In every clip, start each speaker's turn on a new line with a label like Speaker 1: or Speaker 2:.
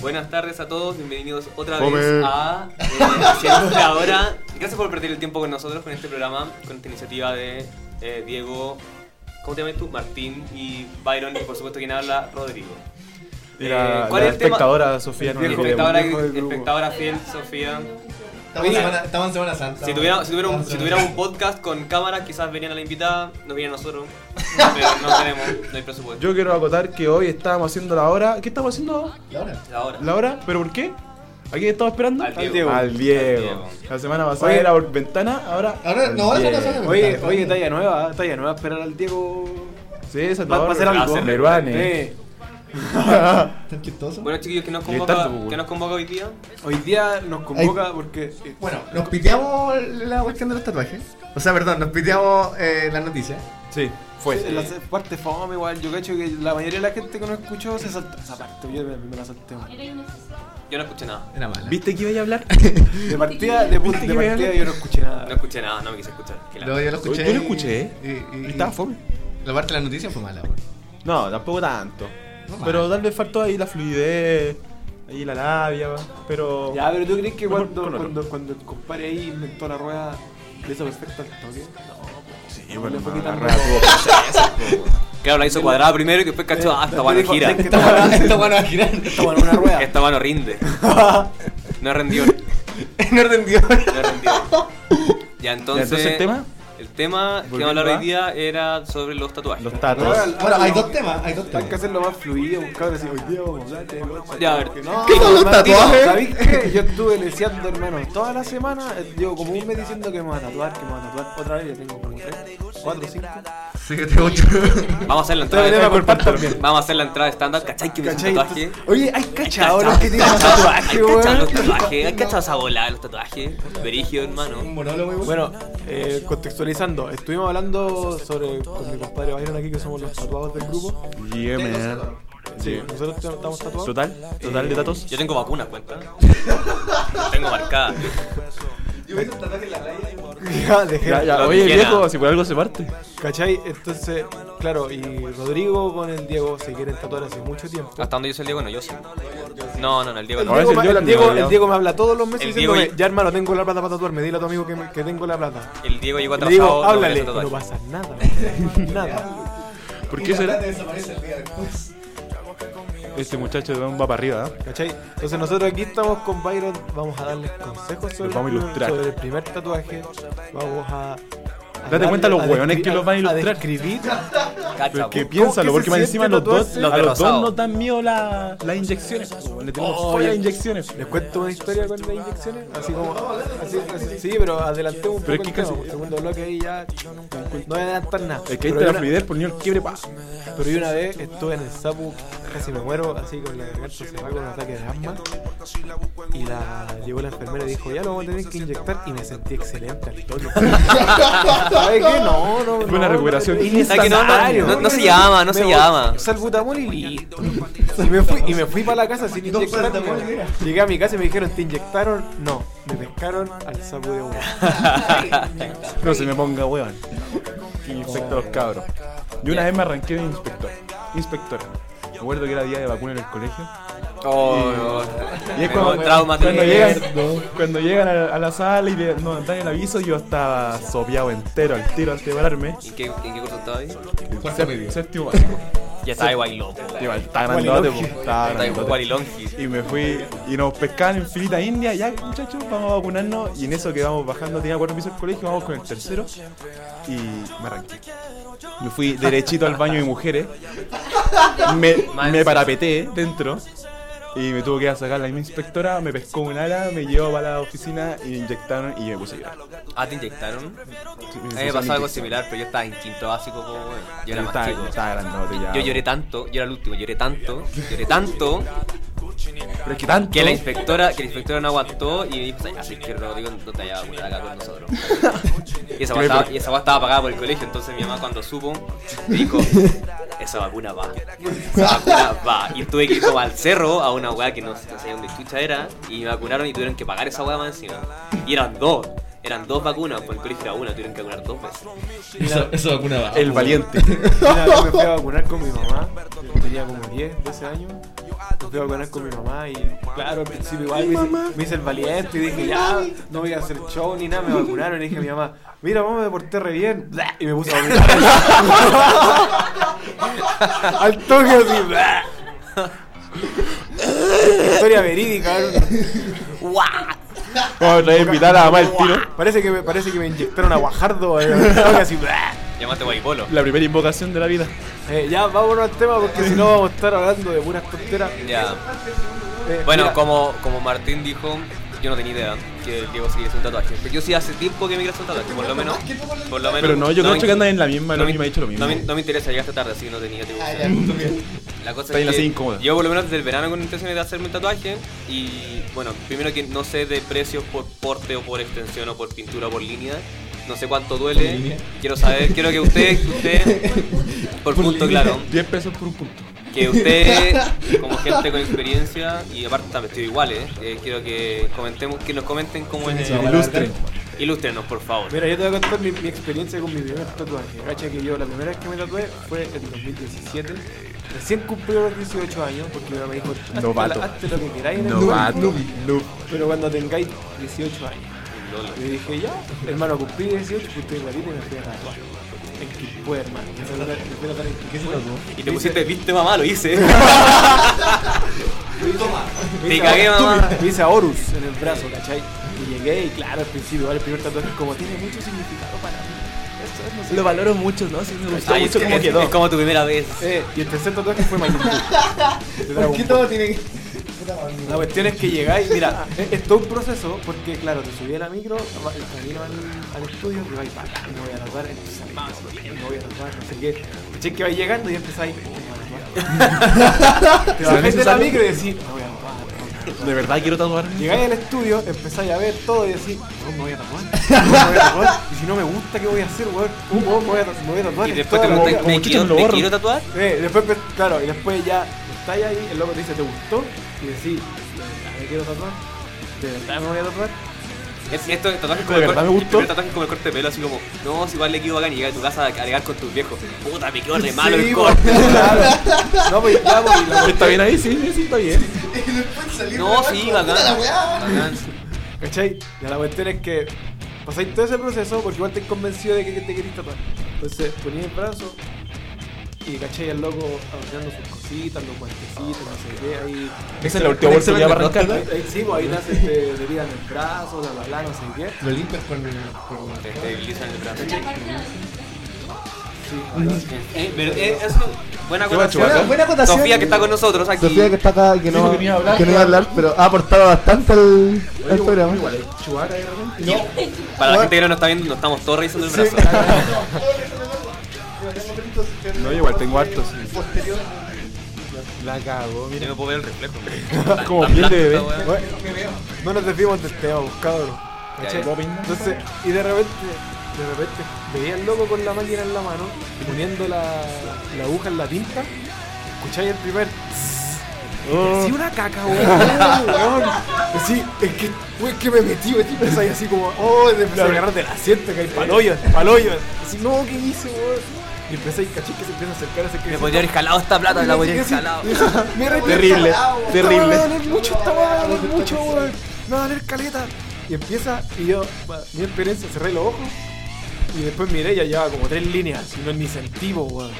Speaker 1: buenas tardes a todos, bienvenidos otra
Speaker 2: Come.
Speaker 1: vez a eh, Siempre Ahora. Gracias por perder el tiempo con nosotros, con este programa, con esta iniciativa de eh, Diego, ¿cómo te llamas tú? Martín y Byron, y por supuesto quien habla, Rodrigo.
Speaker 3: Y la,
Speaker 1: Eh, ¿cuál
Speaker 3: la
Speaker 1: es el tema?
Speaker 3: espectadora Sofía no
Speaker 1: Y
Speaker 3: la
Speaker 2: viejo-
Speaker 3: queremos.
Speaker 1: espectadora,
Speaker 2: viejo del grupo.
Speaker 1: espectadora fiel, Sofía.
Speaker 4: Estamos, en
Speaker 1: Oye,
Speaker 4: semana, estamos en Semana Santa.
Speaker 1: Si tuviera, si, tuviera un, si
Speaker 4: Estamos en
Speaker 1: tuviera un
Speaker 4: Semana
Speaker 1: podcast con cámara, quizás venían a la invitada, nos vienen a nosotros, pero no tenemos, no hay presupuesto.
Speaker 3: Yo quiero acotar que hoy estábamos haciendo la hora. ¿Qué estamos haciendo?
Speaker 4: Santa. ¿Y ahora?
Speaker 1: La hora.
Speaker 3: ¿La hora? ¿Pero por qué? ¿A quién estaba esperando?
Speaker 1: Al Diego. Diego.
Speaker 3: Al Diego.
Speaker 1: Al Diego.
Speaker 3: La semana pasada
Speaker 5: Oye.
Speaker 3: era por ventana, ahora.
Speaker 4: Ahora, no, ahora
Speaker 3: al
Speaker 4: son las
Speaker 3: Diego.
Speaker 4: horas.
Speaker 5: Oye, oye, talla nueva, ¿eh? talla nueva, esperar al Diego.
Speaker 3: Sí, esa es
Speaker 5: Va- va a ser
Speaker 1: algo.
Speaker 3: Meruane.
Speaker 5: Eh,
Speaker 4: Tan chistoso.
Speaker 1: Bueno chicos, ¿qué nos
Speaker 3: Y el
Speaker 1: convoca,
Speaker 3: tanto, pues,
Speaker 1: qué nos convoca hoy día?
Speaker 5: hoy día nos convoca porque. eh,
Speaker 4: Bueno, nos piteamos la cuestión de los tatuajes. O sea, perdón, nos piteamos eh, la noticia.
Speaker 3: Sí, fue.
Speaker 5: en la parte fome, igual. Yo cacho que la mayoría de la gente que nos escuchó se saltó esa parte. Yo me, me la salté, weón.
Speaker 1: Yo no escuché nada.
Speaker 4: Era mala.
Speaker 3: ¿Viste que iba a hablar?
Speaker 5: De partida, de, pu-
Speaker 3: ¿Viste
Speaker 5: de
Speaker 3: que me
Speaker 5: partida
Speaker 3: habla?
Speaker 5: yo no escuché
Speaker 1: No
Speaker 5: nada.
Speaker 1: escuché nada, no me quise escuchar. qué lata.
Speaker 4: No, yo lo escuché.
Speaker 3: Yo lo escuché, ¿eh?
Speaker 4: y- y- y-
Speaker 3: Estaba fome.
Speaker 4: La parte de la noticia fue mala, güey.
Speaker 3: No, tampoco tanto.
Speaker 4: No,
Speaker 3: Pero
Speaker 4: mal.
Speaker 3: tal vez faltó ahí la fluidez, ahí la labia, pero.
Speaker 5: Ya, pero tú crees que
Speaker 3: Mejor
Speaker 5: cuando,
Speaker 3: con otro.
Speaker 5: cuando, cuando el compadre ahí inventó la rueda, le hizo perfecto al toque. No,
Speaker 3: Sí,
Speaker 5: No,
Speaker 3: bueno,
Speaker 5: le fue
Speaker 3: no, la
Speaker 5: quitando.
Speaker 3: rueda tuvo que hacer eso, po.
Speaker 1: Claro, la hizo cuadrada primero y después cachó, ah, esta guano gira.
Speaker 5: Esta buena
Speaker 4: Esta bueno va a girar.
Speaker 5: esta buena una rueda.
Speaker 1: Esta guano rinde. No rindió.
Speaker 4: No entendió.
Speaker 1: No rindió. Ya, entonces.
Speaker 3: entonces, ¿el tema?
Speaker 1: El tema que vamos a
Speaker 3: Volviendo
Speaker 1: hablar
Speaker 3: a-
Speaker 1: hoy día era sobre los tatuajes.
Speaker 3: Los
Speaker 5: No,
Speaker 3: tatos.
Speaker 5: al-
Speaker 4: Ahora, hay
Speaker 5: no.
Speaker 4: dos temas, hay dos
Speaker 5: Hay que
Speaker 4: temas.
Speaker 5: hacerlo más fluido, buscar decir, hoy día vamos a hablar de los-
Speaker 1: Ya, a ver.
Speaker 5: No,
Speaker 4: ¿Qué son los
Speaker 5: Martino,
Speaker 4: tatuajes?
Speaker 5: ¿Sabéis qué? Yo estuve leseando, hermano, toda la semana. eh, Llevo como un mes diciendo que me voy a tatuar, que me voy a tatuar. Otra vez, ya tengo como 3, 4, 5.
Speaker 4: Sí, que te mucho.
Speaker 1: Vamos a hacer la
Speaker 5: Te voy a
Speaker 1: entrada.
Speaker 5: cortar también.
Speaker 1: Vamos a hacer la entrada estándar. ¿Cachai que me hizo un tatuaje?
Speaker 5: Oye, hay
Speaker 1: Cachao,
Speaker 5: cachados los que tienen
Speaker 1: cachao,
Speaker 5: tatuaje,
Speaker 1: hay cachao los
Speaker 5: weón.
Speaker 1: tatuajes, hay cachao esa bola de los tatuajes. Berigio, hermano.
Speaker 4: Un monólogo, güey.
Speaker 5: Bueno, eh, contextualizando, estuvimos hablando sobre con mi compadre Byron aquí, que somos los tatuados del grupo.
Speaker 3: Yeah, man.
Speaker 5: Sí, nosotros te- estamos tatuados.
Speaker 3: Total, total de tatos.
Speaker 1: Yo tengo vacuna, cuenta. Tengo marcada.
Speaker 4: Yo voy a tatuaje en la playa.
Speaker 5: Ya, dejé.
Speaker 3: Ya, ya,
Speaker 1: La
Speaker 3: oye,
Speaker 1: tijera.
Speaker 3: viejo, si por algo se parte.
Speaker 5: ¿Cachai? Entonces, claro, y Rodrigo con el Diego se quieren tatuar hace mucho tiempo.
Speaker 1: Hasta donde yo soy el Diego, no, yo sí. No, no, no, el Diego
Speaker 5: El
Speaker 1: no.
Speaker 3: Ahora
Speaker 5: Diego,
Speaker 3: es el
Speaker 5: ma-
Speaker 3: Diego
Speaker 5: el,
Speaker 3: la
Speaker 5: Diego,
Speaker 3: primera,
Speaker 5: el Diego me habla todos los meses
Speaker 1: El Diego
Speaker 5: diciéndome,
Speaker 1: y-
Speaker 5: ya hermano, tengo la plata para tatuarme, dile a tu amigo que, me- que tengo la plata.
Speaker 1: El Diego llegó
Speaker 5: Y Le
Speaker 1: atrasado.
Speaker 5: digo,
Speaker 1: no, no
Speaker 5: háblale, y
Speaker 1: tatuaje.
Speaker 5: no pasa nada, nada.
Speaker 3: ¿Por qué será?
Speaker 4: desaparece el día después.
Speaker 3: Este muchacho de va para arriba, ¿eh?
Speaker 5: ¿Cachai? Entonces nosotros aquí estamos con Byron, vamos a darles consejos sobre,
Speaker 3: Los vamos a
Speaker 5: el-
Speaker 3: ilustrar.
Speaker 5: sobre el primer tatuaje, vamos a... a
Speaker 3: Date cuenta los
Speaker 5: a
Speaker 3: hueones
Speaker 5: descri-
Speaker 3: que los van a ilustrar.
Speaker 5: describir
Speaker 1: Cacha,
Speaker 3: Pero que
Speaker 1: po.
Speaker 3: piénsalo,
Speaker 5: se
Speaker 3: porque más
Speaker 5: siente
Speaker 3: encima los dos,
Speaker 5: tatuarse?
Speaker 1: Los
Speaker 3: a
Speaker 1: de
Speaker 3: los
Speaker 1: rosado.
Speaker 3: dos nos dan miedo la- las inyecciones. po. Le tenemos
Speaker 5: Oh,
Speaker 3: fobia a
Speaker 5: ya.
Speaker 3: las inyecciones.
Speaker 5: Les cuento una historia con las inyecciones, así como. Así, así- sí, pero adelantemos un
Speaker 3: Pero
Speaker 5: poco.
Speaker 3: es que
Speaker 5: el
Speaker 3: casi-
Speaker 5: tema, porque segundo bloque ahí ya. No voy a adelantar nada.
Speaker 3: Es que ahí
Speaker 5: Pero
Speaker 3: te
Speaker 5: yo
Speaker 3: la
Speaker 5: una-
Speaker 3: fluidez, por niño pues, el quiebre, pa.
Speaker 5: Pero yo una vez estuve en el Sapu, casi me muero, así con la garganta cerrada con un ataque de asma. Y la llegó la enfermera y dijo, ya lo vamos a tener que inyectar. Y me sentí excelente al toque. ¿Sabes qué? No, no,
Speaker 3: Fue una
Speaker 5: no,
Speaker 3: recuperación
Speaker 5: no, no,
Speaker 3: instantánea.
Speaker 1: Es que no, no, no, no se llama, no se
Speaker 5: Me
Speaker 1: llama.
Speaker 5: Salbutamol y listo. Y me fui, y me fui para la casa sin
Speaker 4: Dos
Speaker 5: inyectarme.
Speaker 4: salbutamol, mira.
Speaker 5: Llegué a mi casa y me dijeron, ¿te inyectaron? No, me pescaron al sapu de uno.
Speaker 3: No se me ponga weón. Que infecta a
Speaker 5: Oh.
Speaker 3: los cabros. Yo una vez me arranqué de inspector. Inspectora. Me acuerdo que era día de vacuna en el colegio.
Speaker 1: Oh, no.
Speaker 3: Y
Speaker 1: Me
Speaker 3: es cuando,
Speaker 1: da un trauma
Speaker 3: cuando
Speaker 1: terrible.
Speaker 3: llegan, cuando llegan a, la- a la sala y le- nos dan el aviso, yo estaba sopeado entero al tiro antes de pararme.
Speaker 1: ¿En qué, en qué curso estaba ahí?
Speaker 4: Cuarto medio.
Speaker 3: Séptimo básico.
Speaker 1: Ya estaba igual loco. Estaba
Speaker 3: Igual, estaba grandote, po, estaba
Speaker 1: igual
Speaker 3: grandote.
Speaker 1: guarilonqui.
Speaker 3: Y me fui, y nos pescaban en filita india, ya muchachos, vamos a vacunarnos. Y en eso que vamos bajando, tenía cuatro pisos el colegio, vamos con el tercero. Y me arranqué. Me fui derechito al baño de mujeres. Me, me parapeté dentro. Y me tuvo que ir a sacar la misma inspectora, me pescó un ala, me llevó para la oficina y me inyectaron y yo me puse a llorar.
Speaker 1: Ah, te inyectaron.
Speaker 3: Sí,
Speaker 1: A mí me
Speaker 3: me
Speaker 1: pasó
Speaker 3: puse
Speaker 1: algo
Speaker 3: inyectar.
Speaker 1: similar, pero yo estaba en quinto básico, po, weón. Yo era
Speaker 3: Yo
Speaker 1: más
Speaker 3: estaba,
Speaker 1: chico.
Speaker 3: yo estaba grandote ya.
Speaker 1: Yo lloré tanto, yo era el último, lloré tanto, lloré tanto
Speaker 3: Pero es que tanto.
Speaker 1: que la inspectora, que la inspectora no aguantó y me dijo, "Ay, así que Rodrigo no te vayas a vacunar acá con nosotros. Y esa,
Speaker 3: Creo
Speaker 1: guay estaba,
Speaker 3: que-
Speaker 1: y esa guay estaba pagada por el colegio, entonces mi mamá cuando supo, me dijo, esa vacuna va, esa vacuna va. Y tuve que ir como al cerro a una weá que no, sé- no sabía dónde chucha era, y me vacunaron y tuvieron que pagar esa weá más encima. Y eran dos. Eran dos vacunas, pues el colegio era una, tuvieron que vacunar dos veces.
Speaker 3: Eso, eso vacuna va.
Speaker 6: El valiente.
Speaker 5: Una vez me fui a vacunar con mi mamá, yo tenía como 10, 12 años. Me fui a vacunar con mi mamá y, claro, al principio igual me hice, me hice el valiente y dije, ya, no voy a hacer show ni nada. Me vacunaron y dije a mi mamá, mira, mamá, me porté re bien. Blah, Y me puse a vomitar. al toque así, blah. Historia verídica,
Speaker 6: Vamos a traer a invitar a la mamá del tiro.
Speaker 5: parece que, me, parece que me inyectaron aguajardo. eh, al toque así, blah.
Speaker 1: Llamaste Guaypolo.
Speaker 6: La primera invocación de la vida.
Speaker 5: Eh, ya, vámonos al tema porque si no vamos a estar hablando de puras tonteras.
Speaker 1: Ya.
Speaker 5: Eh,
Speaker 1: Bueno,
Speaker 5: mira,
Speaker 1: como, como Martín dijo, yo no tenía idea que el Diego se quería hacer un tatuaje. Pero yo sí hace tiempo que me quería hacer un tatuaje, por lo menos. Por lo menos
Speaker 6: Pero no, yo
Speaker 1: me
Speaker 6: creo que
Speaker 1: inter-
Speaker 6: andan en la misma,
Speaker 1: no
Speaker 6: lo
Speaker 1: me-
Speaker 6: mismo, ha dicho lo
Speaker 1: No
Speaker 6: mismo.
Speaker 1: me, no me interesa, llegaste tarde, así que no tenía tiempo.
Speaker 4: Ah, ya, tú bien.
Speaker 1: La cosa
Speaker 6: Está en la
Speaker 1: es
Speaker 6: silla
Speaker 1: que
Speaker 6: incómoda.
Speaker 1: yo por lo menos desde el verano con intenciones de hacerme un tatuaje y bueno, primero que no sé de precios por porte o por extensión o por pintura o por línea, no sé cuánto
Speaker 3: ¿Por
Speaker 1: duele,
Speaker 3: línea?
Speaker 1: quiero saber, quiero que usted, que usted por, punto
Speaker 3: línea.
Speaker 1: claro,
Speaker 6: 10 pesos por un punto.
Speaker 1: que usted como gente con experiencia y aparte también estoy igual, eh, eh, quiero que comentemos, que nos comenten cómo es,
Speaker 3: Eso,
Speaker 6: Ilustre.
Speaker 1: ilústrenos por favor.
Speaker 5: Mira, yo te voy a contar mi, mi experiencia con mi primer tatuaje. Cacha que yo la primera vez que me tatué fue en 2017. Recién cumplí los 18 años porque mi mamá me dijo, hazte,
Speaker 6: Novato.
Speaker 5: la- hazte lo que queráis en el
Speaker 6: Novato. noob.
Speaker 5: pero cuando tengáis 18 años. Y dije, ya, hermano, cumplí 18, cumplí igualito y me fui a tatuar. En Quilpue, hermano. Me fui a tatuar- me fui a tatuar en Quilpue.
Speaker 1: Y te pusiste, viste mamá, lo hice.
Speaker 5: Me hice- me
Speaker 1: Te
Speaker 5: hice
Speaker 1: cagué,
Speaker 5: Horus,
Speaker 1: mamá.
Speaker 5: Me hice Horus en el brazo, ¿cachai? Y llegué y claro, al principio, igual, el primer tatuaje es como tiene mucho significado para mí. Esto es, no sé
Speaker 3: Lo valoro mucho, ¿no? Sí, me gustó
Speaker 1: Ay, es,
Speaker 3: mucho
Speaker 1: que-
Speaker 3: cómo
Speaker 1: es-
Speaker 3: quedó.
Speaker 1: es como tu primera vez.
Speaker 5: Eh, y el tercer tatuaje fue Majin Buu. De
Speaker 4: ¿Por
Speaker 5: Dragon
Speaker 4: qué
Speaker 5: Ball.
Speaker 4: todo tiene que.? Puta,
Speaker 5: La
Speaker 4: amigo.
Speaker 5: cuestión es que llegáis, mira, es, es todo un proceso, porque claro, te subí a la micro, va- el camino al, al estudio, y vais, para, me voy a tatuar, entonces me voy a tatuar, no sé qué. Che, que vais llegando y empezáis, "Este me voy a tatuar. Te bajáis de la micro y decís, me voy a tatuar. me voy a tatuar.
Speaker 3: De verdad quiero tatuarme.
Speaker 5: Llegáis al estudio, empezáis a ver todo y decís, weón, me voy a tatuar, weón, me voy a tatuar, y si no me gusta, ¿qué voy a hacer, weón? Uh, weón, me voy a tatuar, me voy a tatuar.
Speaker 1: Y
Speaker 5: es
Speaker 1: después te
Speaker 5: toda la
Speaker 1: pregunté,
Speaker 5: vida.
Speaker 1: ¿me
Speaker 6: chucha
Speaker 1: quiero,
Speaker 6: me lo
Speaker 1: me
Speaker 6: borro?
Speaker 1: quiero tatuar?
Speaker 5: Eh, después, pues, claro, y después ya estáis ahí, el loco te dice, ¿te gustó? Y decís, "De verdad me quiero tatuar? ¿De verdad me voy a tatuar?
Speaker 1: Es, esto es tatuaje
Speaker 6: De
Speaker 1: como el,
Speaker 6: verdad
Speaker 1: cor-
Speaker 6: me
Speaker 1: el
Speaker 6: gustó.
Speaker 1: primer tatuaje como el corte de pelo, así como, no, si igual le quedó bacán y llegar a tu casa a alegar con tus viejos. Puta, me quedó re malo
Speaker 5: Sí,
Speaker 1: el corte.
Speaker 5: pues, claro. No, pues, ya, pues, y la-
Speaker 6: Está bien ahí, sí, sí, sí, está bien.
Speaker 4: Y después salir
Speaker 1: No,
Speaker 4: de la-
Speaker 1: sí,
Speaker 4: puta la
Speaker 1: bacán.
Speaker 4: weá.
Speaker 1: Bacán.
Speaker 5: ¿Cachai? Ya la cuestión es que pasáis todo ese proceso porque igual te convencido de que que te querís tatuar. Entonces ponía el brazo y cachai al loco arreglando sus cositas, los guantecitos, no sé qué, ahí.
Speaker 6: Esa es la última bolsa que ya va a arrancar.
Speaker 5: Ahí, ahí sí, pues, ahí te haces este, heridas en el brazo, la bla bla, no sé qué.
Speaker 4: Lo limpias con. con-
Speaker 1: Te debilizan el brazo.
Speaker 5: Sí, bla, bla.
Speaker 1: Eh, pero, eh, eso, buena
Speaker 6: Qué guacho,
Speaker 1: acotación.
Speaker 6: bacán.
Speaker 4: Buena acotación.
Speaker 1: Sofía que está con nosotros aquí.
Speaker 4: Sofía que está acá y que no,
Speaker 6: Dijo que no iba a hablar.
Speaker 4: que no iba a hablar, pero ha aportado bastante al, al programa.
Speaker 1: Para la gente que no nos está viendo, nos estamos todos revisando el brazo.
Speaker 6: No, yo igual tengo hartos.
Speaker 5: La cago, mira.
Speaker 1: Yo no puedo ver el reflejo.
Speaker 6: Como piel de bebé.
Speaker 5: Bueno, no nos desviemos del tema, buscadlo. ¿Cachai?
Speaker 6: ¿puedo opinar?
Speaker 5: Entonces, y de repente, de repente, veía al loco con la máquina en la mano, poniendo la, la aguja en la tinta, escucháis el primer. Sí, una caca, weón. Sí, es que, weón, es que me metí, weón, y empezáis así como, oh, te empecé a agarrar del asiento, que hay paloyo, paloyo. Así, no, ¿qué hice, weón? Y empezáis, caché, que se empieza a acercar, a acercar.
Speaker 1: Me podría haber jalado esta plata, me la podría haber jalado.
Speaker 5: Me arrepiento.
Speaker 6: Terrible,
Speaker 5: Esta weá va
Speaker 6: terrible.
Speaker 5: a doler mucho, esta weá va a doler mucho, weón. Me va a doler caleta. Y empieza, y yo, va, mi experiencia, cerré los ojos. Y después miré, ya llevaba como tres líneas. Y no ni sentí, po, weón.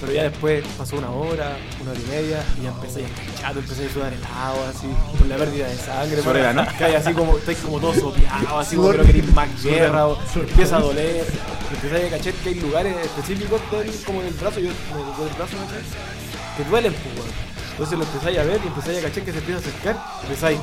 Speaker 5: Pero ya después pasó una hora, una hora y media. Y ya empecé a chato, empecé a sudar el agua, así. Por la pérdida de sangre.
Speaker 6: Sobre
Speaker 5: por-
Speaker 6: la, ¿no?
Speaker 5: Cae así como, estáis como todo sopeado, así como que no queréis más guerra. o- Empieza a doler. Empieza a cachar que hay lugares específicos del- como en el brazo. Yo me tocó el brazo, ¿cachai? que duelen, pues, weón. Entonces lo empezáis a ver y empezáis a cachar que se empieza a acercar. Empezáis.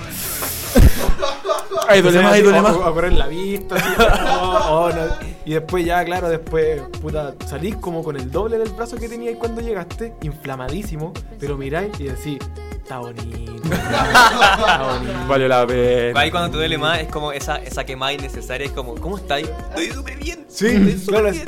Speaker 6: Ay, duele más, ay, duele más.
Speaker 5: A correr la vista, así, oh, oh, no. Y después, ya, claro, después, puta, salís como con el doble del brazo que teníais cuando llegaste, inflamadísimo. Pero miráis y decís, Está bonito. Está bonito.
Speaker 3: Vale la pena.
Speaker 1: Ahí cuando te duele más es como esa, esa quemada innecesaria, es como, ¿cómo estáis? Estoy súper bien.
Speaker 3: Sí.
Speaker 5: Claro, es-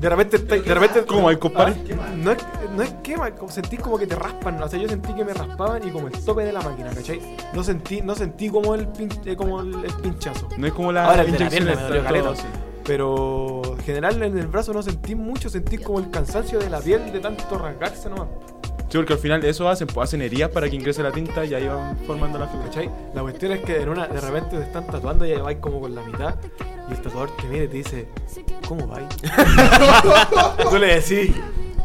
Speaker 5: de repente, está- de repente
Speaker 3: ¿Cómo, el compadre?
Speaker 5: No es, no es quema, como sentís como que te raspan, o sea, yo sentí que me raspaban y como el tope de la máquina, ¿cachai? No sentí, no sentí como el, pin- eh, como el, el pinchazo.
Speaker 3: No es como la
Speaker 5: Ahora el de la
Speaker 3: inyección
Speaker 5: pierna me dolió
Speaker 3: está todo
Speaker 5: caleta. Pero en general en el brazo no sentí mucho, sentí como el cansancio de la piel de tanto rasgarse nomás,
Speaker 3: así. Sí, porque al final eso hacen, pues hacen heridas para que ingrese la tinta y ahí van formando la figura.
Speaker 5: ¿cachai? La cuestión es que en una, de repente te están tatuando y ahí vais como con la mitad y el tatuador te mira y te dice, ¿cómo vais? Y tú le decís...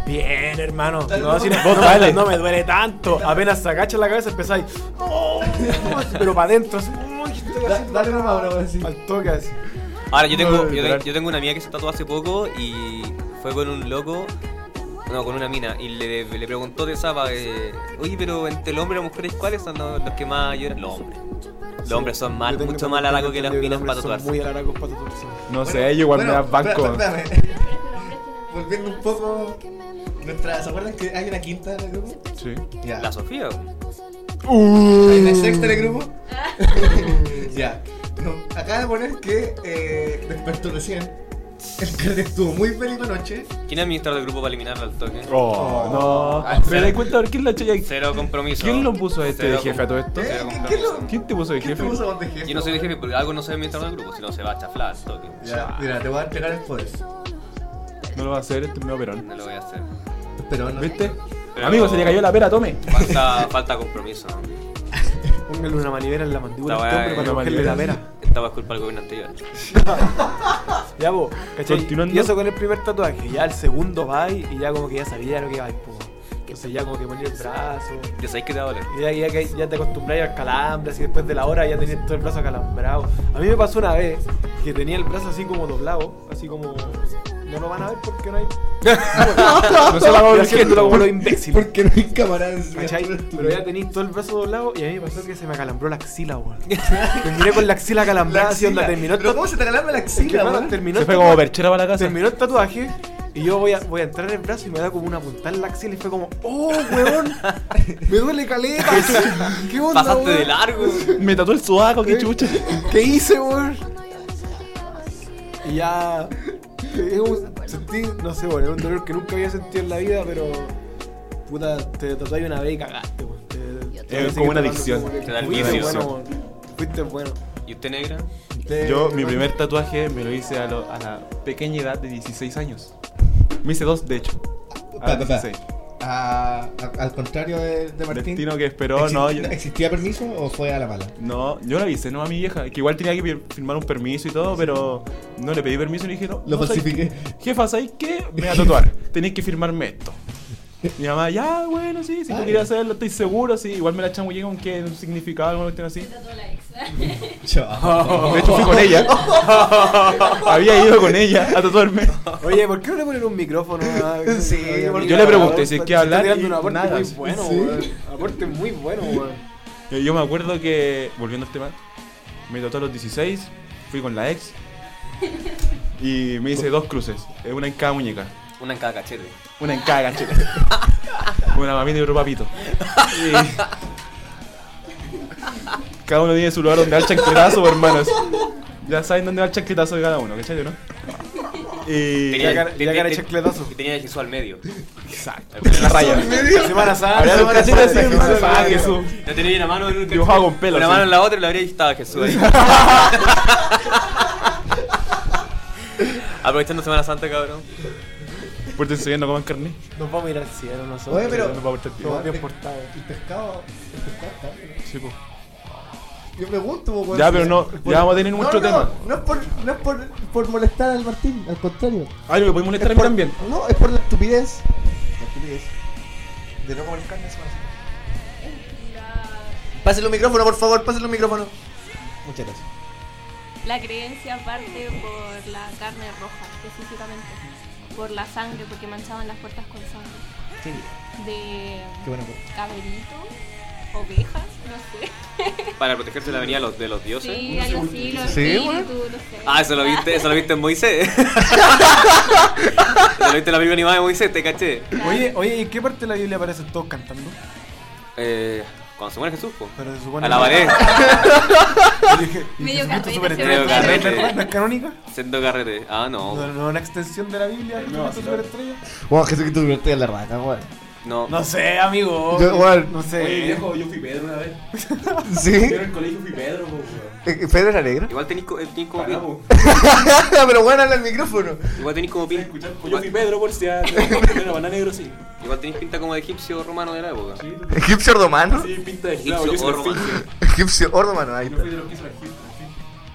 Speaker 5: Bien, hermano. No, si no, no me- no me duele tanto. Apenas se agacha la cabeza, empezáis. "Oh", pero para adentro. así, "Uy, ¿qué estoy haciendo
Speaker 4: dale
Speaker 5: acá?".
Speaker 4: nomás, bro, así.
Speaker 5: Al toque así.
Speaker 1: Ahora, yo tengo,
Speaker 3: No,
Speaker 1: yo,
Speaker 3: literal.
Speaker 1: te- yo tengo una amiga que se tatuó hace poco y fue con un loco, no, con una mina, y le, le preguntó de Zapa, eh, oye, pero entre el hombre y la mujer, ¿cuáles son los, los que más lloran? Los hombres. Los hombres son más,
Speaker 5: Yo tengo
Speaker 1: mucho más laragos que las
Speaker 5: entendido
Speaker 1: minas para
Speaker 5: los hombres
Speaker 1: tatuarse.
Speaker 5: son Muy laragos para tatuarse.
Speaker 3: No sé, yo igual me das banco.
Speaker 4: espérame, espérame. Volviendo un poco. Nuestra, ¿Se acuerdan que hay una quinta en el grupo?
Speaker 3: Sí.
Speaker 4: Ya.
Speaker 1: La Sofía.
Speaker 3: Uh.
Speaker 4: Hay una sexta en el grupo. ya. No, acaba de poner que eh, despertó recién. El carnet estuvo muy feliz anoche.
Speaker 1: ¿Quién administra el grupo para eliminarla al toque?
Speaker 3: Oh, no. Pero te das cuenta, a ver, ¿quién la chaya?
Speaker 1: Cero compromiso.
Speaker 3: ¿Quién lo puso a este
Speaker 1: Cero
Speaker 3: de jefe a todo esto?
Speaker 1: Cero
Speaker 4: Eh, ¿Qué-
Speaker 1: compromiso.
Speaker 4: ¿Qué, es lo,
Speaker 3: ¿Quién te puso de
Speaker 4: ¿Qué te
Speaker 3: jefe?
Speaker 4: puso vos de jefe?
Speaker 1: Yo no soy el jefe Ah. porque algo no se administra el grupo, si no se va a chaflar al toque.
Speaker 4: Ya, mira, te voy a entregar el poder.
Speaker 3: No lo va a hacer, este es medio perón.
Speaker 1: No lo voy a hacer.
Speaker 4: Pero no.
Speaker 3: ¿Viste?
Speaker 1: Pero-
Speaker 3: Amigo, se le cayó la pera, tome.
Speaker 1: Falta, falta compromiso.
Speaker 5: Póngale una manivela en la mandíbula
Speaker 1: Esta
Speaker 5: a este
Speaker 1: weá
Speaker 5: hombre para
Speaker 3: es-
Speaker 5: cogerle la
Speaker 3: manivela.
Speaker 5: vera.
Speaker 1: Estaba culpa del gobierno anterior.
Speaker 5: Ya vos, ¿cachai?
Speaker 3: Continuando.
Speaker 5: Y eso con el primer tatuaje. Ya el segundo va y y ya como que ya sabía lo que iba. po. Entonces ya como que ponía el brazo.
Speaker 1: Ya sabéis que te va a doler.
Speaker 5: Y ya, ya, que- ya te acostumbras al calambre, así después de la hora ya tenías todo el brazo acalambrado. A mí me pasó una vez que tenía el brazo así como doblado, así como. No lo van a ver porque no hay.
Speaker 3: No se la va a
Speaker 5: Y
Speaker 3: ver
Speaker 5: haciéndolo como los imbéciles.
Speaker 4: Porque no hay camaradas.
Speaker 5: ¿Cachai? Pero ya tenéis todo el brazo doblado y a mí me pasó que se me acalambró la axila, weón. Terminé con la axila acalambrada, así onda, terminó
Speaker 4: Pero
Speaker 5: todo.
Speaker 4: ¿cómo se te calama la axila, weón?
Speaker 5: terminó,
Speaker 3: Se
Speaker 5: el
Speaker 3: fue como
Speaker 5: tatuaje-
Speaker 3: perchera para la casa.
Speaker 5: terminó el tatuaje y yo voy a, voy a entrar en el brazo y me da como una puntada en la axila y fue como, oh, weón, me duele caleta. ¿Qué onda,
Speaker 1: Pasaste
Speaker 5: weón?
Speaker 1: de largo.
Speaker 3: Me tatuó el sobaco, qué chucha.
Speaker 5: ¿Qué hice, weón? Y ya. es un- Sentí, no sé, weón, es un dolor que nunca había sentido en la vida, pero. Puta, te tratáis una vez y cagaste, weón. Te- te-
Speaker 3: Es
Speaker 5: te
Speaker 3: como una
Speaker 5: seguís
Speaker 3: adicción.
Speaker 5: tratando como que
Speaker 1: Te da el
Speaker 5: Fuiste
Speaker 1: vicio.
Speaker 5: bueno, weón. Fuiste bueno.
Speaker 1: ¿Y usted negra?
Speaker 5: Te-
Speaker 3: Yo, mi primer tatuaje me lo hice a, lo- a la pequeña edad de 16 años. Me hice dos, de hecho. A
Speaker 4: Pa, pa, pa.
Speaker 3: 16.
Speaker 4: Ah, a- al contrario de, de Martín.
Speaker 3: Destino que esperó,
Speaker 4: ¿exi-
Speaker 3: no. Yo,
Speaker 4: ¿Existía permiso o fue a la mala?
Speaker 3: no, yo le avisé, no a mi vieja, que igual tenía que pir- firmar un permiso y todo, pero no le pedí permiso y le dije, no.
Speaker 4: Lo
Speaker 3: no, ¿sabes
Speaker 4: falsifiqué.
Speaker 3: qué? Jefa, ¿sabes qué? Me voy a tatuar. Tenéis que firmarme esto. Mi mamá, ya, bueno, sí, si tú
Speaker 4: Ah,
Speaker 3: quieres
Speaker 4: ya.
Speaker 3: hacerlo, estoy seguro, sí. Igual me la chamullé con que un significado, alguna cuestión así.
Speaker 4: Chao.
Speaker 3: De hecho, fui con ella. Había ido con ella a tatuarme.
Speaker 5: Oye, ¿por qué no le ponen un micrófono? a-
Speaker 4: Sí,
Speaker 5: a- a-
Speaker 4: porque-
Speaker 3: Yo le pregunté si es
Speaker 5: Está-
Speaker 3: que
Speaker 5: está
Speaker 3: hablar
Speaker 5: tirando
Speaker 3: y
Speaker 5: un aporte
Speaker 3: nada.
Speaker 5: muy bueno,
Speaker 4: Sí.
Speaker 5: weón. Aporte muy bueno, weón.
Speaker 3: Yo, yo me acuerdo que, volviendo al tema, me tatué a los 16, fui con la ex y me hice dos cruces, eh, una en cada muñeca,
Speaker 1: Una en cada cachete.
Speaker 3: una en cada gacheta, una mamita y otro papito. Y- Cada uno tiene su lugar donde va el chancletazo, pues, hermanos. Ya saben dónde va el chancletazo de cada uno, ¿cachai o no? Y...
Speaker 5: Tenía- cara-
Speaker 1: te-
Speaker 5: ya cara
Speaker 1: te-
Speaker 5: de chancletazo.
Speaker 1: Y tenía el Jesús al medio.
Speaker 3: Exacto. La
Speaker 1: La
Speaker 3: raya.
Speaker 5: Semana Santa.
Speaker 3: Habría dos
Speaker 5: Semana
Speaker 3: cachetes así,
Speaker 5: Santa,
Speaker 3: un
Speaker 5: Semana Santa.
Speaker 3: ah, Jesús.
Speaker 1: No tenía una mano en un
Speaker 3: Dibujado con pelo,
Speaker 1: Una
Speaker 3: sí.
Speaker 1: mano en la otra y la habría y estaba Jesús ahí. Aprovechando Semana Santa, cabrón.
Speaker 3: Por enseñando cómo carne.
Speaker 5: Nos vamos a ir al cielo nosotros.
Speaker 4: Oye, pero-
Speaker 3: No va a gustar el tío.
Speaker 5: Somos bien portados.
Speaker 4: El pescado. El pescado está bien.
Speaker 3: Sí,
Speaker 7: pues.
Speaker 3: po.
Speaker 4: Yo pregunto, po, weón.
Speaker 3: Ya, pero no, ya vamos a tener mucho
Speaker 4: no,
Speaker 3: tema.
Speaker 4: No es, por, no es por, por molestar al Martín, al contrario.
Speaker 3: Ah, lo que podéis molestar a mí
Speaker 4: por-
Speaker 3: también.
Speaker 4: No, es por la estupidez. La estupidez. De no comer carne se Pásenle un micrófono, por favor, pásenle un micrófono. Muchas gracias.
Speaker 8: La creencia parte por la carne roja, específicamente. Por la sangre, porque manchaban las puertas con sangre.
Speaker 4: Sí,
Speaker 8: De
Speaker 4: qué bueno. po.
Speaker 8: caberitos, ovejas, no sé.
Speaker 1: Para protegerse de la venida de los, de los dioses.
Speaker 8: Sí, algo así, los
Speaker 4: Sí,
Speaker 8: espíritus, no sé.
Speaker 1: Ah, eso lo viste, eso lo viste en Moisés. eso lo viste en la película animada de Moisés, te caché.
Speaker 5: Oye, oye, ¿y en qué parte de la Biblia aparecen todos cantando?
Speaker 1: Eh, Cuando se muere Jesús, po.
Speaker 5: Pero se supone
Speaker 1: A la
Speaker 5: que-
Speaker 1: pared,
Speaker 5: Yo dije, ¿y Jesucristo
Speaker 8: Medio carrete,
Speaker 5: superestrella
Speaker 1: medio carrete.
Speaker 5: ¿No es- no es canónica?
Speaker 1: siendo carrete. Ah, no.
Speaker 5: ¿No
Speaker 1: po.
Speaker 5: no es una extensión de la Biblia? ¿Jesucristo superestrella?
Speaker 4: Bueno, Jesucristo divertido en la raja, weón.
Speaker 1: No.
Speaker 5: No sé, amigo.
Speaker 4: Yo, weón,
Speaker 5: No
Speaker 7: Oye,
Speaker 3: Eh.
Speaker 5: sé.
Speaker 7: viejo, yo fui Pedro una vez.
Speaker 4: ¿Sí?
Speaker 7: Yo en el colegio fui Pedro, po, weón.
Speaker 4: Eh, ¿Pedro era negro?
Speaker 1: Igual tenéis co- eh, tenéis como
Speaker 7: Pará,
Speaker 1: pin.
Speaker 7: po.
Speaker 4: Pero bueno, habla el micrófono.
Speaker 1: Igual tenéis como pin.
Speaker 7: Escuchar,
Speaker 3: Pues
Speaker 7: po, Yo fui
Speaker 1: Igual,
Speaker 7: Pedro, por si a. Era banana negro, sí.
Speaker 1: igual tenéis pinta como de egipcio romano de la época.
Speaker 7: Sí,
Speaker 4: ¿Egipcio ordomano?
Speaker 7: Sí, pinta de
Speaker 1: Egipcio
Speaker 7: esclavo. Yo
Speaker 1: o
Speaker 7: soy una
Speaker 1: romano.
Speaker 7: esfinge.
Speaker 4: Egipcio ordomano, ahí
Speaker 7: Yo
Speaker 4: está.
Speaker 7: fui de los que hizo Egipto.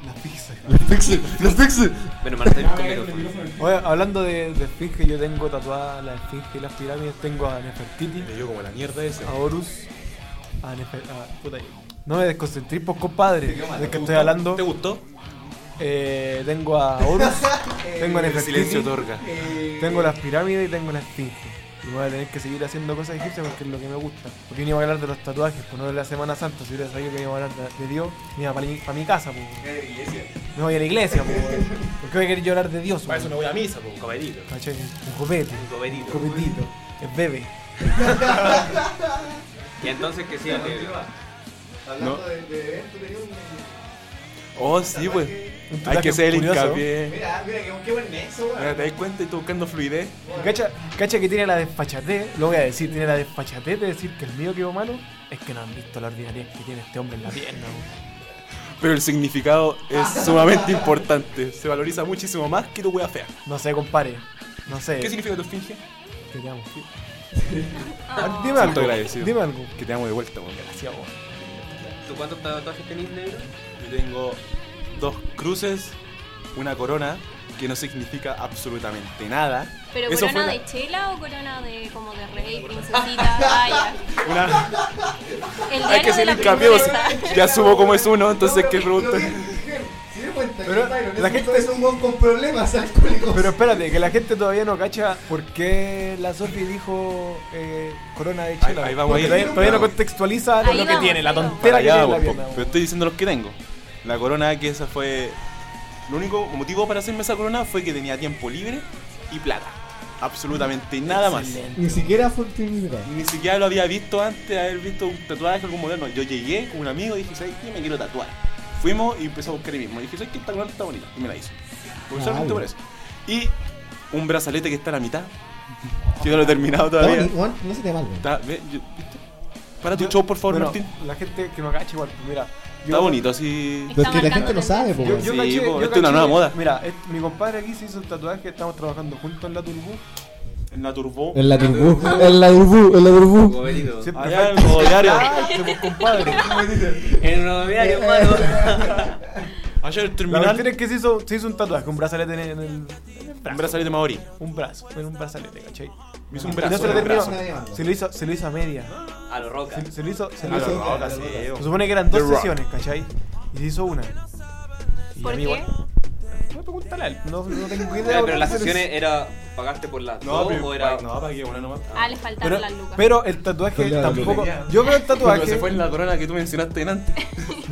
Speaker 5: La pizza.
Speaker 4: Los pixel, los pixel.
Speaker 1: Menos mal tenéis con
Speaker 7: El
Speaker 1: micrófono.
Speaker 7: micrófono.
Speaker 5: Oye, hablando de, de esfinge, yo tengo tatuada la esfinge y las pirámides. Tengo a Nefertiti,
Speaker 3: Le dio como la mierda ese.
Speaker 5: a Horus, a Nefertiti. Puta, no me desconcentré, pues compadre. De que estoy hablando.
Speaker 3: ¿Te gustó?
Speaker 5: Eh, tengo a Horus, tengo a Nefertiti. eh, Tengo las pirámides y tengo la esfinge. Y voy a tener que seguir haciendo cosas egipcias porque es lo que me gusta. Porque yo no iba a hablar de los tatuajes, pues no de la Semana Santa. Si hubiera sabido que iba a hablar de, de Dios, me iba para mi, pa' mi casa, pues. Me voy a la iglesia, pues. ¿Por qué voy a querer yo hablar de Dios?
Speaker 7: Para eso
Speaker 5: pues?
Speaker 7: me voy a misa, po, caballito.
Speaker 5: ¿Cachai? Un copete. Un copetito. Es bebé.
Speaker 1: Y entonces que sí, que-
Speaker 9: Hablando
Speaker 3: No.
Speaker 9: de, de esto, tenía un.
Speaker 3: Oh, sí, pues.
Speaker 5: Un
Speaker 3: Hay
Speaker 5: tatuaje
Speaker 3: que hacer el
Speaker 5: curioso.
Speaker 3: hincapié.
Speaker 9: Mira, mira, qué, qué buen nexo,
Speaker 3: Mira,
Speaker 9: weón.
Speaker 3: ¿Te das cuenta? Y tú buscando fluidez.
Speaker 5: Cacha, cacha que tiene la desfachatez, lo voy a decir, tiene la desfachatez de decir que el mío quedó malo. Es que no han visto la ordinariedad que tiene este hombre en la pierna, weón.
Speaker 3: Pero el significado es sumamente importante. Se valoriza muchísimo más que tu wea fea.
Speaker 5: No sé, compadre. No sé.
Speaker 3: ¿Qué significa tu esfinge?
Speaker 5: Te amo. Ah, Dime algo.
Speaker 3: Siento agradecido.
Speaker 5: Dime algo.
Speaker 3: Que te amo de vuelta, weón.
Speaker 5: Gracias, weón.
Speaker 1: ¿Tú cuántos tatuajes tenéis negro?
Speaker 3: Yo tengo dos cruces, una corona que no significa absolutamente nada.
Speaker 8: ¿Pero
Speaker 3: Eso
Speaker 8: corona
Speaker 3: fue la-
Speaker 8: de chela o corona de como de rey, princesita, vaya?
Speaker 3: Una...
Speaker 8: El
Speaker 3: Hay que
Speaker 8: diario de
Speaker 3: hacer
Speaker 8: la
Speaker 3: el cambio.
Speaker 8: princesa.
Speaker 3: Ya subo cómo es uno, entonces qué pregunta.
Speaker 9: Si te cuenta, que
Speaker 5: Pero
Speaker 9: Byron es
Speaker 5: la
Speaker 9: un-
Speaker 5: gente-
Speaker 9: es un weón con problemas alcohólicos.
Speaker 5: Pero espérate, que la gente todavía no cacha por qué la Sophie dijo eh, corona de chela.
Speaker 3: Ahí- ahí
Speaker 5: weón.
Speaker 3: vamos, ahí-
Speaker 5: todavía, todavía no
Speaker 3: vamos.
Speaker 5: contextualiza
Speaker 8: Ahí
Speaker 5: lo que
Speaker 8: vamos,
Speaker 5: tiene, la
Speaker 8: ahí vamos.
Speaker 5: tontera que
Speaker 3: Para allá,
Speaker 5: tiene en la
Speaker 3: po,
Speaker 5: pierna.
Speaker 3: pero estoy diciendo los que tengo. La corona que esa fue... El único motivo para hacerme esa corona fue que tenía tiempo libre y plata. Absolutamente nada más.
Speaker 4: Excelente.
Speaker 5: Excelente.
Speaker 4: Ni
Speaker 9: siquiera fue oportunidad.
Speaker 3: Ni siquiera lo había visto antes, haber visto un tatuaje, algún moderno. Yo llegué con un amigo y dije, ¿sabes qué? Me quiero tatuar. Fuimos y empezó a buscar el mismo. Y dije, ¿sabes qué? Esta corona está bonita. Y me la hizo. Pues solamente
Speaker 4: Claro.
Speaker 3: por eso. Y un brazalete que está a la mitad. Yo no lo he terminado
Speaker 4: Está
Speaker 3: todavía.
Speaker 4: boni- weón, No se te va mal, weón.
Speaker 3: Está- ve, yo- ¿viste? Para tu show, por favor,
Speaker 5: Bueno,
Speaker 3: Martín.
Speaker 5: La gente que no cacha igual, pues mira.
Speaker 3: Está bonito, así.
Speaker 4: Pero es que la
Speaker 8: marcando
Speaker 4: gente no sabe, po,
Speaker 5: Yo,
Speaker 4: weón.
Speaker 5: yo
Speaker 3: Sí,
Speaker 5: caché,
Speaker 3: po,
Speaker 5: yo
Speaker 3: esto es una
Speaker 5: caché-
Speaker 3: nueva moda.
Speaker 5: Mira, es- mi compadre aquí se hizo un tatuaje, estamos trabajando juntos en la Turbú.
Speaker 3: En la turbo.
Speaker 4: En la turbú, en la turbú, en la turbú.
Speaker 1: Gobelito.
Speaker 5: Siempre
Speaker 3: Allá en
Speaker 5: falta-
Speaker 3: el diario.
Speaker 5: Cacho, po, compadre.
Speaker 1: En un diario, hermano.
Speaker 3: Allá en el
Speaker 5: La cuestión
Speaker 3: terminal.
Speaker 5: es que se hizo, se hizo un tatuaje, un brazalete en el, en el- en el
Speaker 3: Un
Speaker 5: brazo.
Speaker 3: brazalete maori.
Speaker 5: Un brazo, en un brazalete, ¿cachai?
Speaker 3: Me hizo un
Speaker 5: Y
Speaker 3: brazo,
Speaker 5: No se lo
Speaker 3: un
Speaker 5: terminó,
Speaker 3: brazo.
Speaker 9: Nadie mandó.
Speaker 5: se lo hizo, se lo hizo a media.
Speaker 1: A lo roca.
Speaker 5: Se, se lo hizo, se
Speaker 3: A
Speaker 5: lo
Speaker 3: la
Speaker 5: hizo.
Speaker 3: roca, sí,
Speaker 5: Se
Speaker 3: weón.
Speaker 5: supone que eran dos
Speaker 3: The Rock.
Speaker 5: sesiones, ¿cachai? Y se hizo una. Y
Speaker 8: ¿Por
Speaker 5: a mí
Speaker 8: qué?
Speaker 5: igual- Voy a preguntarle a él. No, no tengo idea.
Speaker 1: Pero las
Speaker 5: porque-
Speaker 1: sesiones era pagaste por las
Speaker 3: No,
Speaker 1: dos
Speaker 3: pero-
Speaker 1: o era
Speaker 3: No, para que bueno nomás.
Speaker 8: Ah, le faltaron
Speaker 5: Pero,
Speaker 8: las lucas.
Speaker 5: pero el tatuaje
Speaker 4: Con la
Speaker 5: tampoco.
Speaker 3: lotería.
Speaker 5: Yo veo el
Speaker 3: Pero se fue
Speaker 5: tatuaje.
Speaker 3: en la corona que tú mencionaste antes.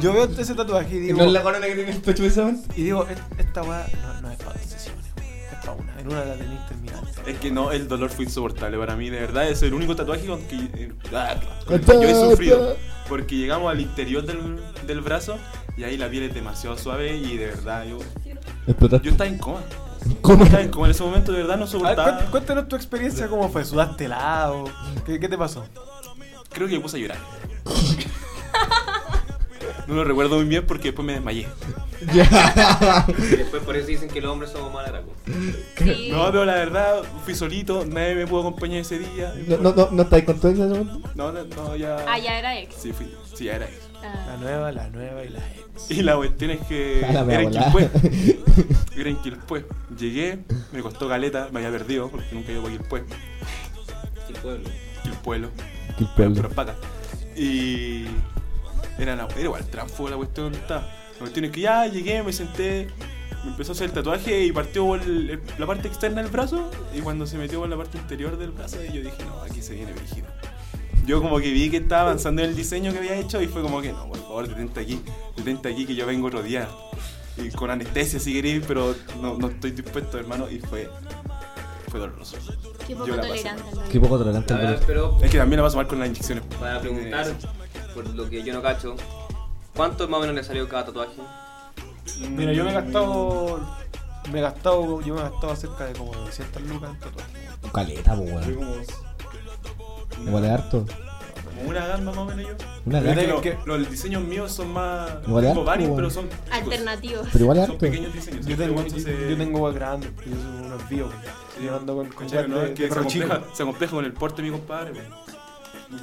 Speaker 5: Yo veo ese tatuaje y digo.
Speaker 9: ¿No es la corona que tiene el pecho de Saban?
Speaker 5: Y digo, "Es- esta weá no, no es para dos sesiones, weón. Es para una. En una la tenéis terminada.
Speaker 3: Es que no, el dolor fue insoportable para mí, de verdad. Es el único tatuaje con que eh, ah, con el que yo he sufrido. Porque llegamos al interior del, del brazo y ahí la piel es demasiado suave y de verdad yo, yo
Speaker 4: Explotaste.
Speaker 3: estaba en coma.
Speaker 4: ¿Cómo?
Speaker 3: Estaba en coma en ese momento, de verdad no
Speaker 5: A ver,
Speaker 3: soportaba.
Speaker 5: cuént- cuéntanos tu experiencia, cómo fue. ¿Sudaste helado? ¿Qué, qué te pasó?
Speaker 3: Creo que me puse a llorar. No lo recuerdo muy bien porque después me desmayé.
Speaker 4: Ya.
Speaker 1: y después por eso dicen que los hombres somos malaracos.
Speaker 8: Sí.
Speaker 3: No, pero la verdad, fui solito, nadie me pudo acompañar ese día.
Speaker 4: No, no, no, no estáis con todo eso, weón.
Speaker 3: No, no, no, ya.
Speaker 8: Ah, ya era ex.
Speaker 3: Sí, fui. Sí, ya era eso.
Speaker 5: La
Speaker 8: Ah.
Speaker 5: nueva, la nueva y la ex.
Speaker 3: Y la cuestión es que.
Speaker 4: A la
Speaker 3: era
Speaker 4: wea
Speaker 3: en
Speaker 4: volada.
Speaker 3: Quilpué. Era en Quilpué. Llegué, me costó caleta, me había perdido porque nunca he ido para Quilpué.
Speaker 1: Sí, pueblo.
Speaker 3: Quilpuelo,
Speaker 4: Qué
Speaker 3: puras
Speaker 4: pueblo.
Speaker 3: patas. Y. Era, una- era igual, transfo la cuestión donde estaba. La cuestión es que ya llegué, me senté, me empezó a hacer el tatuaje y partió por el- el- la parte externa del brazo. Y cuando se metió por la parte interior del brazo, yo dije, no, aquí se viene Virginia. Yo como que vi que estaba avanzando en el diseño que había hecho y fue como que, no, por favor, detente aquí, detente aquí que yo vengo otro día. Y con anestesia si queréis, pero no, no estoy dispuesto, hermano, y fue, fue doloroso.
Speaker 8: Qué poco
Speaker 3: Yo la pasé mal.
Speaker 8: tolerante. al dolor.
Speaker 4: Qué poco tolerante
Speaker 1: La
Speaker 4: al
Speaker 1: verdad,
Speaker 4: dolor.
Speaker 1: pero
Speaker 3: Es que también la vas a mal con las inyecciones.
Speaker 1: para preguntar, por lo que yo no cacho, ¿cuánto más o menos le salió cada tatuaje?
Speaker 5: Mira, yo me he gastado. Me he gastado. Yo me he gastado cerca de como 200 lucas en tatuaje.
Speaker 10: Caleta, po,
Speaker 6: Fue
Speaker 10: weón.
Speaker 6: como.
Speaker 10: Me
Speaker 5: ¿eh?
Speaker 10: vale harto.
Speaker 6: Como una gamba más o menos yo.
Speaker 10: Una
Speaker 5: Pero
Speaker 10: gata.
Speaker 5: es
Speaker 6: Pero
Speaker 5: ¿eh? que- ¿eh?
Speaker 6: los diseños míos son más.
Speaker 10: Igual es
Speaker 6: Tengo
Speaker 10: harto,
Speaker 6: varios,
Speaker 10: weón.
Speaker 6: pero son. chicos.
Speaker 8: Alternativos.
Speaker 10: Pero igual es
Speaker 6: Son
Speaker 10: harto.
Speaker 6: pequeños diseños.
Speaker 5: Yo tengo,
Speaker 6: Este
Speaker 5: yo,
Speaker 6: weón se-
Speaker 5: yo tengo weas grandes, porque yo soy unos vivos. Yo ando con, con
Speaker 6: Concha,
Speaker 5: weas
Speaker 6: no,
Speaker 5: de,
Speaker 6: es que
Speaker 5: de
Speaker 6: se
Speaker 5: perro chico.
Speaker 6: compleja, se compleja con el porte de mi compadre, weón.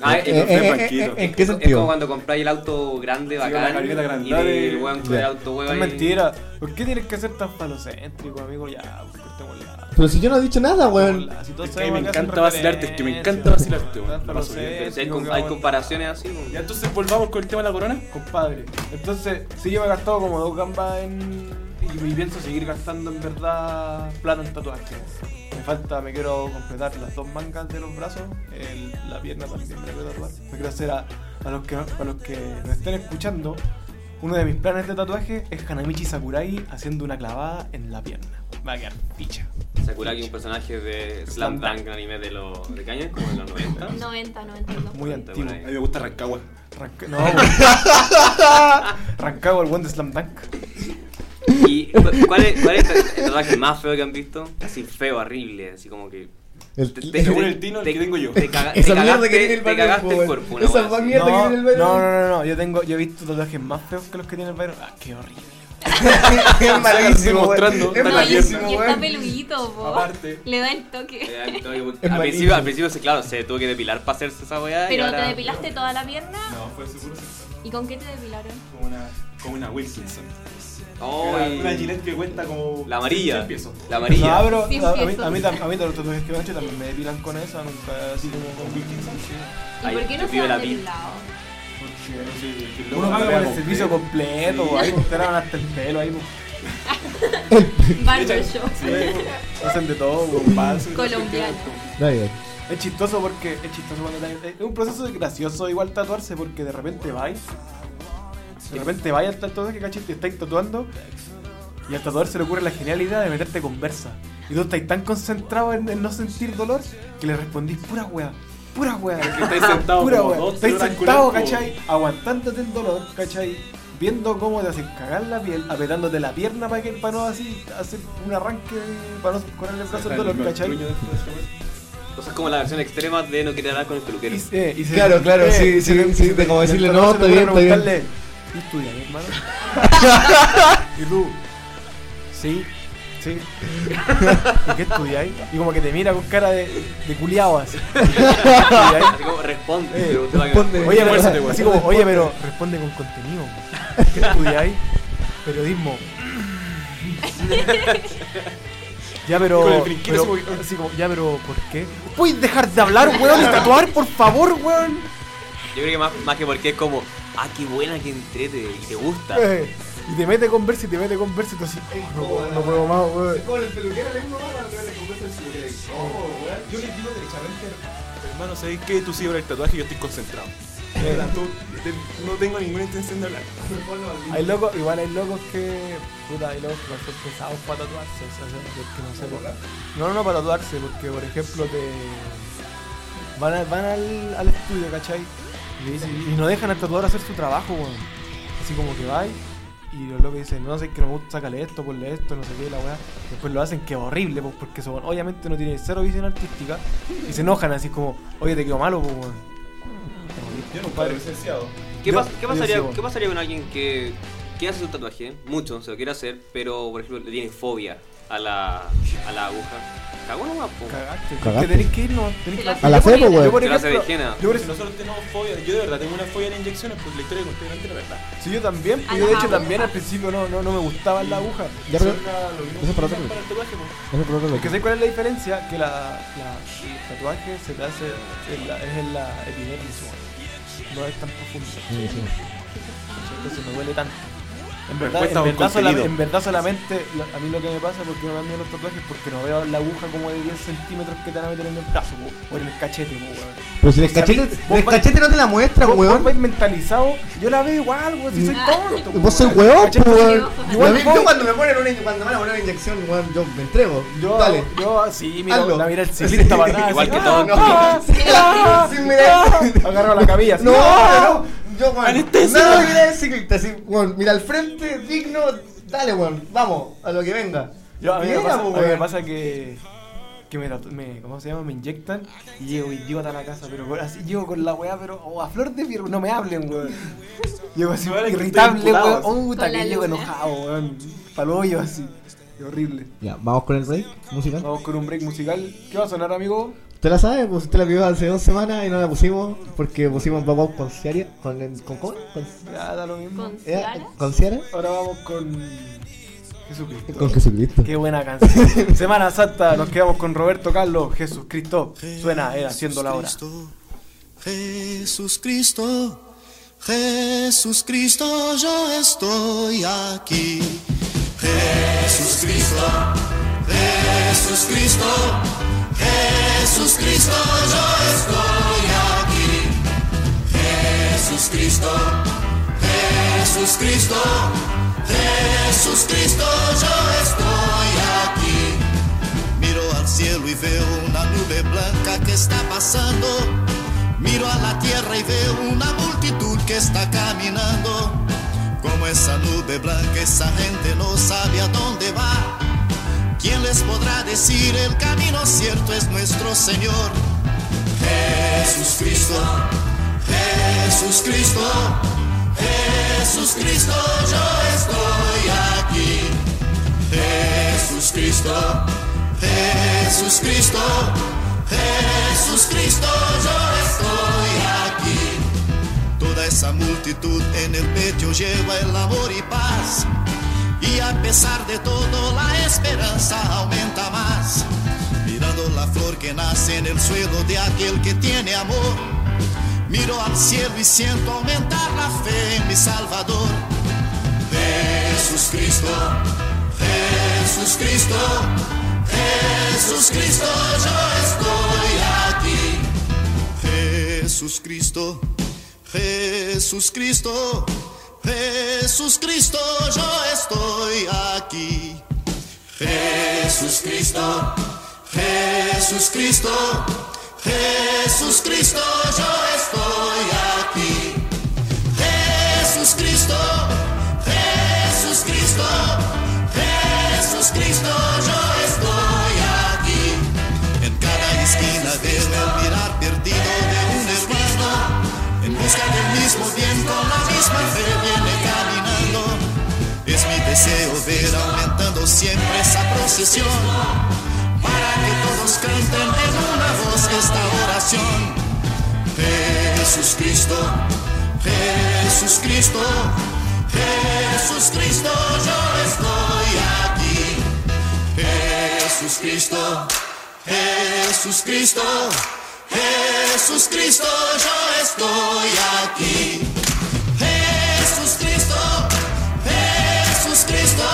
Speaker 1: Ah, es,
Speaker 10: Eh, eh, eh, eh, eh, ¿En qué
Speaker 1: es como
Speaker 10: sentido?
Speaker 1: cuando compráis el auto grande,
Speaker 6: con
Speaker 1: bacán,
Speaker 6: la carpeta grande.
Speaker 1: y de- el weón con el
Speaker 10: Ya.
Speaker 1: auto
Speaker 5: Es
Speaker 1: huevo ahí.
Speaker 5: mentira. ¿Por qué tienes que ser tan falocéntrico, amigo? Ya, pues, cortémosla.
Speaker 10: Pero si yo no he dicho nada, weón.
Speaker 5: cortémosla. Si todos
Speaker 6: Es que me
Speaker 5: sabemos hacen
Speaker 6: encanta vacilarte, es que me encanta
Speaker 5: referencia.
Speaker 6: vacilarte, weón.
Speaker 5: Tan
Speaker 6: Lo paso bien.
Speaker 1: Pero si hay,
Speaker 5: falocéntrico,
Speaker 1: com-
Speaker 5: que
Speaker 1: hay
Speaker 5: vamos-
Speaker 1: comparaciones así, weón.
Speaker 6: Ya, entonces volvamos con el tema de la corona.
Speaker 5: compadre. Entonces, si yo me he gastado como dos gambas en. Y, y pienso seguir gastando en verdad plata en tatuajes. Me falta, me quiero completar las dos mangas de los brazos, el- la pierna también me la quiero tatuar. Me quiero hacer a, a los que, a los que me estén escuchando, uno de mis planes de tatuaje es Hanamichi Sakurai haciendo una clavada en la pierna. Va a quedar ficha.
Speaker 1: Sakuragi, un personaje de Slam Dunk, un anime de los de caña, como de los 90.
Speaker 8: 90, 92.
Speaker 5: Muy
Speaker 1: Cuenta
Speaker 5: antiguo.
Speaker 1: por
Speaker 6: A
Speaker 1: ahí.
Speaker 6: mí me gusta Rancagua.
Speaker 5: Ranca- no, güey. Rancagua, el buen de Slam Dunk.
Speaker 1: ¿Y cu- cuál es, cuál es el tatuaje más feo que han visto? Así feo, horrible, así como que...
Speaker 10: El-
Speaker 6: según el Tino, el que tengo yo.
Speaker 1: Te, caga- te
Speaker 4: Esa mierda
Speaker 1: cagaste,
Speaker 4: que tiene el
Speaker 1: te
Speaker 4: Byron,
Speaker 1: cagaste el
Speaker 4: weón.
Speaker 1: cuerpo. una
Speaker 4: Esa
Speaker 1: weá así.
Speaker 4: mierda que tiene el Byron.
Speaker 5: No, no, no, no. Yo tengo, yo he visto tatuajes más feos que los que tiene el Byron. Ah, qué horrible.
Speaker 4: es malísimo,
Speaker 6: mostrando.
Speaker 4: weón. Es
Speaker 6: No,
Speaker 8: No, y,
Speaker 4: malísimo,
Speaker 8: y está
Speaker 4: weón.
Speaker 8: peludito, po.
Speaker 6: Aparte.
Speaker 8: Le da el toque.
Speaker 1: Eh, al principio-
Speaker 10: Es
Speaker 1: al,
Speaker 10: malísimo.
Speaker 1: principio, al principio, sí, claro, se tuvo que depilar para hacerse esa weá. y
Speaker 8: Pero te
Speaker 1: ahora-
Speaker 8: depilaste toda la pierna.
Speaker 6: No, fue seguro. sí.
Speaker 8: ¿Y con qué te depilaron?
Speaker 6: Como una, como una Wilkinson.
Speaker 1: Oh,
Speaker 6: Una-
Speaker 1: y-
Speaker 6: Una Gillette que cuenta como.
Speaker 1: La amarilla.
Speaker 6: 100 pesos.
Speaker 1: La amarilla.
Speaker 6: Ah,
Speaker 5: No, pero
Speaker 8: Sin
Speaker 5: a, a mí,
Speaker 8: queso.
Speaker 5: a, mí, tam- a mí de los tatuajes que me han hecho también me depilan con esa, nunca así como con Wilkinson.
Speaker 8: ¿Y
Speaker 1: Ay,
Speaker 8: por qué
Speaker 1: te
Speaker 8: no se
Speaker 1: pido la
Speaker 8: han
Speaker 1: pi-
Speaker 8: depilado?
Speaker 5: Uno paga por el servicio
Speaker 6: con
Speaker 5: completo,
Speaker 8: Sí.
Speaker 5: ahí mostraron hasta el pelo, ahí pues,
Speaker 8: Barbershop.
Speaker 5: hacen de todo, con paso.
Speaker 8: Colombiano.
Speaker 10: Está bien.
Speaker 5: Es chistoso porque es chistoso cuando te- es un proceso gracioso igual tatuarse porque de repente vais, de repente vais al tatuaje que cachis te estáis tatuando y al tatuador se le ocurre la genial idea de meterte conversa. Y tú estáis tan concentrado en, en no sentir dolor que le respondís pura wea, pura wea.
Speaker 6: Estáis sentados
Speaker 5: Pura
Speaker 6: como
Speaker 5: wea.
Speaker 6: dos,
Speaker 5: Estáis
Speaker 6: tres horas
Speaker 5: sentado,
Speaker 6: culiados,
Speaker 5: ¿cachai? Aguantándote el dolor, ¿cachai? Viendo cómo te hacen cagar la piel, apretándote la pierna para que para no así hacer un arranque para no correr el brazo el dolor, ¿cachai?
Speaker 1: Entonces, como la versión extrema de no querer hablar con el peluquero.
Speaker 5: Y se- y se-
Speaker 10: Claro, claro, sí, sí, sí,
Speaker 5: se- se-
Speaker 10: de como
Speaker 5: y el
Speaker 10: decirle,
Speaker 5: doctor
Speaker 10: no,
Speaker 5: se
Speaker 10: está
Speaker 5: pone a
Speaker 10: bien, está
Speaker 5: preguntarle, ¿Y estudias, hermano? y tú, sí, sí. ¿Y qué estudiáis? Y como que te mira con cara de, de culiao así. ¿Estudiáis?
Speaker 1: Así como, responde.
Speaker 5: Eh,
Speaker 1: pregunta para que-
Speaker 10: responde.
Speaker 5: Oye, pero,
Speaker 10: Esfuérzate, güey.
Speaker 5: así como, oye, pero responde con contenido. güey. ¿Qué estudiáis? Periodismo. Ya, pero.
Speaker 6: Con el brinquito
Speaker 5: pero-
Speaker 6: así como-
Speaker 5: así como, ya, pero, ¿por qué? ¿Puedes dejar de hablar, weón, y tatuar, por favor, weón?
Speaker 1: Yo creo que más, más que porque es como, ah, qué buena que entrete y te gusta.
Speaker 5: Eh, Y te mete con verso y te mete con verso y tú así, "Oh, no, puedo- no puedo más, weón.
Speaker 4: Es como el peluquero, le digo, "Vamos a darle conversa en su dirección". Oh, weón. Yo les digo derechamente,
Speaker 6: Hermano, ¿sabéis qué? Tú sigues con el tatuaje y yo estoy concentrado. De verdad, tú- te- No tengo ninguna intención de hablar.
Speaker 5: Hay locos, igual hay locos que. Puta, hay locos que son pesados para tatuarse. O sea, porque no sé. por- No, no, no para tatuarse, porque por ejemplo te. Van, al- van al, al estudio, ¿cachai? Y, dicen- y no dejan al tatuador hacer su trabajo, weón. Así como que va y los locos dicen, no sé, que no me gusta, sácale esto, ponle esto, no sé qué, la weá. Después lo hacen, que es horrible, pues, porque eso, obviamente no tienen cero visión artística. Y se enojan así como, oye, te quedó malo, pues, weón.
Speaker 6: Yo no padre licenciado.
Speaker 1: ¿Qué,
Speaker 5: Yo-
Speaker 1: pas- qué
Speaker 5: yo
Speaker 1: pasaría,
Speaker 5: sigo.
Speaker 1: ¿Qué pasaría con alguien que, que hace su tatuaje? Mucho se lo quiere hacer, pero por ejemplo le tiene fobia a la, a la aguja. Cagó nomás, po.
Speaker 5: Cagaste.
Speaker 10: Cagaste.
Speaker 5: Que tenéis que ir, no, tenéis
Speaker 8: Se
Speaker 5: que
Speaker 8: la
Speaker 10: A la
Speaker 5: Yo por-
Speaker 10: cepo,
Speaker 5: yo
Speaker 10: weón.
Speaker 5: por
Speaker 1: Te lo hace
Speaker 5: ejemplo-
Speaker 1: virgina.
Speaker 5: yo por
Speaker 6: Si nosotros tenemos fobia, yo de verdad tengo una fobia en inyecciones, pues la historia que conté delante era verdad.
Speaker 5: Sí, yo también. pues,
Speaker 8: A
Speaker 5: Yo, de
Speaker 8: las
Speaker 5: hecho,
Speaker 8: agujas.
Speaker 5: también al principio no, no, no me gustaban las agujas.
Speaker 10: Ya, pero.
Speaker 6: Era lo mismo
Speaker 10: Eso es para otro.
Speaker 6: que para el tatuaje, pues.
Speaker 10: Eso es por otro lado.
Speaker 5: Porque sé cuál es la diferencia, que la, la, el tatuaje se te hace en la, es en la epidermis, weón. no es tan profundo,
Speaker 10: Sí, sí.
Speaker 5: entonces no duele tanto. En
Speaker 6: Me
Speaker 5: verdad,
Speaker 6: cuesta
Speaker 5: en
Speaker 6: un
Speaker 5: verdad, sola-
Speaker 6: contenido.
Speaker 5: en verdad solamente lo- a mí lo que me pasa porque no me dan miedo los tatuajes es porque no veo la aguja como de 10 centímetros que te van a meter en el brazo po, o en el cachete. po, weón.
Speaker 10: Pero si el
Speaker 5: O sea,
Speaker 10: cachete.
Speaker 5: vos
Speaker 4: El
Speaker 5: vais-
Speaker 4: cachete no te la muestra,
Speaker 5: vos- vos
Speaker 4: weón.
Speaker 5: vais mentalizado, yo la veo igual, weón, si soy
Speaker 8: Mm.
Speaker 5: tonto. po,
Speaker 10: Vos sois
Speaker 5: weón.
Speaker 10: weón,
Speaker 5: Cachete-
Speaker 10: po,
Speaker 4: pues,
Speaker 10: weón.
Speaker 4: A
Speaker 10: Igual
Speaker 4: mí,
Speaker 10: vos-
Speaker 4: yo cuando me ponen una, cuando me van a poner una inyección, weón, yo me entrego.
Speaker 5: Yo,
Speaker 4: Dale.
Speaker 5: yo sí, mira,
Speaker 4: Hazlo.
Speaker 5: la mira el ciclista para atrás.
Speaker 1: Igual
Speaker 5: así,
Speaker 1: que todo.
Speaker 5: ¡Ah!
Speaker 4: Sí, mira.
Speaker 5: Agarro la camilla. así,
Speaker 4: No,
Speaker 5: ¡ah!
Speaker 4: no, no. Yo, weón.
Speaker 3: Anestesia.
Speaker 4: Nada que ver ciclista. Así, weón, mira al frente, digno. Dale, weón. Vamos, a lo que venga.
Speaker 5: Yo, a mí me
Speaker 4: Mira,
Speaker 5: pasa,
Speaker 4: po,
Speaker 5: a mí me
Speaker 4: weón.
Speaker 5: pasa que. Que me, tatu- me- ¿Cómo se llama? Me inyectan y llego idiota a la casa, pero con- así llego con la weá, pero oh, a flor de pierna, no me hablen, weón. Llego así,
Speaker 3: Igual es que
Speaker 5: irritable,
Speaker 3: estoy
Speaker 5: weón.
Speaker 3: emputado,
Speaker 5: Oh, puta,
Speaker 8: Con la
Speaker 5: que llego
Speaker 8: luna.
Speaker 5: enojado, weón. Paloyo así. Qué horrible.
Speaker 10: Ya, vamos con el break musical.
Speaker 5: Vamos con un break musical. ¿Qué va a sonar, amigo?
Speaker 4: ¿Te la sabes? Pues usted la pidió hace dos semanas y no la pusimos porque pusimos Bob Bob con Ciara. ¿Con, el- con, cómo? con,
Speaker 5: Ya da lo mismo.
Speaker 8: Con
Speaker 4: eh,
Speaker 8: Ciara.
Speaker 4: ¿Con Ciara?
Speaker 5: Ahora vamos con. Jesucristo.
Speaker 4: Con Jesucristo.
Speaker 5: Qué buena canción. Semana Santa, nos quedamos con Roberto Carlos, Jesús Cristo. Suena, era haciendo la hora.
Speaker 11: Jesús Cristo, Jesús Cristo, yo estoy aquí. Jesús Cristo, Jesús Cristo, Jesús Cristo, yo estoy aquí. Jesús Cristo, Jesús Cristo, Jesús Cristo, yo estoy aquí. Miro al cielo y veo una nube blanca que está pasando. Miro a la tierra y veo una multitud que está caminando. Como esa nube blanca, esa gente no sabe a dónde va. ¿Quién les podrá decir el camino cierto es nuestro Señor? Jesús Cristo, Jesús Cristo, Jesús Cristo, yo estoy aquí. Jesús Cristo, Jesús Cristo, Jesús Cristo, yo estoy aquí. Toda esa multitud en el pecho lleva el amor y paz. Y a pesar de todo, la esperanza aumenta más. Mirando la flor que nace en el suelo de aquel que tiene amor. Miro al cielo y siento aumentar la fe en mi Salvador. Jesús Cristo, Jesús Cristo, Jesús Cristo, yo estoy aquí. Jesús Cristo, Jesús Cristo, Jesús Cristo, yo estoy aquí. Jesús Cristo, Jesús Cristo, Jesús Cristo, yo estoy aquí. Jesús Cristo, Jesús Cristo, Jesús Cristo, yo estoy aquí. En cada esquina veo el mirar perdido de un hermano, en busca del mismo bien con la misma fe viene caminando. Es mi deseo ver aumentando siempre esa procesión, para que todos canten en una voz esta oración. Jesús Cristo, Jesús Cristo, Jesús Cristo, yo estoy aquí. Jesús Cristo, Jesús Cristo, Jesús Cristo, yo estoy aquí. Jesús Cristo, Jesús Cristo,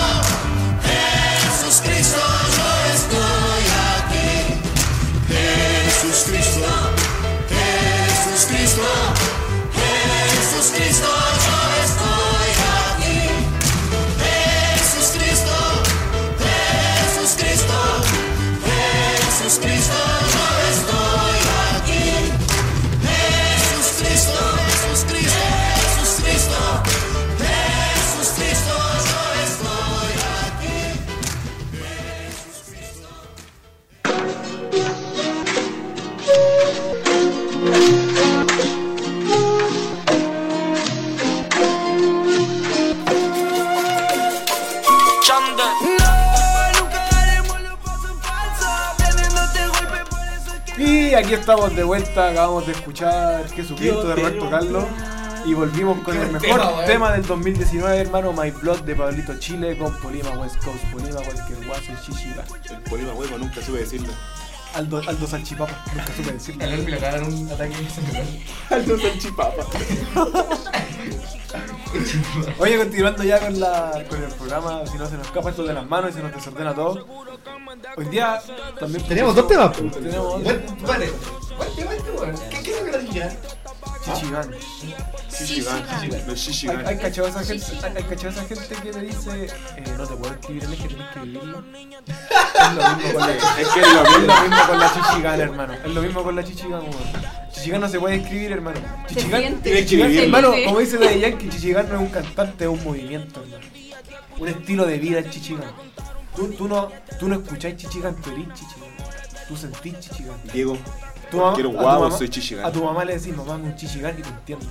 Speaker 11: Jesús Cristo, yo estoy aquí. Jesús Cristo, Jesús Cristo, Jesús Cristo, yo estoy aquí. Jesús Cristo, Jesús Cristo, Jesús Cristo, yo estoy aquí. Jesús Cristo, Jesús Cristo, Jesús Cristo, Jesús Cristo, yo estoy aquí.
Speaker 5: Y aquí estamos de vuelta, acabamos de escuchar Jesucristo de
Speaker 3: Yo te
Speaker 5: Roberto Carlos.
Speaker 3: amo.
Speaker 5: Y volvimos con el mejor
Speaker 4: tema,
Speaker 5: tema,
Speaker 4: weón.
Speaker 5: del 2019, hermano, My Blood de Pablito Chile con Polima West Coast, Polima Walker Guaso y Shishiba.
Speaker 3: El polima huevo nunca sube decirlo.
Speaker 5: Aldo, Aldo Salchipapa, nunca supe decirlo.
Speaker 4: Al le agarraron un ataque
Speaker 3: Alto salchipapa.
Speaker 5: Oye, continuando ya con, la, con el programa, si no se nos escapa esto de las manos y se nos desordena todo. Hoy día también...
Speaker 4: Tenemos dos temas, pues. po.
Speaker 5: Tenemos
Speaker 4: Vale, vale. ¿Qué quiero que lo diga?
Speaker 5: Chichibán.
Speaker 3: Shishiban, Shishiban. No,
Speaker 5: ¿Hay,
Speaker 3: Shishiban.
Speaker 5: hay cachado esa gente, hay, hay cachado esa gente que te dice, eh, no te puedo escribir, es que tenés que vivirlo. Es lo mismo con la,
Speaker 3: Es que es lo
Speaker 5: es lo
Speaker 3: mismo.
Speaker 5: mismo con la chichigana, hermano. Es lo mismo con la chichigana, weón. Chichigan no se puede escribir, hermano.
Speaker 8: Se
Speaker 5: Chichigan,
Speaker 8: siente.
Speaker 3: tienes que
Speaker 5: Chichigan,
Speaker 3: vivirlo.
Speaker 5: hermano,
Speaker 8: Sí.
Speaker 5: como dice Daddy Yankee, Chichigan no es un cantante, es un movimiento, hermano. Un estilo de vida el Chichigan. Tú, tú no, tú no escuchás Chichigan, tú eres Chichigan. Tú sentís Chichigan.
Speaker 3: Diego,
Speaker 5: Tu mamá-
Speaker 3: Quiero
Speaker 5: a tu
Speaker 3: guau,
Speaker 5: mamá-
Speaker 3: soy Chichigan.
Speaker 5: A tu mamá le decís, mamá, un Chichigan y te entiendo.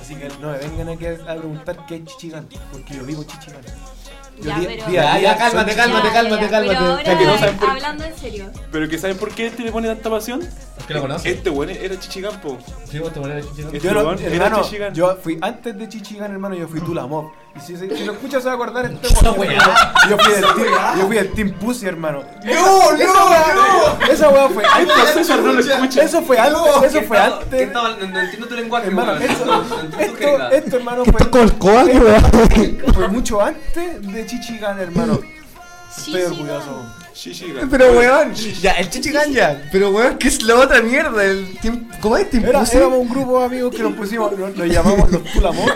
Speaker 5: Así que no me vengan aquí a, a preguntar qué es Chichigan, porque yo vivo Chichigan. Yo
Speaker 8: Ya,
Speaker 5: di-
Speaker 8: pero-
Speaker 5: día a
Speaker 4: Ya,
Speaker 5: día
Speaker 4: ya, cálmate,
Speaker 5: soy
Speaker 4: cálmate,
Speaker 8: Ya,
Speaker 4: cálmate,
Speaker 8: ya, ya.
Speaker 4: cálmate.
Speaker 8: Pero
Speaker 4: Ya que no
Speaker 8: ahora,
Speaker 3: saben por-
Speaker 8: hablando en serio.
Speaker 3: Pero que saben por qué este le pone tanta pasión.
Speaker 4: Que lo conoces.
Speaker 3: Este weón era Chichigan, po.
Speaker 4: Sí, vos te pones el chichigán.
Speaker 3: Este
Speaker 5: Yo, no,
Speaker 3: weón era
Speaker 5: hermano,
Speaker 3: Chichigan.
Speaker 5: yo fui antes de Chichigan, hermano, yo fui Tulamov. Y si, si, si lo escuchas, se va a acordar este
Speaker 4: Esa
Speaker 5: weón.
Speaker 4: weá.
Speaker 5: Yo fui del team, yo fui del team Pussy, hermano.
Speaker 4: ¡No, no!
Speaker 5: Esa weá fue antes.
Speaker 3: César no lo escucha.
Speaker 5: Eso fue antes, eso fue
Speaker 1: ¿Qué
Speaker 5: antes.
Speaker 1: estaba, no, no entiendo tu lenguaje,
Speaker 5: Hermano,
Speaker 1: weón.
Speaker 5: eso-
Speaker 1: No, no entiendo tu jerga.
Speaker 5: Esto, esto, hermano,
Speaker 10: ¿Qué está
Speaker 5: fue,
Speaker 10: con el coa, qué weón?
Speaker 5: fue mucho antes de Chichigan, hermano. Estoy
Speaker 8: Chichigan.
Speaker 5: orgulloso.
Speaker 3: Chichigan.
Speaker 4: Pero weón, ya, el chichigán ya. Pero weón, ¿qué es la otra mierda? El tiempo, ¿Cómo es tiempo?
Speaker 5: Era, éramos un grupo de amigos que nos pusimos, nos, nos llamamos los Tulamov,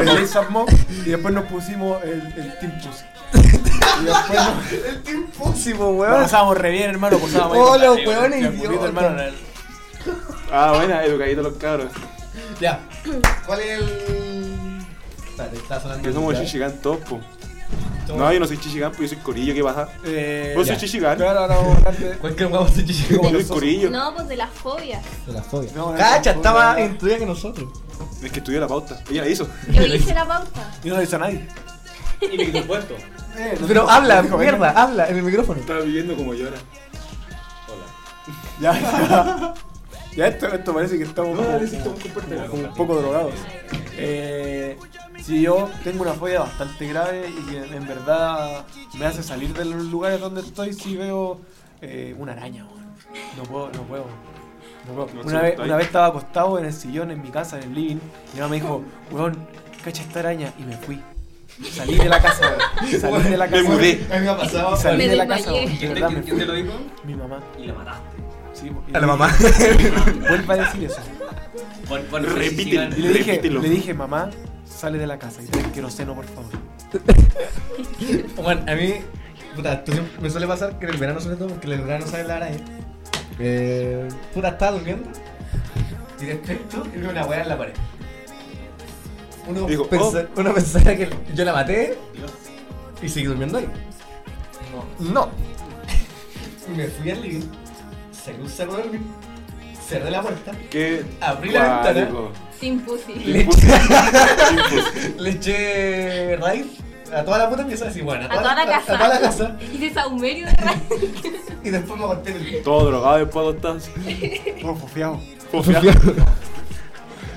Speaker 5: el ASAP Mob, y después nos pusimos el, el Team Pussy. Y después nos,
Speaker 4: El tiempo, sí, po,
Speaker 5: nos
Speaker 4: weón.
Speaker 5: pasábamos re bien, hermano, pasábamos ahí
Speaker 4: Oh,
Speaker 5: con la
Speaker 4: los
Speaker 5: tribu,
Speaker 4: weones
Speaker 5: el triangulito,
Speaker 4: idiotas.
Speaker 5: hermano, eh. el-
Speaker 3: Ah, buena, educaditos los cabros.
Speaker 4: Ya. ¿Cuál es el. Espérate, está sonando.
Speaker 3: Que somos
Speaker 4: ya.
Speaker 3: Chichigan todos, po.
Speaker 4: Somos-
Speaker 3: No, yo no soy Chichigan, pues yo soy Corillo, ¿qué pasa?
Speaker 5: eh,
Speaker 3: Vos soy
Speaker 5: ya.
Speaker 3: Chichigan.
Speaker 5: Claro, ahora vamos a hablar de-
Speaker 4: Cualquier huevo se chichigán.
Speaker 3: Yo soy Corillo.
Speaker 8: No, pues de las fobias.
Speaker 10: De la fobia.
Speaker 5: no, no,
Speaker 4: Cacha,
Speaker 5: no,
Speaker 4: estaba
Speaker 5: no,
Speaker 4: en tu día que nosotros.
Speaker 3: Es que estudió la pauta. Ella la hizo.
Speaker 8: Yo hice la pauta.
Speaker 5: no. Yo no le hice a nadie.
Speaker 1: Y le quitó el puesto.
Speaker 5: Eh, no
Speaker 4: Pero
Speaker 5: sé,
Speaker 4: habla,
Speaker 5: dijo,
Speaker 4: mierda, habla en el micrófono.
Speaker 3: Estaba viviendo como llora.
Speaker 5: Ya, ya. Ya, esto, esto parece que estamos como, como un poco drogados. Eh, si yo tengo una fobia bastante grave y que en verdad me hace salir de los lugares donde estoy si veo eh, una araña. weón. No puedo, no puedo. no puedo.
Speaker 3: No
Speaker 5: Una, vez,
Speaker 3: aceptáis.
Speaker 5: una vez estaba acostado en el sillón en mi casa, en el living, y mi mamá me dijo, weón, cacha esta araña, y me fui. Salí de la casa, weón. salí de la
Speaker 3: Me
Speaker 5: casa.
Speaker 3: mudé.
Speaker 4: A mí me ha pasado.
Speaker 5: Y salí
Speaker 8: Me
Speaker 5: de la casa,
Speaker 8: desmayé.
Speaker 5: weón. De
Speaker 1: ¿Quién te,
Speaker 5: verdad, me
Speaker 1: quién- quién te lo
Speaker 5: fui.
Speaker 1: dijo?
Speaker 5: Mi mamá.
Speaker 1: Y la mataste.
Speaker 5: Sí, y-
Speaker 4: A la mamá.
Speaker 5: Vuelva a decir eso.
Speaker 1: Pon- pon-
Speaker 3: Repítelo.
Speaker 5: Y le dije,
Speaker 3: Repítelo.
Speaker 5: le dije, mamá, sale de la casa y trae queroseno, por favor.
Speaker 4: Bueno, a mí, puta, tú siempre- me suele pasar que en el verano sobre todo, porque en el verano sale la araña. Eh, puta, estaba durmiendo y despierto y veo una weá en la pared. Uno,
Speaker 3: Digo,
Speaker 4: pensa- uno pensara que yo la maté y seguí durmiendo ahí. No. Y me fui al living, saqué un saco de dormir, cerré la puerta,
Speaker 3: ¿Qué?
Speaker 4: Abrí la ventana.
Speaker 3: cuático.
Speaker 8: Sin pussy.
Speaker 4: le eché, le eché raíz a toda la puta pieza, así, bueno,
Speaker 8: A toda la casa.
Speaker 4: A toda la casa.
Speaker 8: Hice saumerio de raíz.
Speaker 4: Y después me acosté en el
Speaker 3: Todo drogado después adoptas.
Speaker 5: Por fofiado.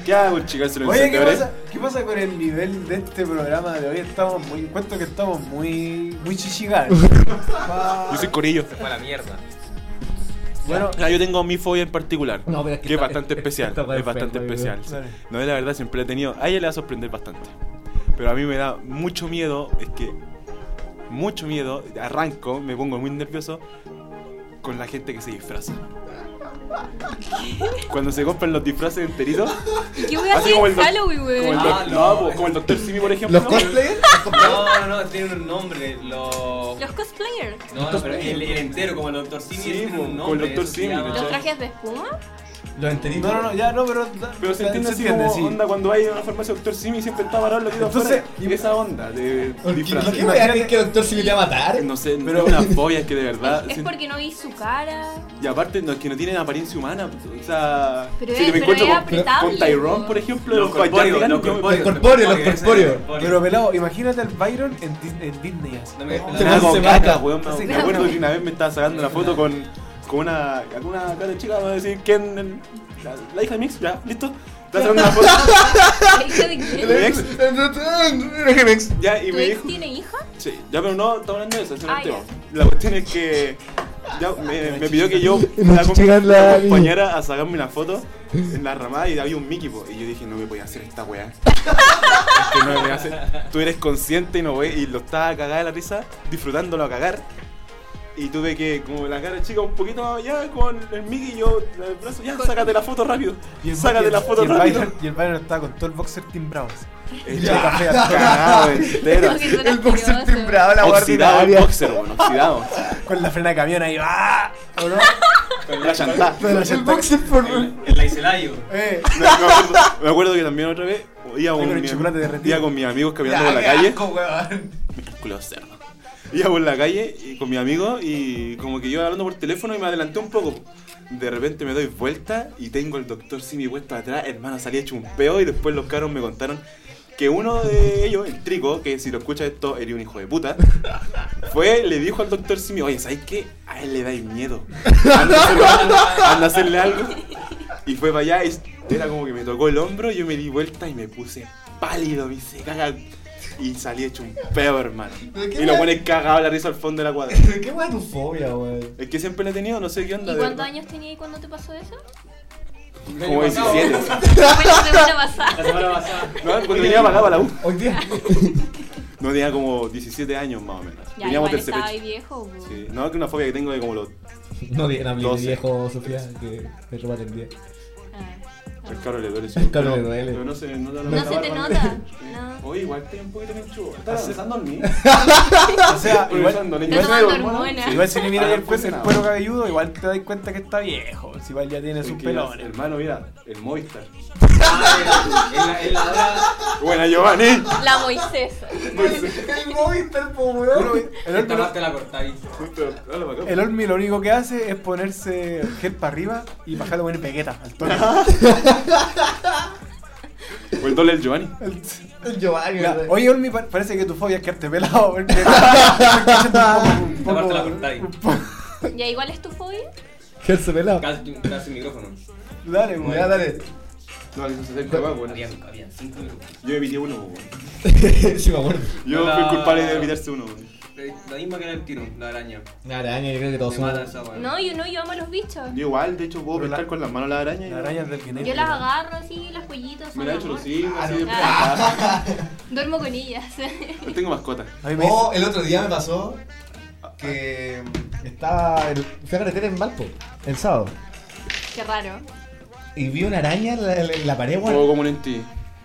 Speaker 3: ¿Qué hago, chicas? ¿Se lo ¿eh?
Speaker 5: Oye, ¿qué
Speaker 3: encendedores?
Speaker 5: pasa, ¿qué pasa con el nivel de este programa de hoy? Estamos muy, cuento que estamos muy, muy chichigados.
Speaker 3: Yo soy Corillo.
Speaker 1: Se fue a la mierda.
Speaker 5: Bueno,
Speaker 3: Ah, yo tengo mi fobia en particular.
Speaker 4: No, pero es que
Speaker 3: que es
Speaker 4: está-
Speaker 3: bastante
Speaker 4: es-
Speaker 3: especial.
Speaker 4: está
Speaker 3: Es bastante
Speaker 4: enfermo,
Speaker 3: especial.
Speaker 5: yo creo. Dale.
Speaker 3: No, la verdad, siempre la he tenido. A ella le va a sorprender bastante. Pero a mí me da mucho miedo. Es que. Mucho miedo. Arranco, me pongo muy nervioso. Con la gente que se disfraza. Cuando se compran los disfraces enteritos.
Speaker 8: ¿Qué voy a hacer en
Speaker 3: doc-
Speaker 8: Halloween,
Speaker 3: como el
Speaker 8: weón?
Speaker 3: doc-
Speaker 1: Ah,
Speaker 3: no,
Speaker 1: no.
Speaker 3: po, como el Dr. Simi, por ejemplo.
Speaker 4: ¿Los cosplayers?
Speaker 1: No, no, no, tiene un nombre. Los.
Speaker 8: Los cosplayers.
Speaker 1: No, no, pero el, el entero, como el Dr. Simi.
Speaker 3: Sí,
Speaker 1: ese tiene
Speaker 3: como
Speaker 1: un
Speaker 3: el
Speaker 1: nombre. eso
Speaker 3: Dr.
Speaker 1: ah, se
Speaker 3: Simi,
Speaker 1: llama-
Speaker 8: Los trajes de espuma.
Speaker 4: Los enteritos.
Speaker 5: no, no, no, ya, no, pero... da-
Speaker 3: Pero se
Speaker 5: da-
Speaker 3: entiende
Speaker 5: se
Speaker 3: así como
Speaker 5: sí.
Speaker 3: onda cuando hay una farmacia Doctor Simi siempre está varado los dedos
Speaker 5: Entonces,
Speaker 3: afuera. Y esa onda de disfraz.
Speaker 4: ¿Qué me que el doctor se me iba a matar?
Speaker 3: No sé, pero una fobia que de verdad.
Speaker 8: Es
Speaker 3: sin-
Speaker 8: porque no vi su cara.
Speaker 3: Y aparte, no, es que no tienen apariencia humana. pues, O sea,
Speaker 8: Pero
Speaker 3: si me
Speaker 8: es- pero
Speaker 3: encuentro
Speaker 8: es
Speaker 3: con,
Speaker 8: apretable,
Speaker 3: con Tyrone,
Speaker 8: po.
Speaker 3: por ejemplo,
Speaker 1: Los corpóreos,
Speaker 3: Guardianes,
Speaker 1: los
Speaker 3: yo-
Speaker 1: corpóreos.
Speaker 4: Los corpóreos, los
Speaker 1: ese,
Speaker 4: corpóreos.
Speaker 5: Pero, pelado, imagínate al Byron en, Dis- en Disney así.
Speaker 1: No me-
Speaker 3: Me hago
Speaker 4: Se
Speaker 3: caca,
Speaker 4: mata.
Speaker 3: weón, me hago-
Speaker 5: Se
Speaker 3: Me
Speaker 5: mata.
Speaker 3: acuerdo que una vez me estaba sacando una foto con, con una, con una cara de chica, vamos a decir, ¿quién? el- La, la hija de Mix, ya, listo. Estaba sacando una foto
Speaker 8: ¿El hijo de
Speaker 3: de mi
Speaker 8: quién?
Speaker 3: ex, ya, y
Speaker 8: ¿Tu
Speaker 3: me
Speaker 8: ex
Speaker 3: dijo.
Speaker 8: tiene hija?
Speaker 3: Sí, ya, pero no, estamos hablando de eso, ese no es
Speaker 8: Ah,
Speaker 3: el tema. La cuestión es que. Ya, me, me pidió que yo
Speaker 10: La
Speaker 3: la, acom-
Speaker 10: chichiga en la-
Speaker 3: la acompañara a sacarme una foto en la ramada y había un Mickey, po, y yo dije, no me voy a hacer esta weá. Es que no me voy a hacer. Tú eres consciente y no voy, y lo estaba cagada de la risa, disfrutándolo a cagar. Y tuve que, como la cara chica, un poquito más allá con el Mickey y yo, el brazo, ya, sácate la foto rápido.
Speaker 5: Y el- y
Speaker 3: sácate
Speaker 5: el-
Speaker 3: la foto
Speaker 5: y el
Speaker 3: rápido.
Speaker 5: Byron- Y el Byron estaba con todo el boxer timbrado así.
Speaker 3: Este café cagado entero.
Speaker 8: Creo que suena
Speaker 4: El boxer
Speaker 8: asqueroso.
Speaker 4: timbrado, la
Speaker 3: Oxidado el
Speaker 4: guardia.
Speaker 3: boxer, weón, oxidado.
Speaker 5: Con la frena de camión ahí. ¡Ah! ¿O no?
Speaker 3: Con la chantá.
Speaker 4: El boxer por. Eh,
Speaker 1: El Aiselayo.
Speaker 5: Eh,
Speaker 3: Me, me acuerdo, me acuerdo que también otra vez iba
Speaker 5: Ahí
Speaker 3: con,
Speaker 5: con el
Speaker 3: mi-
Speaker 5: chocolate derretido.
Speaker 3: iba con mis amigos caminando
Speaker 4: ya,
Speaker 3: por la
Speaker 4: qué
Speaker 3: calle.
Speaker 5: oh,
Speaker 4: asco, weón.
Speaker 3: Culo cerdo. Iba por la calle y con mis amigos y como que yo hablando por teléfono y me adelanté un poco. De repente me doy vuelta y tengo el doctor Simi puesto atrás, hermano, salía hecho un peo y después los caros me contaron que uno de ellos, el trico, que si lo escucha esto, era un hijo de puta, fue, le dijo al doctor Simi, oye, ¿sabes qué? A él le dais miedo. Anda a hacerle algo, anda a hacerle algo. Y fue para allá y era como que me tocó el hombro, yo me di vuelta y me puse pálido, me hice caga. Y salí hecho un peo, hermano.
Speaker 4: ¿Pero qué
Speaker 3: Y lo
Speaker 4: weá?
Speaker 3: pones cagado la risa al fondo de la cuadra.
Speaker 4: Pero qué weón tu fobia, weón.
Speaker 3: Es que siempre la he tenido, no sé qué onda.
Speaker 8: ¿Y
Speaker 3: de
Speaker 8: cuántos
Speaker 3: verdad.
Speaker 8: años tenías cuando te pasó eso?
Speaker 3: Como 17.
Speaker 8: Fue la semana pasada.
Speaker 1: La semana pasada.
Speaker 3: No, cuando venía para acá para la U.
Speaker 4: Hoy día.
Speaker 3: No, tenía como 17 años más o menos.
Speaker 8: Ya,
Speaker 3: Veníamos
Speaker 8: igual
Speaker 3: tercer
Speaker 8: estaba ahí
Speaker 3: pecho.
Speaker 8: viejo. po.
Speaker 3: Sí. No, que una fobia que tengo de como los
Speaker 4: No digan a mi
Speaker 3: Doce.
Speaker 4: viejo, Sofía, que me roban el día.
Speaker 8: Ah, ah.
Speaker 3: El caro le duele. sí.
Speaker 4: El caro le
Speaker 3: Pero-
Speaker 4: duele.
Speaker 3: Pero no se nota.
Speaker 8: No se te nota. No.
Speaker 3: Oye, igual estoy un poquito menchudo. Estás pensando en mí.
Speaker 5: O sea, igual,
Speaker 3: Pensando en
Speaker 8: Está
Speaker 3: ello.
Speaker 8: tomando hormonas.
Speaker 5: igual si le miras
Speaker 3: Ah,
Speaker 5: el, pues, el
Speaker 3: funcionaba.
Speaker 5: cuero cabelludo, igual te das cuenta que está viejo. Si igual ya tiene
Speaker 3: Es
Speaker 5: sus
Speaker 3: que ya,
Speaker 5: pelones.
Speaker 3: Hermano, mira, el Movistar.
Speaker 1: Ah, en la- en la hora.
Speaker 3: Buena, Giovanni.
Speaker 8: La Moisés.
Speaker 5: El Movistar, po, weón. El
Speaker 1: Esta
Speaker 5: Olmi-
Speaker 1: parte la cortáis.
Speaker 3: Pero, dale para acá.
Speaker 5: El Olmi lo único que hace es ponerse gel para arriba y bajarlo con el pegueta al tono.
Speaker 3: O el doble del Giovanni.
Speaker 4: El Giovanni,
Speaker 5: Mira,
Speaker 4: weón.
Speaker 5: oye, Olmi, pa- parece que tu fobia es quedarte pelado. Porque un poco-
Speaker 1: Aparte la
Speaker 5: un
Speaker 1: cortáis.
Speaker 5: poco-
Speaker 8: ¿Ya igual es tu fobia?
Speaker 10: Gerse pelado.
Speaker 1: Casi, casi micrófono.
Speaker 5: Dale, weón.
Speaker 4: Ya, dale.
Speaker 3: No, eso se acerca más, bueno.
Speaker 1: Habían, habían cinco micrófonos.
Speaker 3: Yo evité uno, weón.
Speaker 4: Sí, me acuerdo.
Speaker 3: Yo
Speaker 1: Hola.
Speaker 3: fui el culpable de evitarse uno, weón.
Speaker 1: Eh, La misma que era el tiro, la araña.
Speaker 4: Una araña, yo creo que todos
Speaker 1: Me mata
Speaker 4: somos.
Speaker 1: esa weá.
Speaker 8: No, yo no, yo amo los bichos.
Speaker 3: Yo igual, de hecho, puedo
Speaker 5: Pero la-
Speaker 3: pescar con las manos la araña. y-
Speaker 5: La araña del guineo.
Speaker 8: Yo las agarro así, las pollitos.
Speaker 3: Me
Speaker 8: Son
Speaker 3: la he hecho
Speaker 8: amor.
Speaker 3: los hijos, así de
Speaker 8: Ah. Duermo con ellas.
Speaker 3: No tengo mascota.
Speaker 5: A mí me
Speaker 4: Oh, el otro día me pasó que estaba. en- Fui a carretera en Valpo, el sábado.
Speaker 8: Qué raro.
Speaker 4: Y vi una araña en la, en la pared, weón.
Speaker 3: Juego como un enti.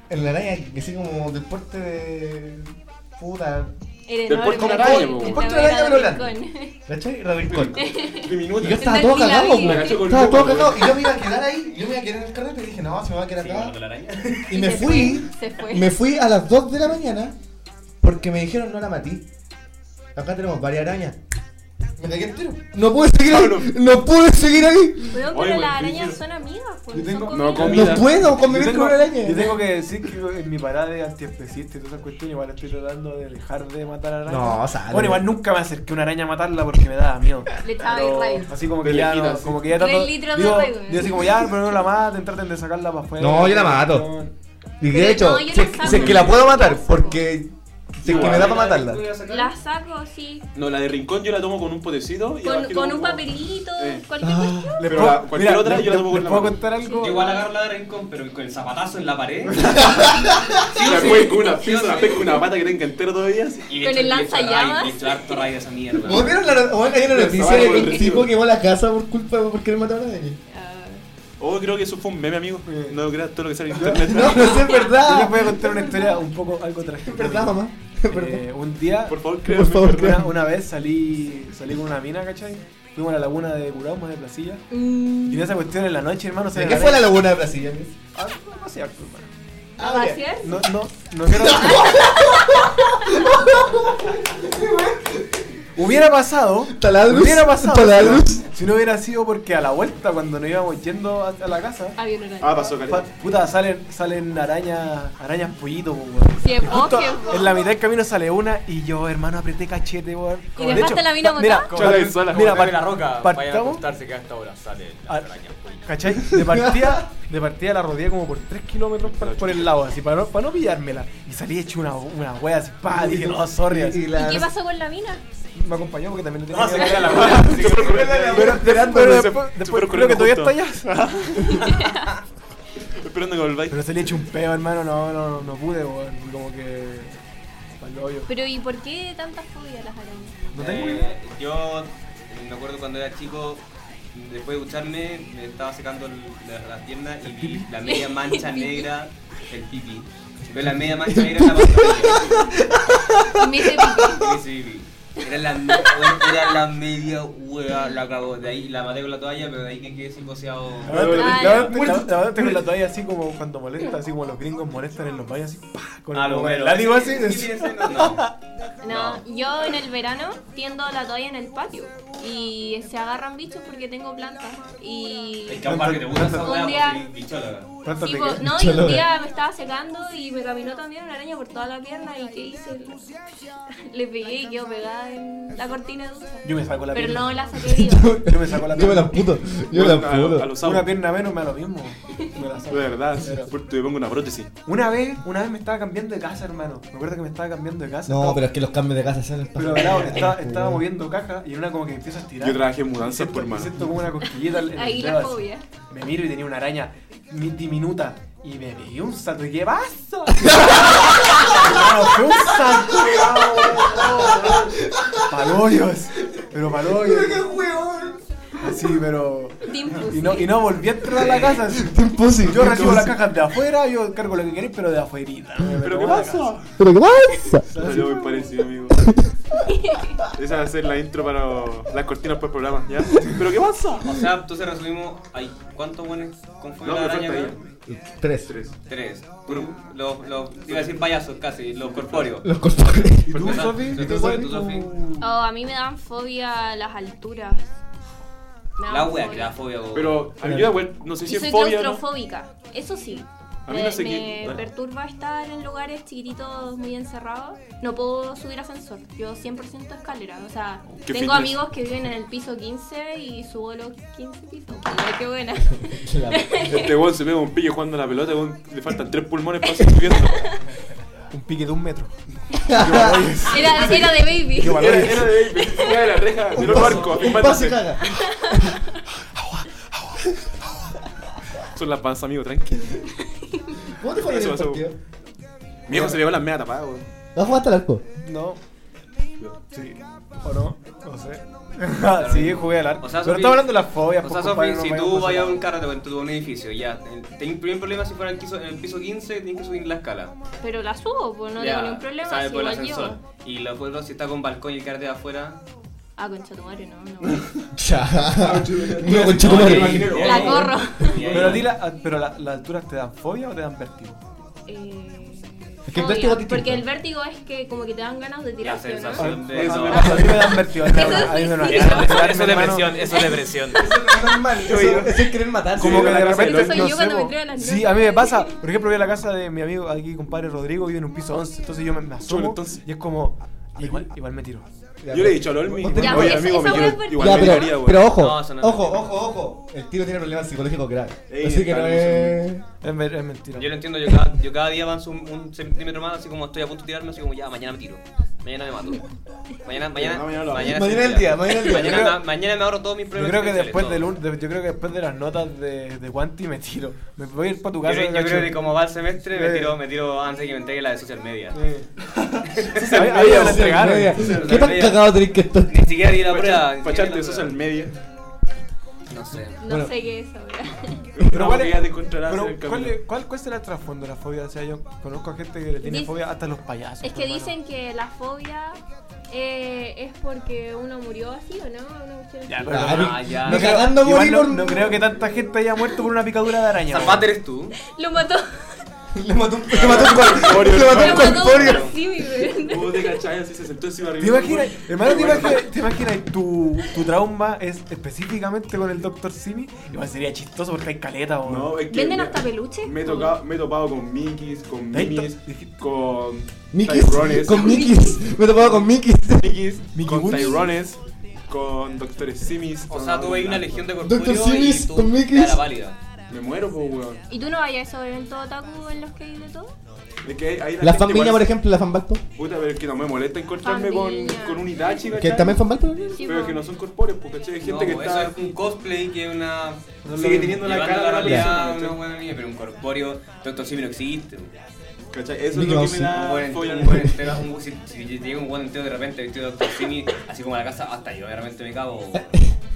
Speaker 4: En la araña, que sí, como del puente de. puta.
Speaker 8: Eres
Speaker 3: Del puerto de la araña, po.
Speaker 8: Te
Speaker 4: Puerto
Speaker 8: voy
Speaker 4: de
Speaker 8: a
Speaker 4: la araña,
Speaker 8: dar
Speaker 4: pero
Speaker 8: rincón.
Speaker 4: ¿Cachai? Ravircón. Y yo
Speaker 3: Diminuta.
Speaker 4: estaba todo
Speaker 8: Entendí la
Speaker 4: cagado, po.
Speaker 8: vida.
Speaker 3: Me agaché con
Speaker 4: Estaba
Speaker 3: el
Speaker 4: todo
Speaker 3: loco,
Speaker 4: cagado. Y yo me iba a quedar ahí, yo me iba a quedar en el carrete y dije, no, se me va a quedar
Speaker 1: Sí, cuando
Speaker 4: acá.
Speaker 1: la araña.
Speaker 4: Y me
Speaker 8: se
Speaker 4: fui.
Speaker 8: fue, Se fue.
Speaker 4: Me fui a las 2 de la mañana porque me dijeron no la maté. Acá tenemos varias arañas. Me pegué el tiro.
Speaker 10: No pude seguir ahí. No pude seguir ahí.
Speaker 8: Weón,
Speaker 3: Oye,
Speaker 8: pero las
Speaker 3: weón,
Speaker 8: arañas
Speaker 3: yo-
Speaker 8: son amigas, pues.
Speaker 5: yo
Speaker 8: son
Speaker 5: tengo-
Speaker 3: no,
Speaker 8: comidas.
Speaker 3: Mira.
Speaker 10: No puedo
Speaker 5: Yo
Speaker 10: convivir
Speaker 5: tengo,
Speaker 10: con una araña.
Speaker 5: yo tengo que decir que en mi parada de antiespecista y todas esas cuestiones, igual estoy tratando de dejar de matar arañas.
Speaker 4: No, sale.
Speaker 5: Bueno, igual nunca me acerqué a una araña a matarla porque me daba miedo.
Speaker 8: Le echaba
Speaker 5: Pero
Speaker 8: ahí rayos.
Speaker 5: Así como que
Speaker 3: De
Speaker 5: ya,
Speaker 3: lejito,
Speaker 5: no,
Speaker 3: así.
Speaker 5: como que ya
Speaker 8: Tres
Speaker 5: trato-
Speaker 8: litros de
Speaker 5: digo,
Speaker 8: rayos.
Speaker 5: digo así como ya, pero no la maten, traten de sacarla para afuera.
Speaker 4: No, yo la mato.
Speaker 10: Y
Speaker 8: Pero
Speaker 10: de hecho,
Speaker 8: no, yo
Speaker 10: si
Speaker 8: la
Speaker 10: es que-
Speaker 8: saco.
Speaker 10: si es que la puedo matar, porque si es que
Speaker 3: Igual.
Speaker 10: me da para matarla.
Speaker 8: Las saco, sí.
Speaker 3: No, la de rincón yo la tomo con un potecito y
Speaker 8: Con,
Speaker 3: abajito
Speaker 8: con
Speaker 3: como-
Speaker 8: un papelito,
Speaker 3: Sí.
Speaker 8: cualquier cuestión.
Speaker 5: Les
Speaker 3: Pero
Speaker 5: puedo-
Speaker 3: la- cualquier
Speaker 5: mira,
Speaker 3: otra
Speaker 5: les-
Speaker 3: yo la tomo con
Speaker 5: les
Speaker 3: la
Speaker 5: puedo
Speaker 3: mano.
Speaker 5: contar algo?
Speaker 1: Yo igual agarro la de rincón, pero con el zapatazo en la pared.
Speaker 3: Sí, la juego con una pizza, la pego con una pata que tenga entero todavía. así.
Speaker 1: Y
Speaker 8: Con el lanzallamas.
Speaker 1: Le echo harto rayo a esa mierda.
Speaker 10: ¿Vos vieron la no- bueno, hay una
Speaker 3: Pero
Speaker 10: noticia
Speaker 3: estaba
Speaker 10: de
Speaker 3: con
Speaker 10: que
Speaker 3: el
Speaker 10: un
Speaker 3: recibo.
Speaker 10: tipo quemó la casa por culpa por querer matar a una araña?
Speaker 8: Ah,
Speaker 3: Oh, creo que eso fue un meme, amigo. No creas todo lo que sale en
Speaker 10: No,
Speaker 3: internet.
Speaker 10: no sé, es
Speaker 5: Yo les
Speaker 10: verdad.
Speaker 5: voy a contar una historia un poco algo trágica.
Speaker 10: Es verdad, mamá. Es verdad.
Speaker 5: Eh, un día,
Speaker 3: Por favor,
Speaker 10: Por
Speaker 3: créanme.
Speaker 10: favor,
Speaker 5: una,
Speaker 10: claro.
Speaker 5: una vez salí, salí con una mina, ¿cachai? Fuimos a la laguna de Curao, más de Placilla. Y
Speaker 8: mm,
Speaker 5: en esa cuestión en la noche, hermano, se
Speaker 10: ¿De qué fue la laguna de Brasil?
Speaker 5: Ah, no, no sé, harto, hermano.
Speaker 4: Ah,
Speaker 8: ¿Va a ser?
Speaker 5: No, no, no quiero. hubiera pasado.
Speaker 10: Taladros,
Speaker 5: Hubiera pasado.
Speaker 10: taladros.
Speaker 5: si no- Si no hubiera sido porque a la vuelta, cuando nos íbamos yendo a, a la casa.
Speaker 8: Había una araña.
Speaker 3: Ah, pasó,
Speaker 5: pa-
Speaker 3: caleta.
Speaker 5: Puta, salen, salen arañas, arañas pollito, po, weón.
Speaker 8: Sí,
Speaker 5: Y
Speaker 8: es
Speaker 5: justo
Speaker 8: obvio, po.
Speaker 5: en la mitad del camino sale una y yo, hermano, apreté cachete, weón.
Speaker 8: ¿Y dejaste la mina
Speaker 5: no, Mira,
Speaker 8: botada?
Speaker 5: como-
Speaker 3: Chala, es sola.
Speaker 5: mira,
Speaker 3: Como
Speaker 5: par- partamos.
Speaker 1: que hasta ahora sale
Speaker 5: Ah, ¿Cachai? De partida, de partida la rodeé como por 3 kilómetros por, por el lado, así, para no, para no pillármela. Y salí hecho una, una wea así, pa, dije, no, sorry. así.
Speaker 10: Y la-
Speaker 8: ¿Y qué pasó con la mina?
Speaker 5: Me acompañó porque también lo
Speaker 3: No,
Speaker 5: tenía
Speaker 3: Ah, se
Speaker 5: que
Speaker 3: queda
Speaker 5: ver.
Speaker 3: la buena. Se
Speaker 5: Pero, pero,
Speaker 3: Pero se-
Speaker 5: después,
Speaker 3: se
Speaker 5: después
Speaker 3: procuró
Speaker 5: creo que todavía
Speaker 3: justo.
Speaker 5: está allá.
Speaker 3: Esperando que volváis.
Speaker 5: Pero se le eché un peo, hermano, no, no, no, no pude, weón. Y Como que. pa'l hoyo.
Speaker 8: Pero ¿y por qué tanta fobia a las arañas?
Speaker 5: No tengo
Speaker 1: Eh,
Speaker 5: idea.
Speaker 1: Yo me acuerdo cuando era chico, después de ducharme, me estaba secando el- la, la pierna y vi la media mancha negra del pipi. Veo la media mancha negra en la pantalla.
Speaker 8: Y me dice,
Speaker 1: Y hice pipí. Era la, era la media wea, la cagó. De ahí la maté con la toalla, pero de ahí que quedé sin boceado.
Speaker 5: La
Speaker 8: Ay,
Speaker 5: verdad te- la- la verdad te con la toalla así como cuando molesta, así como los gringos molestan en los baños así, pa, con
Speaker 1: Ah,
Speaker 5: el,
Speaker 1: lo
Speaker 5: con el
Speaker 1: bueno.
Speaker 5: látigo así.
Speaker 1: Sí, sí, sí, no, no.
Speaker 8: No,
Speaker 1: No.
Speaker 8: yo en el verano tiendo la toalla en el patio y se agarran bichos porque tengo plantas. Y
Speaker 1: El campar que te gusta esa
Speaker 8: Un
Speaker 1: wea,
Speaker 8: día-
Speaker 1: porque bichola.
Speaker 5: ¿Cuánto te
Speaker 8: tipo,
Speaker 5: queda?
Speaker 8: no, y un día me estaba secando y me caminó también una araña por toda la pierna y ¿qué hice? Le pegué y quedó pegada en la cortina de ducha.
Speaker 5: Yo me saco la
Speaker 8: Pero
Speaker 5: pierna.
Speaker 8: no la saqué viva.
Speaker 5: Yo me saco la
Speaker 10: Yo me
Speaker 5: pierna.
Speaker 10: la puto. Yo me la
Speaker 3: A lo- a
Speaker 10: puto.
Speaker 3: los
Speaker 5: Una
Speaker 3: sapos.
Speaker 5: pierna menos me da lo mismo. Me la
Speaker 3: De
Speaker 5: saco.
Speaker 3: verdad, por- te pongo una prótesis.
Speaker 5: Una vez, una vez me estaba cambiando de casa, hermano. Me acuerdo que me estaba cambiando de casa.
Speaker 10: No,
Speaker 5: estaba-
Speaker 10: pero Este, es que los cambios de casa salen
Speaker 5: Pero al lado estaba, estaba moviendo caja y en una como que empiezo a estirar.
Speaker 3: Yo trabajé en
Speaker 5: Y
Speaker 3: mudanzas,
Speaker 5: siento,
Speaker 3: por
Speaker 5: y
Speaker 3: hermano.
Speaker 5: siento como una cosquillita en el
Speaker 8: Ahí
Speaker 5: dedo
Speaker 8: la
Speaker 5: así.
Speaker 8: fobia.
Speaker 5: Me miro y tenía una araña mi- diminuta. Y me pegué un salto. ¿Y qué pasa? Hermano, fue un salto. Palollos. Pero palollos. Así, pero.
Speaker 8: Team
Speaker 5: Y
Speaker 8: Pussy.
Speaker 5: no, y no volví a entrar a la casa. así.
Speaker 10: Imposible.
Speaker 5: Yo recibo las cajas de afuera, yo cargo lo que queréis, pero de afuerita.
Speaker 3: ¿Pero qué pasa?
Speaker 10: ¿Pero qué pasa?
Speaker 3: Salió muy parecido, amigo. Esa va a ser la intro para las cortinas por el programa, ¿ya? ¿Pero qué pasa?
Speaker 1: O sea, entonces resumimos, hay ¿cuántos buenos con fue
Speaker 3: No,
Speaker 1: la
Speaker 3: me
Speaker 1: araña?
Speaker 3: falta
Speaker 1: acá?
Speaker 3: ella.
Speaker 10: Tres.
Speaker 3: Tres.
Speaker 1: Tres. Pur- Los, los, iba a decir payasos casi, los corpóreos.
Speaker 10: Los cortadores.
Speaker 5: ¿Y tú,
Speaker 1: Porque-
Speaker 5: Sofi?
Speaker 1: ¿Y tú,
Speaker 5: Sofi?
Speaker 1: tú, Sofi?
Speaker 8: Oh, a mí me dan fobia las alturas. Me dan
Speaker 1: La wea que
Speaker 8: fobia.
Speaker 1: da fobia. bo.
Speaker 3: Pero a mí yo, güey, no sé si
Speaker 8: Y
Speaker 3: es
Speaker 8: soy
Speaker 3: fobia o no.
Speaker 8: claustrofóbica, eso sí.
Speaker 3: A mí
Speaker 8: me
Speaker 3: no sé
Speaker 8: me
Speaker 3: qué- dale.
Speaker 8: perturba estar en lugares chiquititos, muy encerrados. No puedo subir ascensor, yo 100% escalera. O sea, tengo
Speaker 3: Qué fitness.
Speaker 8: amigos que viven en el piso 15 y subo los 15 pisos. Mira, qué buena.
Speaker 3: Este weón se pega un pillo jugando a la pelota, weón, le faltan tres pulmones para seguir subiendo.
Speaker 5: Un pique de un metro.
Speaker 8: Era, era de baby.
Speaker 3: Era, era de ahí, fuera de la reja, del otro barco,
Speaker 10: Un paso
Speaker 3: afirmándose.
Speaker 10: y caga.
Speaker 3: Son las panzas, amigo, tranquilo.
Speaker 10: ¿Cómo te fue en
Speaker 3: Eso
Speaker 10: el
Speaker 3: pasó.
Speaker 10: partido?
Speaker 3: Mi hijo se le va la media tapada, weón.
Speaker 10: ¿No jugaste al arco?
Speaker 5: No. Sí. ¿O no? No sé. sí, jugué al arco.
Speaker 1: O sea,
Speaker 5: Pero
Speaker 1: Sofi-
Speaker 5: estamos hablando de las fobias.
Speaker 1: O
Speaker 5: pues,
Speaker 1: sea,
Speaker 5: compadre,
Speaker 1: Sofi,
Speaker 5: no
Speaker 1: si
Speaker 5: vayamos
Speaker 1: tú
Speaker 5: por ese
Speaker 1: vas a
Speaker 5: lado.
Speaker 1: un carrete bueno, tú vas a un edificio, ya. el- El primer problema si fuera en el piso, en el piso 15, tienes que subir la escala.
Speaker 8: Pero la subo, pues no
Speaker 1: Ya,
Speaker 8: tengo ningún problema.
Speaker 1: sabe
Speaker 8: si
Speaker 1: por el
Speaker 8: igual llego.
Speaker 1: ascensor. Y lo bueno, si está con balcón y el carrete de afuera.
Speaker 8: Ah, concha tu madre, no. no.
Speaker 10: Ya. No, Ah, con chico
Speaker 1: No,
Speaker 10: madre.
Speaker 1: y ahí- y ahí-
Speaker 8: La corro.
Speaker 1: y ahí-
Speaker 5: Pero a ti, la, pero la- las alturas te dan fobia o te dan vértigo?
Speaker 8: Eh,
Speaker 10: Es que el
Speaker 8: fobia,
Speaker 10: vértigo es distinto.
Speaker 8: porque el vértigo es que como que te dan ganas de
Speaker 1: La
Speaker 8: tirarse, ¿no?
Speaker 5: A
Speaker 1: sensación de.
Speaker 3: Eso
Speaker 5: no,
Speaker 3: me
Speaker 5: a mí me dan vértigo. A mí me dan
Speaker 1: Eso,
Speaker 5: vértigo.
Speaker 1: eso es depresión, eso es depresión.
Speaker 10: Eso eso es querer matarse.
Speaker 5: Como que de
Speaker 8: Eso
Speaker 5: repente.
Speaker 8: soy
Speaker 5: no
Speaker 8: yo
Speaker 5: sé,
Speaker 8: cuando me
Speaker 5: bo-
Speaker 8: creo las
Speaker 5: Sí,
Speaker 8: notas.
Speaker 5: a mí me pasa. Por ejemplo, voy a la casa de mi amigo aquí, compadre Rodrigo, vive en un piso 11. Entonces yo me, me asomo
Speaker 3: Bueno, entonces-
Speaker 5: y es como. Igual, igual me tiro.
Speaker 3: Yo le he dicho a Olmi,
Speaker 10: Ya, pero
Speaker 3: oye, amigo,
Speaker 8: esa- esa
Speaker 3: me
Speaker 8: weá
Speaker 3: quiero
Speaker 8: es
Speaker 3: igual
Speaker 10: ya,
Speaker 3: me
Speaker 10: pero,
Speaker 3: tiraría, weón.
Speaker 10: pero ojo,
Speaker 1: No, eso no es
Speaker 10: ojo,
Speaker 1: mentira.
Speaker 10: ojo, ojo. El tío tiene problemas psicológicos graves.
Speaker 3: Ey,
Speaker 10: Así que no
Speaker 3: calma,
Speaker 10: es.
Speaker 5: Es, ver- es mentira.
Speaker 1: Yo lo entiendo, yo cada, yo cada día avanzo un, un centímetro más, así como estoy a punto de tirarme, así como ya, mañana me tiro. Mañana me mato. Mañana, mañana,
Speaker 3: No, mañana lo hago.
Speaker 10: Mañana
Speaker 1: es
Speaker 10: el día, mañana el día.
Speaker 1: Mañana,
Speaker 5: Yo creo-
Speaker 1: ma- mañana me ahorro todos mis
Speaker 5: Yo
Speaker 1: problemas.
Speaker 5: creo que
Speaker 1: existenciales,
Speaker 5: después del
Speaker 1: todo.
Speaker 5: un- de, yo creo que después de las notas de, de Guanti me tiro. Me voy a ir para tu
Speaker 1: Yo,
Speaker 5: casa.
Speaker 1: creo- yo creo que como va el semestre, me
Speaker 5: Eh.
Speaker 1: tiro, me tiro antes que me entregue la de social media.
Speaker 5: Sí. Ahí- ahí me la entregaron.
Speaker 10: Media.
Speaker 1: entregaron.
Speaker 10: ¿Qué tan
Speaker 1: Media.
Speaker 10: cagado tenés que estar?
Speaker 1: Ni siquiera di la prueba.
Speaker 3: Facha-
Speaker 1: ni
Speaker 3: Facharte
Speaker 1: siquiera di la
Speaker 3: eso es al
Speaker 1: prueba.
Speaker 3: media.
Speaker 1: No sé.
Speaker 8: No
Speaker 10: Bueno.
Speaker 8: sé qué es ahora.
Speaker 5: Pero
Speaker 3: Una
Speaker 5: ¿cuál
Speaker 3: botella
Speaker 5: es,
Speaker 3: te encontrarás en el
Speaker 5: pero ¿cuál,
Speaker 3: camino.
Speaker 5: es- cuál, ¿cuál será el trasfondo de la fobia? O sea, yo conozco a gente que le tiene
Speaker 8: Dic-
Speaker 5: fobia hasta los payasos.
Speaker 8: Es que
Speaker 5: hermano.
Speaker 8: dicen que la fobia eh, es porque uno murió así o no. Una cuestión
Speaker 1: Ya,
Speaker 8: así.
Speaker 1: pero
Speaker 10: Ah,
Speaker 1: no,
Speaker 10: ni-
Speaker 1: ya.
Speaker 10: ni
Speaker 5: Creo-
Speaker 10: cagando
Speaker 5: igual
Speaker 10: morí
Speaker 5: no,
Speaker 10: por-
Speaker 5: no creo que tanta gente haya muerto por una picadura de araña.
Speaker 1: Zapata eres tú.
Speaker 8: Lo mató.
Speaker 10: Le mató un le mató un corpóreo. Le mató
Speaker 8: Lo
Speaker 10: un
Speaker 8: mató un
Speaker 10: corpóreo.
Speaker 8: proximi, güey.
Speaker 3: Oh, de cachai, así se sentó encima
Speaker 5: ¿Te
Speaker 3: arriba.
Speaker 5: imaginas, hermano, te imaginas, te imaginas tu, tu trauma es específicamente con el Dr. Simi? Igual sería chistoso porque hay caleta o
Speaker 3: No, es que
Speaker 8: ¿Venden
Speaker 3: me-
Speaker 8: hasta peluches?
Speaker 3: Me he, tocado, me he topado con Mickeys, con
Speaker 5: Ahí to-
Speaker 3: Mimis, con
Speaker 10: Mikis.
Speaker 3: Tyrones,
Speaker 10: Con Mikis. Me he topado con Mikis.
Speaker 3: Mickeys,
Speaker 5: Mickey
Speaker 3: con
Speaker 5: Mouse.
Speaker 3: Tyrones, con Doctores Simis.
Speaker 1: O sea, tú
Speaker 3: hay
Speaker 1: veis una legión de corpóreos
Speaker 10: Dr.
Speaker 1: y
Speaker 10: Simis
Speaker 1: tú
Speaker 10: con Mickey.
Speaker 1: te da la válida.
Speaker 3: Me muero, po, weón.
Speaker 8: ¿Y tú no vayas a esos eventos otaku en los que hay de todo?
Speaker 3: Es que ahí- ahí la,
Speaker 10: La
Speaker 3: gente
Speaker 10: fan
Speaker 3: igual-
Speaker 10: por ejemplo, la fan Balpo.
Speaker 3: Puta, pero es que no me molesta encontrarme con,
Speaker 8: Fanviña.
Speaker 3: con un Itachi, ¿cachai?
Speaker 10: Que también fan Balpo.
Speaker 8: Sí,
Speaker 3: Pero
Speaker 8: po.
Speaker 3: que no son corpóreos, porque hay gente
Speaker 1: No, pues,
Speaker 3: que
Speaker 1: eso
Speaker 3: está...
Speaker 1: es un cosplay que es una.
Speaker 3: Sigue teniendo la
Speaker 1: llevando
Speaker 3: cara
Speaker 1: la
Speaker 3: de la
Speaker 1: realidad,
Speaker 3: persona,
Speaker 1: una buena mía, pero un corpóreo, Doctor Simi no existe.
Speaker 3: ¿Cachai? Eso es
Speaker 10: Mickey
Speaker 3: lo que
Speaker 10: Mouse.
Speaker 3: me
Speaker 1: Un
Speaker 3: da
Speaker 1: buen,
Speaker 3: fobia.
Speaker 1: un buen entero, un, si, si llega un buen entero de repente vestido de Doctor Simi, así como a la casa, hasta yo de repente me cago.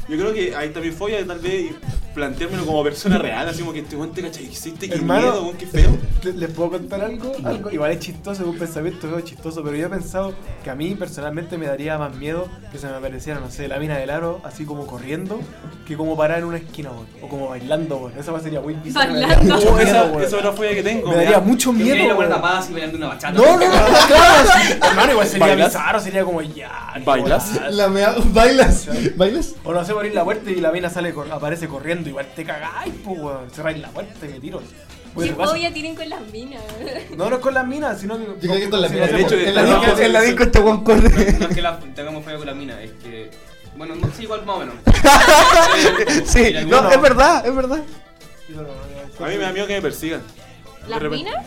Speaker 3: Yo creo que ahí está mi fobia, tal vez planteármelo como persona real, así como que este weón te cachai, que existe, qué
Speaker 5: Hermano,
Speaker 3: miedo, weón, qué feo.
Speaker 5: ¿Le- ¿Les puedo contar algo? algo? Igual es chistoso, es un pensamiento medio chistoso, pero yo he pensado que a mí personalmente me daría más miedo que se me apareciera, no sé, la mina del aro, así como corriendo, que como parar en una esquina, weón, o como bailando, weón. Esa weá sería muy bizarra. Ah, me daría
Speaker 8: Bailando.
Speaker 5: mucho
Speaker 3: Oh,
Speaker 5: miedo,
Speaker 3: esa,
Speaker 5: weón.
Speaker 3: esa es otra fobia que tengo.
Speaker 5: Me daría
Speaker 3: da-
Speaker 5: mucho
Speaker 1: Yo quería ir a
Speaker 5: miedo,
Speaker 1: una
Speaker 5: weón.
Speaker 1: tapada así bailando una bachata.
Speaker 5: No, no, no, claro, sí. Hermano, igual sería
Speaker 3: ¿Bailas?
Speaker 5: bizarro, sería como ya. qué
Speaker 3: ¿Bailas?
Speaker 5: weá.
Speaker 10: La mea... ¿Bailas? ¿Bailas?
Speaker 5: O no sé, abrir la puerta y la mina sale, cor- aparece corriendo, igual te cagáis, pues, weón. Cerráis la puerta y me tiro. Weón,
Speaker 8: ¿Qué
Speaker 5: Pues pasa?
Speaker 8: fobia tienen con las minas?
Speaker 5: No, no es con las minas, sino que.
Speaker 10: Yo creo que con la
Speaker 5: si
Speaker 10: mina.
Speaker 5: no
Speaker 3: el hecho de
Speaker 10: En la
Speaker 3: estar
Speaker 10: disco,
Speaker 3: abajo
Speaker 10: en la
Speaker 3: del-
Speaker 10: disco este weón corre.
Speaker 1: No es que la tengamos feo con la mina, es que. Bueno, no sé, igual más o menos.
Speaker 10: Sí,
Speaker 1: Mira,
Speaker 10: no,
Speaker 1: bueno.
Speaker 10: es verdad, es verdad.
Speaker 3: A mí me da miedo que me persigan.
Speaker 8: ¿Las
Speaker 3: repente-
Speaker 8: minas?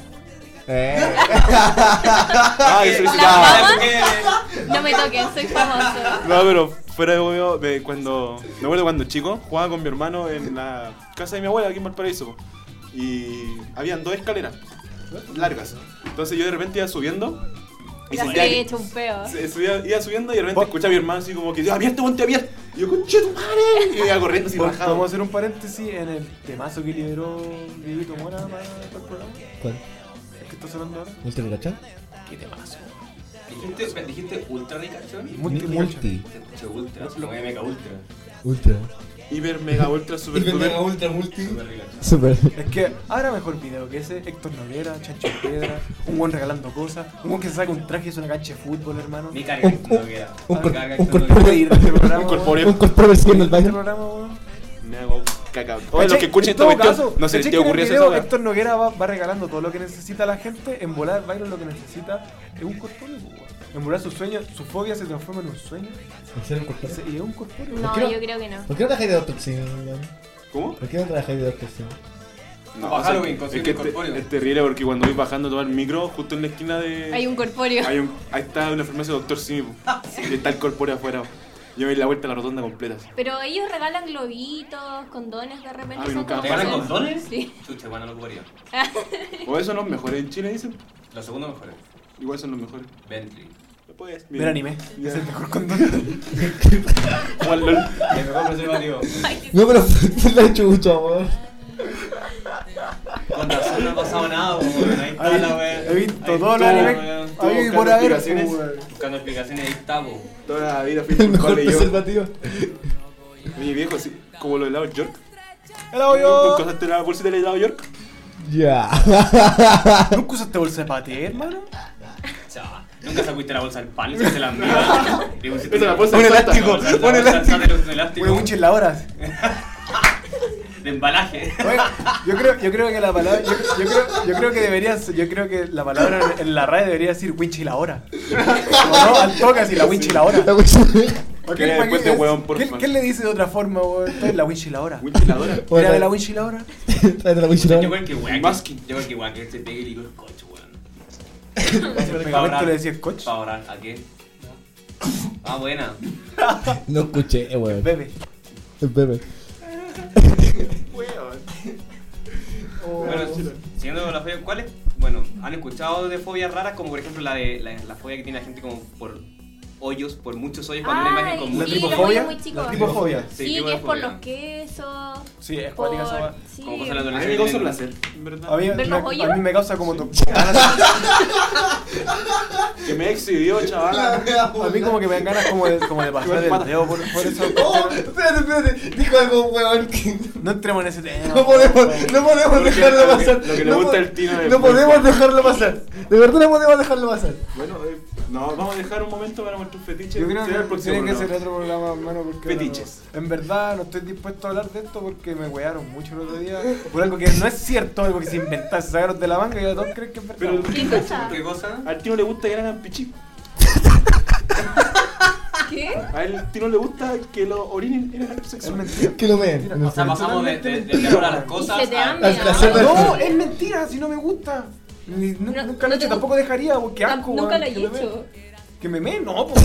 Speaker 10: Eh.
Speaker 3: Ah, eso
Speaker 8: ¿Las
Speaker 3: es- ah.
Speaker 8: mamas? No me toquen, soy famoso.
Speaker 3: No, pero fuera de huevo, de cuando. Me acuerdo cuando chico, jugaba con mi hermano en la casa de mi abuela aquí en Valparaíso. po. Y habían dos escaleras largas. Entonces yo de repente iba subiendo y
Speaker 8: Las
Speaker 3: sentía
Speaker 8: he
Speaker 3: que.
Speaker 8: hecho un peo.
Speaker 3: se- subía- iba subiendo y de repente escuchaba a mi hermano así como que ¡Ah, abierto, ponte abierto. Y yo, conche tu madre. Y iba corriendo así
Speaker 5: Vamos
Speaker 3: bajado.
Speaker 5: a hacer un paréntesis en el temazo que liberó Vivito Mora para para el programa.
Speaker 10: ¿Cuál?
Speaker 5: Es que está sonando ahora.
Speaker 10: ¿El Telecachá?
Speaker 1: ¿Dijiste, dijiste ultra ricachón?
Speaker 5: Multi,
Speaker 10: Multi.
Speaker 1: Te escuché ultra, eso es lo que me cae ultra.
Speaker 10: Ultra.
Speaker 3: Hiper, mega, ultra, super, duper.
Speaker 10: ultra multi. Super.
Speaker 5: Es que habrá mejor video que ese. Héctor Noguera, Chancho Piedra, un buen regalando cosas, un buen que se saca un traje y es una cancha de fútbol, hermano.
Speaker 1: Me carga que no queda.
Speaker 10: un
Speaker 1: Me
Speaker 10: cor-
Speaker 1: carga
Speaker 10: un
Speaker 1: que no
Speaker 10: corpóreo.
Speaker 1: queda.
Speaker 5: Puede ir de este programa,
Speaker 3: Un corpóreo.
Speaker 5: weón.
Speaker 10: Un controversia en el
Speaker 5: Puede ir de este
Speaker 10: baño.
Speaker 5: programa, weón.
Speaker 3: Me hago caca. Oye, los
Speaker 5: ¿Cachai?
Speaker 3: que escuchen
Speaker 5: En
Speaker 3: esta
Speaker 5: todo
Speaker 3: cuestión,
Speaker 5: caso,
Speaker 3: no se les
Speaker 5: ¿cachai que
Speaker 3: quiere
Speaker 5: en el
Speaker 3: ocurrir
Speaker 5: video
Speaker 3: eso.
Speaker 5: Héctor Noguera va, va regalando todo lo que necesita la gente. En volar, bailo lo que necesita. Es un corpóreo, pues, weón. En volar sus sueños, su fobia se transforma en un sueño.
Speaker 10: ¿Hicieron
Speaker 5: y se- Y es un corpóreo.
Speaker 8: No,
Speaker 10: ¿Por qué no?
Speaker 8: yo creo que no.
Speaker 10: ¿Por qué no trabajáis de autopsia, weón?
Speaker 3: ¿Cómo?
Speaker 10: ¿Por qué no trabajáis de autopsia?
Speaker 3: No,
Speaker 1: Bajar
Speaker 3: o sea,
Speaker 1: un
Speaker 3: es
Speaker 1: inconsciente
Speaker 3: que este-
Speaker 1: corpóreo.
Speaker 3: es terrible porque cuando voy bajando todo el micro, justo en la esquina de.
Speaker 8: Hay un corpóreo. Ah,
Speaker 3: Hay un, ahí está una farmacia doctor Simi, po. y está el corpóreo afuera. po. Yo me di la vuelta a la rotonda completa. así.
Speaker 8: Pero ellos regalan globitos, condones de repente.
Speaker 3: Ah,
Speaker 8: son
Speaker 3: nunca
Speaker 8: como
Speaker 3: me regalan
Speaker 8: para-
Speaker 1: condones?
Speaker 8: Sí.
Speaker 1: Chucha, bueno, lo ocuparía.
Speaker 3: O eso son los mejores en Chile, dicen.
Speaker 1: La segunda mejor.
Speaker 3: Igual son los mejores.
Speaker 1: Bentley.
Speaker 3: Pues,
Speaker 5: Ver anime.
Speaker 3: Ya.
Speaker 5: Es el mejor condón.
Speaker 3: Juan LOL.
Speaker 1: El mejor preservativo.
Speaker 10: No, pero la chucha, weón.
Speaker 1: Con razón no ha pasado nada, weón. Ahí está la weón.
Speaker 5: He visto
Speaker 1: Ahí
Speaker 5: todos los
Speaker 1: está,
Speaker 5: animes.
Speaker 1: weón.
Speaker 3: Todo
Speaker 5: Ahí
Speaker 3: buscando
Speaker 5: por haber.
Speaker 3: explicaciones.
Speaker 5: weón.
Speaker 1: Buscando explicaciones, ahí está, po.
Speaker 3: Toda la vida fui
Speaker 10: El mejor
Speaker 3: culpable yo.
Speaker 10: preservativo.
Speaker 3: Oye, viejo, así como lo del lado York.
Speaker 5: Hello,
Speaker 3: ¿Nunca
Speaker 5: yo.
Speaker 3: usaste la bolsita del lado York?
Speaker 10: Ya.
Speaker 5: ¿Nunca usaste bolsa de paté, hermano?
Speaker 1: Chava, Nunca sacaste la bolsa del pan, le hiciste la mierda. Le pusiste
Speaker 3: Esa es la
Speaker 1: una-
Speaker 3: bolsa
Speaker 10: Un
Speaker 3: de plata.
Speaker 10: elástico.
Speaker 1: la bolsa-
Speaker 10: Un
Speaker 1: la bolsa
Speaker 10: elástico.
Speaker 1: de los- de elástico,
Speaker 5: Una winch en la hora.
Speaker 1: De embalaje.
Speaker 5: Oye, yo creo, yo creo que la palabra. Yo, yo creo, yo creo que deberías. Yo creo que la palabra en- en la RAE debería decir winch y la hora. O no, al toque así, la winch y la hora.
Speaker 10: La wea-
Speaker 5: ¿Por
Speaker 3: Que después de weón, por favor.
Speaker 5: ¿Qué le dice de otra forma, weón? Esto es la winch y la hora.
Speaker 3: Ventiladora.
Speaker 5: Mira, de la winch y la hora.
Speaker 10: Tráete la wea
Speaker 1: Yo
Speaker 10: chilena.
Speaker 1: creo que weón.
Speaker 3: Masking.
Speaker 1: Yo creo que weón que se pegue el hilo del coche, weón.
Speaker 5: El pegamento le decía el coche.
Speaker 1: Para orar, ¿a qué? Ah, buena.
Speaker 10: No escuché, eh, weón.
Speaker 5: Bebe.
Speaker 10: Es bebé.
Speaker 8: Oh.
Speaker 1: Bueno, siguiendo con la fobia, ¿cuáles? Bueno, han escuchado de fobias raras, como por ejemplo la de la, la fobia que tiene la gente como por hoyos, por muchos hoyos, cuando una imagen
Speaker 8: Ay,
Speaker 1: con
Speaker 5: La
Speaker 1: muchos
Speaker 8: sí, los
Speaker 5: tripofobia,
Speaker 8: hoyos muy chicos.
Speaker 5: la tripofobia.
Speaker 1: Sí,
Speaker 8: Sí, que es
Speaker 1: tripofobia.
Speaker 8: por los quesos.
Speaker 5: Sí, es
Speaker 8: Por...
Speaker 5: cuática esa weá.
Speaker 8: Sí.
Speaker 1: Como cosa de la
Speaker 3: A mí
Speaker 1: adolescencia
Speaker 3: me causa
Speaker 1: que-
Speaker 3: placer, en
Speaker 5: A
Speaker 3: verdad.
Speaker 5: mí,
Speaker 8: ¿Ver
Speaker 5: me,
Speaker 8: los hoyos?
Speaker 5: a mí me causa como to-
Speaker 3: Que me exhibió, chaval.
Speaker 5: A mí como que me dan ganas como de, como de pasar el dedo por, por eso.
Speaker 10: Oh, espérate, espérate. Dijo algo, weón. que-
Speaker 5: No entremos en ese tema.
Speaker 10: No podemos, no podemos
Speaker 3: Lo que-
Speaker 10: dejarlo
Speaker 3: lo que-
Speaker 10: pasar.
Speaker 3: lo que le
Speaker 10: No
Speaker 3: gusta
Speaker 10: po-
Speaker 3: al Tino del
Speaker 10: No podemos
Speaker 3: fútbol.
Speaker 10: dejarlo pasar. De verdad no podemos dejarlo pasar.
Speaker 3: Bueno, eh, no, vamos a dejar un momento para nuestros fetiches.
Speaker 5: Yo creo
Speaker 3: Será el
Speaker 5: que
Speaker 3: próximo
Speaker 5: tiene que ser
Speaker 3: programa.
Speaker 5: otro programa, hermano, porque...
Speaker 3: Fetiches.
Speaker 5: no- en verdad no estoy dispuesto a hablar de esto porque me wearon mucho el otro día por algo que no es cierto, algo que se inventaron, se sacaron de la manga y ahora todos creen que es verdad.
Speaker 3: Pero-
Speaker 8: ¿Qué cosa?
Speaker 1: ¿Qué cosa?
Speaker 8: Ah,
Speaker 3: Al Tino le gusta que le hagan pichí.
Speaker 8: ¿Qué?
Speaker 3: A él, al Tino le gusta que lo orinen en el acto
Speaker 5: es
Speaker 3: sexual.
Speaker 5: mentira.
Speaker 10: Que lo vean. en el
Speaker 1: O sea,
Speaker 10: fondo.
Speaker 1: pasamos de, de, de
Speaker 5: Totalmente
Speaker 1: terror a las
Speaker 5: mentira.
Speaker 1: cosas.
Speaker 8: Y se te
Speaker 1: a-
Speaker 8: dan miedo.
Speaker 1: a-
Speaker 10: placer de-
Speaker 5: No, es mentira, si no me gusta. Ni- nu-
Speaker 8: No,
Speaker 5: nunca lo he
Speaker 8: no te
Speaker 5: hecho,
Speaker 8: gu-
Speaker 5: tampoco dejaría, porque asco,
Speaker 8: Nunca
Speaker 5: weón,
Speaker 8: lo he
Speaker 5: que me vean.
Speaker 8: hecho.
Speaker 5: Que me meen, no, pues.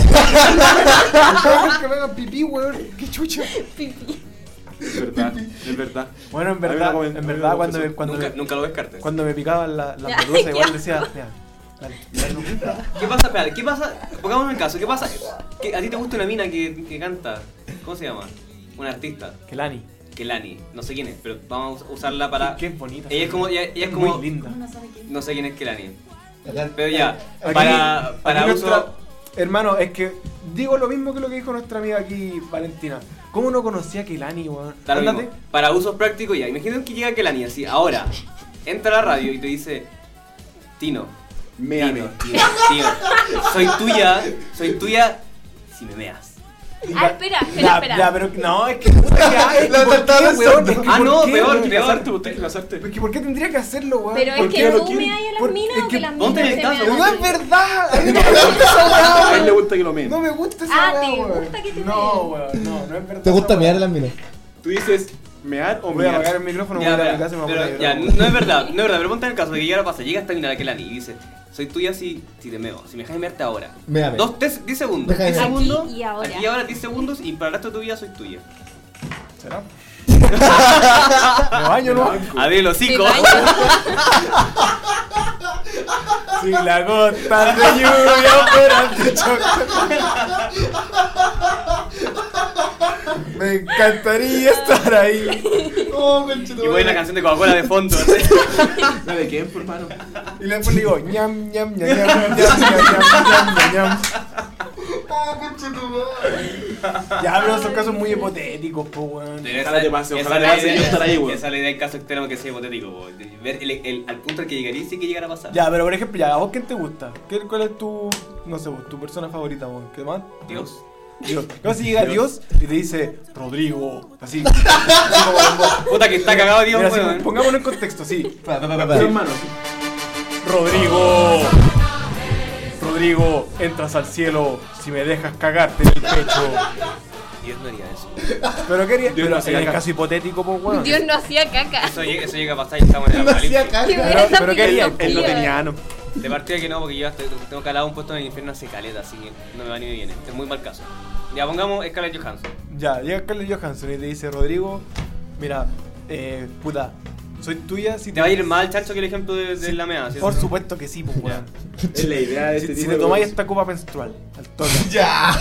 Speaker 5: que me hagan pipí, weón. Qué chucha.
Speaker 8: Pipí.
Speaker 3: Es verdad, es verdad.
Speaker 5: Bueno, en
Speaker 3: Hay una
Speaker 5: verdad,
Speaker 3: comen-
Speaker 5: en
Speaker 3: hay una
Speaker 5: verdad, cuando me,
Speaker 3: confesión.
Speaker 5: cuando,
Speaker 1: Nunca,
Speaker 5: me,
Speaker 1: nunca lo descartes.
Speaker 5: cuando me picaban la, la
Speaker 8: Ya,
Speaker 5: merluza, igual
Speaker 8: ya.
Speaker 5: decía, mira, dale, dale.
Speaker 1: ¿Qué pasa? Espera, ¿qué pasa? Pongámonos en el caso. ¿Qué pasa? ¿Qué- ¿A ti te gusta una mina que, que canta? ¿Cómo se llama? Una artista.
Speaker 5: Kelani.
Speaker 1: Kelani. No sé quién es, pero vamos a usarla para.
Speaker 5: Qué bonita.
Speaker 1: Ella es como. Ella, ella es como
Speaker 5: Muy linda.
Speaker 12: No sabe quién.
Speaker 1: no sé quién es Kelani.
Speaker 4: Acá-
Speaker 1: Pero ya,
Speaker 10: Aquí-
Speaker 1: para, para
Speaker 5: Aquí
Speaker 1: uso.
Speaker 5: nuestra- Hermano, es que digo lo mismo que lo que dijo nuestra amiga aquí, Valentina. ¿Cómo no conocía a Kelani, weón?
Speaker 1: Da lo mismo.
Speaker 5: Ándate.
Speaker 1: Para usos prácticos ya. Imagínate que llega Kelani así, ahora. Entra a la radio y te dice, Tino,
Speaker 3: Me
Speaker 1: Tino,
Speaker 3: amé.
Speaker 1: Tino, Tino, soy tuya, soy tuya si me meas.
Speaker 8: Ah, espera, espera,
Speaker 5: Ya,
Speaker 8: espera.
Speaker 5: ya, pero no, es que. puta, ya, es que
Speaker 10: La
Speaker 5: ¿por
Speaker 10: trataba
Speaker 5: qué,
Speaker 10: de
Speaker 5: weón?
Speaker 10: santo.
Speaker 5: Es que
Speaker 1: Ah,
Speaker 5: ¿por
Speaker 1: no,
Speaker 5: qué?
Speaker 1: peor,
Speaker 5: Es
Speaker 1: peor.
Speaker 5: que ¿por
Speaker 3: Usted que casarte.
Speaker 5: qué- ¿Por qué tendría que hacerlo, weón?
Speaker 8: Pero es
Speaker 5: ¿Por
Speaker 8: que
Speaker 5: qué
Speaker 8: tú
Speaker 5: quiere?
Speaker 8: me hay a las
Speaker 5: Por-
Speaker 8: minas
Speaker 5: es
Speaker 8: o
Speaker 5: que-
Speaker 8: que las minas
Speaker 1: ponte en el
Speaker 8: te
Speaker 1: caso.
Speaker 8: mean
Speaker 5: No
Speaker 8: a
Speaker 5: es
Speaker 8: ti?
Speaker 5: verdad. A mí no me gusta esa weá,
Speaker 3: A él le
Speaker 5: weón.
Speaker 3: gusta que lo meen.
Speaker 5: No me gusta esa
Speaker 8: Ah,
Speaker 5: weá,
Speaker 8: ¿te
Speaker 5: weón.
Speaker 8: gusta que te
Speaker 5: No,
Speaker 8: meen?
Speaker 5: weón, no, no es verdad.
Speaker 10: ¿Te gusta
Speaker 5: esa
Speaker 10: mirar
Speaker 5: weá.
Speaker 10: las minas?
Speaker 3: Tú dices mear o
Speaker 5: Voy a apagar el
Speaker 3: mear.
Speaker 5: micrófono, voy
Speaker 1: Ya,
Speaker 5: a ir a mi
Speaker 1: pero-
Speaker 5: casa y me voy a
Speaker 1: pero
Speaker 5: poner
Speaker 1: ya,
Speaker 5: a
Speaker 1: no
Speaker 5: llorar,
Speaker 1: es verdad, no es verdad, pero ponte en el caso de que ya ahora pasa, llega esta mina Kelani y dice, soy tuya si, si te meo, si me dejas de mearte ahora.
Speaker 10: Méame.
Speaker 1: Dos, tres, diez segundos.
Speaker 10: Deja de
Speaker 1: Diez
Speaker 10: mear.
Speaker 1: segundos.
Speaker 8: Aquí y ahora.
Speaker 1: Aquí ahora diez segundos y para el resto de tu vida soy tuya.
Speaker 5: ¿Será? Me baño, ¿no?
Speaker 1: Abre el hocico.
Speaker 8: Me
Speaker 5: Si la gota de lluvia fuera de chocolate. Me encantaría estar ahí.
Speaker 10: Oh,
Speaker 1: Y voy a la canción de Coca-Cola de fondo.
Speaker 3: ¿La de quién, por hermano?
Speaker 5: Y después le digo, ñam, ñam, ñam, ñam, ñam, ñam, ñam, ñam, ñam. Ya, pero son casos muy hipotéticos, po, weón.
Speaker 3: Ojalá te pase, ojalá te pase, yo estaré ahí, weón.
Speaker 1: Esa es la idea del caso extremo que sea hipotético, weón. De Ver el, el- al punto al que llegaría y sí que llegara a pasar.
Speaker 5: Ya, pero por ejemplo, ya, ¿a vos quién te gusta? ¿Qué- ¿Cuál es tu, no sé, vos, tu persona favorita, vos? ¿Qué más?
Speaker 1: Dios.
Speaker 5: Dios. No, si llega Dios y te dice, Rodrigo, así. así como con vos.
Speaker 1: Puta que está cagado Dios,
Speaker 5: Mira, así,
Speaker 1: weón.
Speaker 5: pongámonos en contexto, sí.
Speaker 3: Sí, hermano.
Speaker 5: Rodrigo. Rodrigo, entras al cielo si me dejas cagarte en el pecho.
Speaker 1: Dios no haría eso.
Speaker 5: Pero quería.
Speaker 3: Dios
Speaker 5: Pero
Speaker 3: no
Speaker 5: en
Speaker 3: hacía
Speaker 5: el
Speaker 3: caca.
Speaker 5: caso hipotético, pues weón.
Speaker 8: Dios no hacía caca.
Speaker 1: Eso, llega- eso llega a pasar y estamos en el
Speaker 10: No hacía
Speaker 1: apocalipsis.
Speaker 8: Qué
Speaker 10: caca.
Speaker 8: buena
Speaker 5: Pero,
Speaker 8: esa
Speaker 5: pero ¿qué haría? Él no
Speaker 8: filosofía.
Speaker 5: tenía ano.
Speaker 1: De partida que no, porque yo hasta tengo calado un puesto en el infierno hace caleta, así que no me va ni me viene. Este es muy mal caso. Ya pongamos Scarlett Johansson.
Speaker 5: Ya, llega Carlos Johansson y te dice, Rodrigo, mira, eh, puta, soy tuya si
Speaker 1: Te va a ir mal, chancho, que el ejemplo de, de la mea. ¿sí?
Speaker 5: Por supuesto que sí, pues weón.
Speaker 3: Es la idea de este
Speaker 5: Si, si
Speaker 3: tipo
Speaker 5: te
Speaker 3: de
Speaker 5: tomáis
Speaker 3: cosas.
Speaker 5: esta copa menstrual, al toque.
Speaker 10: Ya,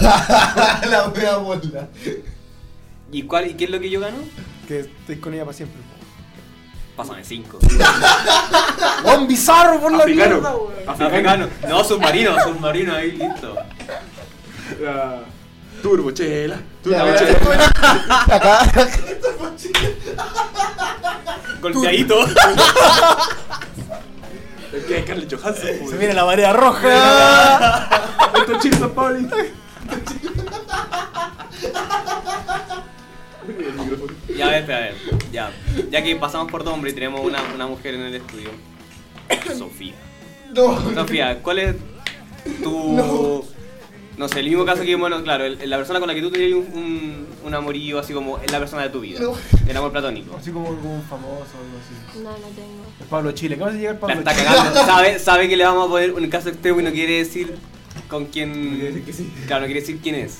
Speaker 10: la wea bola.
Speaker 1: ¿Y, cuál, ¿Y qué es lo que yo gano?
Speaker 5: Que estoy con ella para siempre. pues, po.
Speaker 1: Pásame cinco.
Speaker 5: ¡Weón bizarro por la
Speaker 3: Africano.
Speaker 5: mierda, weón!
Speaker 1: Africano. No, submarino, submarino ahí, listo.
Speaker 3: La- Turbo, chela. Turbo,
Speaker 10: Ya,
Speaker 3: chela.
Speaker 10: mira, Acá.
Speaker 1: Golpeadito.
Speaker 3: ¿Qué es Carlos Johansson? pues.
Speaker 5: Se viene la marea roja.
Speaker 3: Estos chips son Pauli.
Speaker 1: Ya, a ver, espera, a ver. Ya. Ya que pasamos por dos hombres y tenemos una, una mujer en el estudio. Sofía.
Speaker 10: No.
Speaker 1: Sofía, ¿cuál es tu. No, sé, el mismo caso que, bueno, claro, el- la persona con la que tú tenías un, un, un amorío, así como es la persona de tu vida.
Speaker 10: No.
Speaker 1: El amor platónico.
Speaker 5: Así como algún famoso o algo así.
Speaker 8: No, no tengo.
Speaker 5: El Pablo Chile, ¿cómo se llega el
Speaker 1: La
Speaker 5: Pablo
Speaker 1: está
Speaker 5: Chile?
Speaker 1: cagando. Sabe, sabe que le vamos a poner un caso extremo y no quiere decir con quién.
Speaker 5: quiere decir que sí.
Speaker 1: Claro, no quiere decir quién es.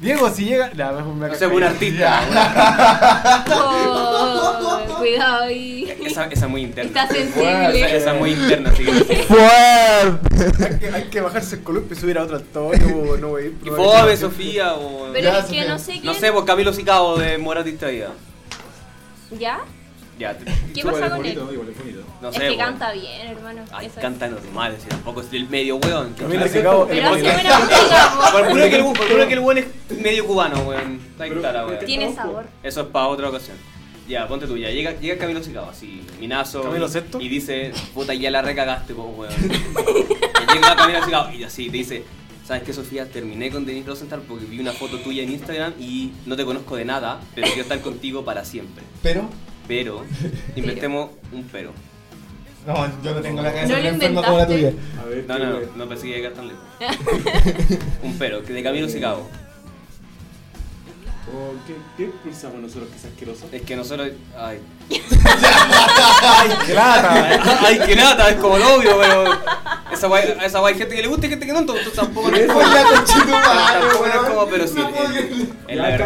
Speaker 5: Diego, si llega. Nah, mejor me
Speaker 1: No
Speaker 5: la
Speaker 1: sé, un artista.
Speaker 8: Oh, cuidado
Speaker 1: una-
Speaker 8: ahí.
Speaker 1: Esa, esa es muy interna.
Speaker 8: Está
Speaker 1: Esa,
Speaker 8: sensible.
Speaker 1: esa es muy interna, así que.
Speaker 10: Fuerte.
Speaker 5: Hay que, hay que bajarse el columpio y subir a otro alto. No voy a ir.
Speaker 1: Y pobre Sofía o.
Speaker 8: Pero
Speaker 10: Ya,
Speaker 8: es que
Speaker 10: Sofía.
Speaker 8: no sé quién.
Speaker 1: No sé, pues Camilo Sicao de Mora Distraída.
Speaker 8: ¿Ya?
Speaker 1: Ya, te-
Speaker 8: ¿Qué pasa con él?
Speaker 1: no
Speaker 8: Es
Speaker 1: sé.
Speaker 8: que
Speaker 1: pues.
Speaker 8: canta bien, hermano.
Speaker 1: Ay,
Speaker 8: Eso es.
Speaker 1: canta normal, si tampoco es el medio weón.
Speaker 5: Camilo Sicao,
Speaker 8: Pero hace
Speaker 5: Porque-
Speaker 8: buena música, po.
Speaker 1: Por pura que el por pura que el weón es medio cubano, weón. Ahí está la weón.
Speaker 8: Tiene sabor.
Speaker 1: Eso es para otra ocasión. Ya, ponte tú, ya. Llega, llega Camilo Sicao, así, minazo.
Speaker 5: ¿Camilo
Speaker 1: y-
Speaker 5: Sesto?
Speaker 1: Y dice, puta, ya la recagaste, po, weón. Y llega Camilo Sicao y así, te dice, ¿sabes qué, Sofía? Terminé con Denis Rosenthal porque vi una foto tuya en Instagram y no te conozco de nada, pero quiero estar contigo para siempre.
Speaker 10: Pero.
Speaker 1: Pero, inventemos un pero.
Speaker 4: No, yo no tengo la
Speaker 8: No
Speaker 4: cabeza.
Speaker 8: lo
Speaker 10: enferma como la tuya.
Speaker 8: inventaste.
Speaker 3: A ver,
Speaker 1: No,
Speaker 3: qué
Speaker 1: no,
Speaker 3: wea.
Speaker 1: no pensé que llegar tan lejos. Un pero, que de Camilo Sicao.
Speaker 3: Oh, ¿Qué, ¿Qué expulsamos nosotros que es asqueroso?
Speaker 1: Es que nosotros. Ay,
Speaker 5: ¡Ay, qué lata!
Speaker 1: ay que nada, es como el obvio, pero. Esa guay, a esa guay gente que le gusta y gente que no, entonces tampoco no es como.
Speaker 10: Hola, conchito,
Speaker 1: Tampoco no es como, pero sí.
Speaker 10: No puedo creerlo.
Speaker 1: Es, es la verdad.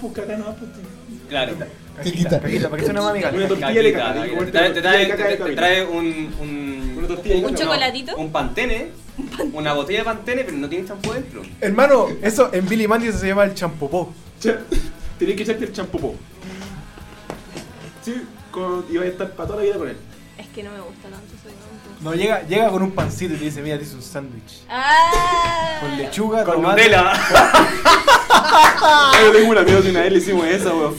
Speaker 3: pues, caca no pues.
Speaker 1: Claro.
Speaker 10: Chiquita.
Speaker 5: Cajita, para que suene más amigable.
Speaker 3: Una tortilla de caca.
Speaker 1: Caquita,
Speaker 3: dijo,
Speaker 1: Te trae, te trae-
Speaker 3: caca
Speaker 1: te-
Speaker 3: de
Speaker 1: te
Speaker 3: Camilo.
Speaker 1: trae un. un
Speaker 3: Una tortilla de
Speaker 1: un-
Speaker 3: caca.
Speaker 8: ¿Un chocolatito?
Speaker 1: Un pantene, una botella de pantene, pero no tiene champú dentro.
Speaker 5: Hermano, eso en Billy Mandy eso se llama el champopó.
Speaker 3: Cha- Tenés que echarte el champopó. así con, y vais a estar para toda la vida con él.
Speaker 8: Es que no me gusta tanto ese hueón.
Speaker 5: No, llega, llega con un pancito y te dice, mira, te hice un sándwich.
Speaker 8: ¡Ah!
Speaker 5: Con lechuga,
Speaker 3: Con
Speaker 5: tomate.
Speaker 3: Nutella.
Speaker 8: Ah.
Speaker 3: Yo tengo un amigo que una vez le hicimos esa, weón.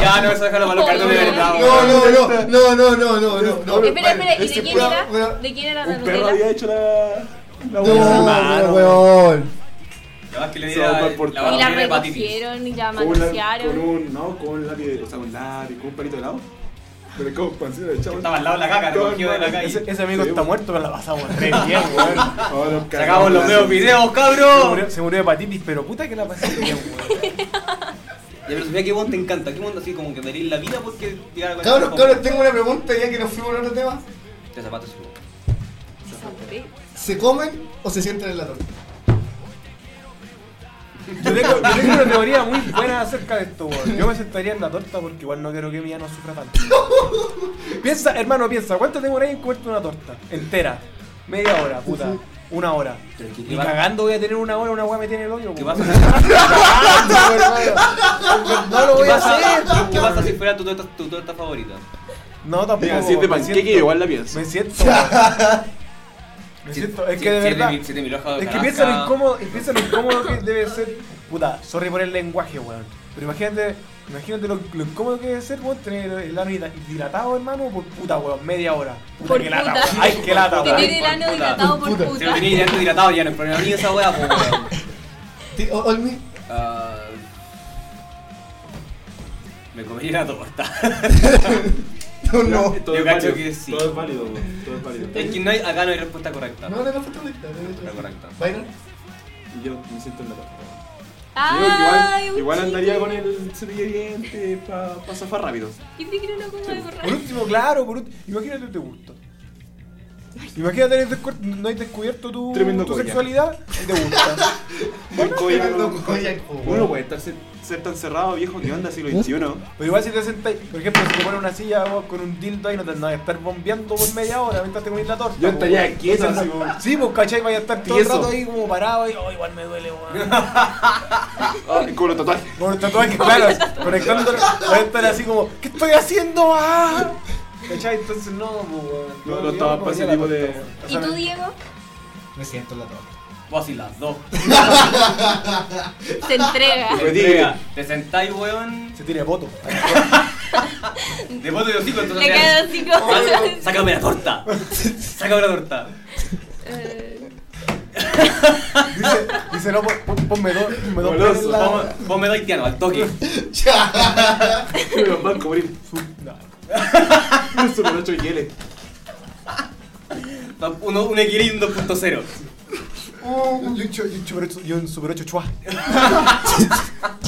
Speaker 1: Ya, no, eso déjalo para los cartones de verdad,
Speaker 8: No,
Speaker 1: weón.
Speaker 10: no, no, no, no, no, no, no, no.
Speaker 8: Espera, espera, ¿y
Speaker 3: Ese
Speaker 8: de quién era?
Speaker 10: weón-
Speaker 8: ¿De quién era la
Speaker 3: Un perro
Speaker 8: Nutella?
Speaker 3: había hecho la. la
Speaker 10: No,
Speaker 3: weá, hermano.
Speaker 10: weón.
Speaker 1: La más que le
Speaker 3: Se va a
Speaker 1: diera
Speaker 3: ocupar por todo.
Speaker 8: Y
Speaker 1: la
Speaker 8: la
Speaker 1: tiene hepatitis.
Speaker 8: recogieron y la
Speaker 3: Con, una- con
Speaker 8: manosearon.
Speaker 3: un. No, con un lápiz. de- O sea, con un lápiz, con un palito de helado. Pero con pancito de chavo.
Speaker 1: Estaba al lado de la caca,
Speaker 3: Con-
Speaker 1: recogido de la
Speaker 5: Ese,
Speaker 1: calle.
Speaker 5: ese amigo
Speaker 3: Sí,
Speaker 5: está
Speaker 3: weón.
Speaker 5: muerto, pero la pasamos re bien,
Speaker 3: Oh,
Speaker 5: weón.
Speaker 3: nos cagamos
Speaker 1: Sacamos los
Speaker 3: la-
Speaker 1: nuevos videos,
Speaker 5: Se
Speaker 1: cabrón.
Speaker 5: murió, se murió de hepatitis, pero puta que la pasé bien, weón.
Speaker 1: Ya, pero Sofía, ¿qué bond te encanta? ¿Qué bond así como que me herir la vida porque tirar algo
Speaker 10: Cabros, cabros, tengo una pregunta ya que nos fuimos a otro tema.
Speaker 1: Este zapato es un-
Speaker 8: Zampé.
Speaker 10: ¿Se comen o se sientan en la torta?
Speaker 5: Yo tengo, yo tengo una teoría muy buena acerca de esto, weón. Yo me sentaría en la torta porque igual no quiero que mi no sufra tanto. piensa, hermano, piensa, ¿cuánto tengo ahí en comerte una torta? Entera. Media hora, puta. Una hora.
Speaker 1: Pero que-
Speaker 5: Y cagando voy a tener una hora, una weá me tiene el hoyo.
Speaker 1: ¿Qué
Speaker 5: weón.
Speaker 1: pasa?
Speaker 5: No lo
Speaker 1: ¿Qué
Speaker 5: voy a hacer.
Speaker 1: pasa? ¿Qué pasa si fuera tu torta, tu torta favorita?
Speaker 5: No, tampoco.
Speaker 3: Mira, si es de
Speaker 5: me
Speaker 3: panqueque,
Speaker 5: siento-
Speaker 3: igual la pienso.
Speaker 5: Me siento. weón. Me siento, es que de
Speaker 1: Siete
Speaker 5: verdad.
Speaker 1: mil- siete mil hojas de
Speaker 5: Es que
Speaker 1: caraca.
Speaker 5: piensa lo incómodo, piensa lo incómodo que debe ser. Puta, sorry por el lenguaje, weón. Pero imagínate, imagínate lo, lo incómodo que debe ser, weón, tener el ano hidra- dilatado, hermano, por puta, weón, media hora. Puta,
Speaker 8: Por
Speaker 5: qué lata,
Speaker 8: puta.
Speaker 5: weón. Ay, qué lata,
Speaker 1: Puta.
Speaker 5: weón.
Speaker 8: Tener el ano
Speaker 1: Puta.
Speaker 8: dilatado por
Speaker 10: Puta.
Speaker 1: Si lo
Speaker 8: puta.
Speaker 1: tenías ya dilatado, ya no es problema mío esa weá, pues weón.
Speaker 10: Ti- o- Olmi,
Speaker 1: Ah, Me comería una torta.
Speaker 10: no, no.
Speaker 3: Todo
Speaker 1: Yo cacho
Speaker 3: es válido,
Speaker 1: que sí.
Speaker 3: Todo es válido, weón, todo es válido.
Speaker 1: Es que no hay, acá no hay respuesta correcta.
Speaker 10: No, no, no fue correcta. no, no,
Speaker 1: Está
Speaker 10: no.
Speaker 1: correcta.
Speaker 10: Byron,
Speaker 3: Y yo me siento en la torta. Yo
Speaker 8: Ay,
Speaker 3: igual
Speaker 8: un
Speaker 3: igual andaría
Speaker 8: chicle.
Speaker 3: con el cepillo de dientes para pa zafar rápido.
Speaker 8: Yo te quiero una cosa de
Speaker 5: Por
Speaker 8: borrar.
Speaker 5: último, claro, por último. Imagínate te gusta. Imagínate que no has descubierto tu,
Speaker 3: Tremendo
Speaker 5: tu
Speaker 3: colla.
Speaker 5: sexualidad y te gusta.
Speaker 3: Buen collar,
Speaker 10: no,
Speaker 3: weón.
Speaker 10: collar, po,
Speaker 3: Uno puede estar ser, ser tan cerrado, viejo, ni onda siglo XXI.
Speaker 5: Pero igual si te sentáis, por ejemplo, si te pones una silla vos, con un dildo ahí, no te no vas a estar bombeando por media hora mientras te comís la torta.
Speaker 3: Yo
Speaker 5: po,
Speaker 3: estaría
Speaker 5: weón.
Speaker 3: quieto,
Speaker 5: O sea,
Speaker 3: así como-
Speaker 5: Sí, pues cachai, vaya a estar todo
Speaker 3: Tieso.
Speaker 5: el rato ahí como parado y oh, igual me duele, weón.
Speaker 3: Ah, con los tatuajes.
Speaker 5: Con el tatuaje, claro, conectándolo, vaya a estar así como, ¿qué estoy haciendo? Ah? ¿Cachai? Entonces no, po, weón.
Speaker 3: No, no
Speaker 5: yo
Speaker 3: estaba
Speaker 5: comería
Speaker 3: para ese
Speaker 5: la
Speaker 3: tipo
Speaker 5: torta,
Speaker 3: de-
Speaker 5: weón.
Speaker 8: ¿Y tú, Diego?
Speaker 4: Me siento en la torta.
Speaker 1: Vos y las dos.
Speaker 8: Se entrega.
Speaker 3: Pues
Speaker 1: Entrega, Te sentáis, weón.
Speaker 5: Se tira poto.
Speaker 1: De voto de hocico, entonces.
Speaker 8: Le
Speaker 1: ya-
Speaker 8: quedan así
Speaker 1: Ah,
Speaker 8: como.
Speaker 1: Sácame la torta. Sácame la torta.
Speaker 8: Eh,
Speaker 5: Dice, dice, no, pon- pon- ponme dos, ponme dos.
Speaker 3: Goloso.
Speaker 5: pelas en la-
Speaker 1: Vos- Vos me dais tiano al toque.
Speaker 3: Me los van a cubrir.
Speaker 5: No.
Speaker 3: Son los ocho hieles.
Speaker 1: Uno, un equilibrio 2.0.
Speaker 5: Uh, y un cho- y un super ocho- y un super 8 chua.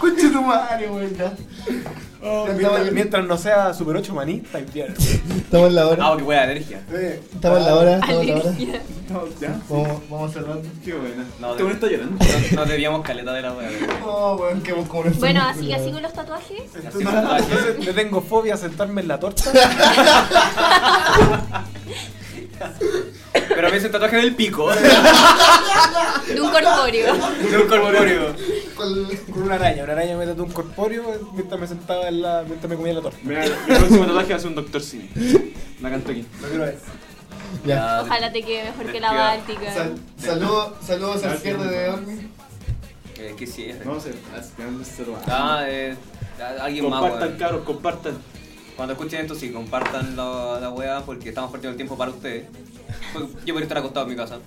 Speaker 10: Conche tu madre, weón. ya.
Speaker 5: Oh, Mientras, mientras no sea super 8 manista y bien.
Speaker 10: Estamos en la hora.
Speaker 1: Ah, que hueá de energía.
Speaker 10: Estamos en la hora. Estamos en la hora.
Speaker 8: alergia.
Speaker 3: No, ya.
Speaker 10: Vamos, vamos cerrando.
Speaker 3: Qué buena.
Speaker 1: No,
Speaker 3: Este bueno
Speaker 1: de-
Speaker 3: está llorando.
Speaker 1: No, no debíamos caleta de la hueá.
Speaker 10: Oh, weón, que hemos como
Speaker 8: Bueno, así que así con los tatuajes.
Speaker 1: Así como estaba aquí.
Speaker 5: Entonces le tengo fobia a sentarme en la torta.
Speaker 1: Pero me hice un tatuaje del pico.
Speaker 8: De un corpóreo.
Speaker 1: De un corpóreo.
Speaker 5: Con una araña, una araña me tatuó un corpóreo mientras me sentaba en la. mientras me comía la torta.
Speaker 3: Mira, mi próximo tatuaje va a ser un Doctor Simi. La canto aquí.
Speaker 5: Lo quiero ver.
Speaker 10: Ya.
Speaker 8: Ojalá te quede mejor que la
Speaker 1: Queda-
Speaker 8: báltica.
Speaker 10: Sal- saludo- Saludos al cierre de Olmi.
Speaker 1: Eh, ¿Qué cierre?
Speaker 3: No sé, hasta se lo
Speaker 1: Ah, eh, a- alguien más,
Speaker 3: Compartan,
Speaker 1: weón.
Speaker 3: cabros, compartan.
Speaker 1: Cuando escuchen esto, sí, compartan la, la weá porque estamos perdiendo el tiempo para ustedes. Pues, Yo podría estar acostado en mi casa,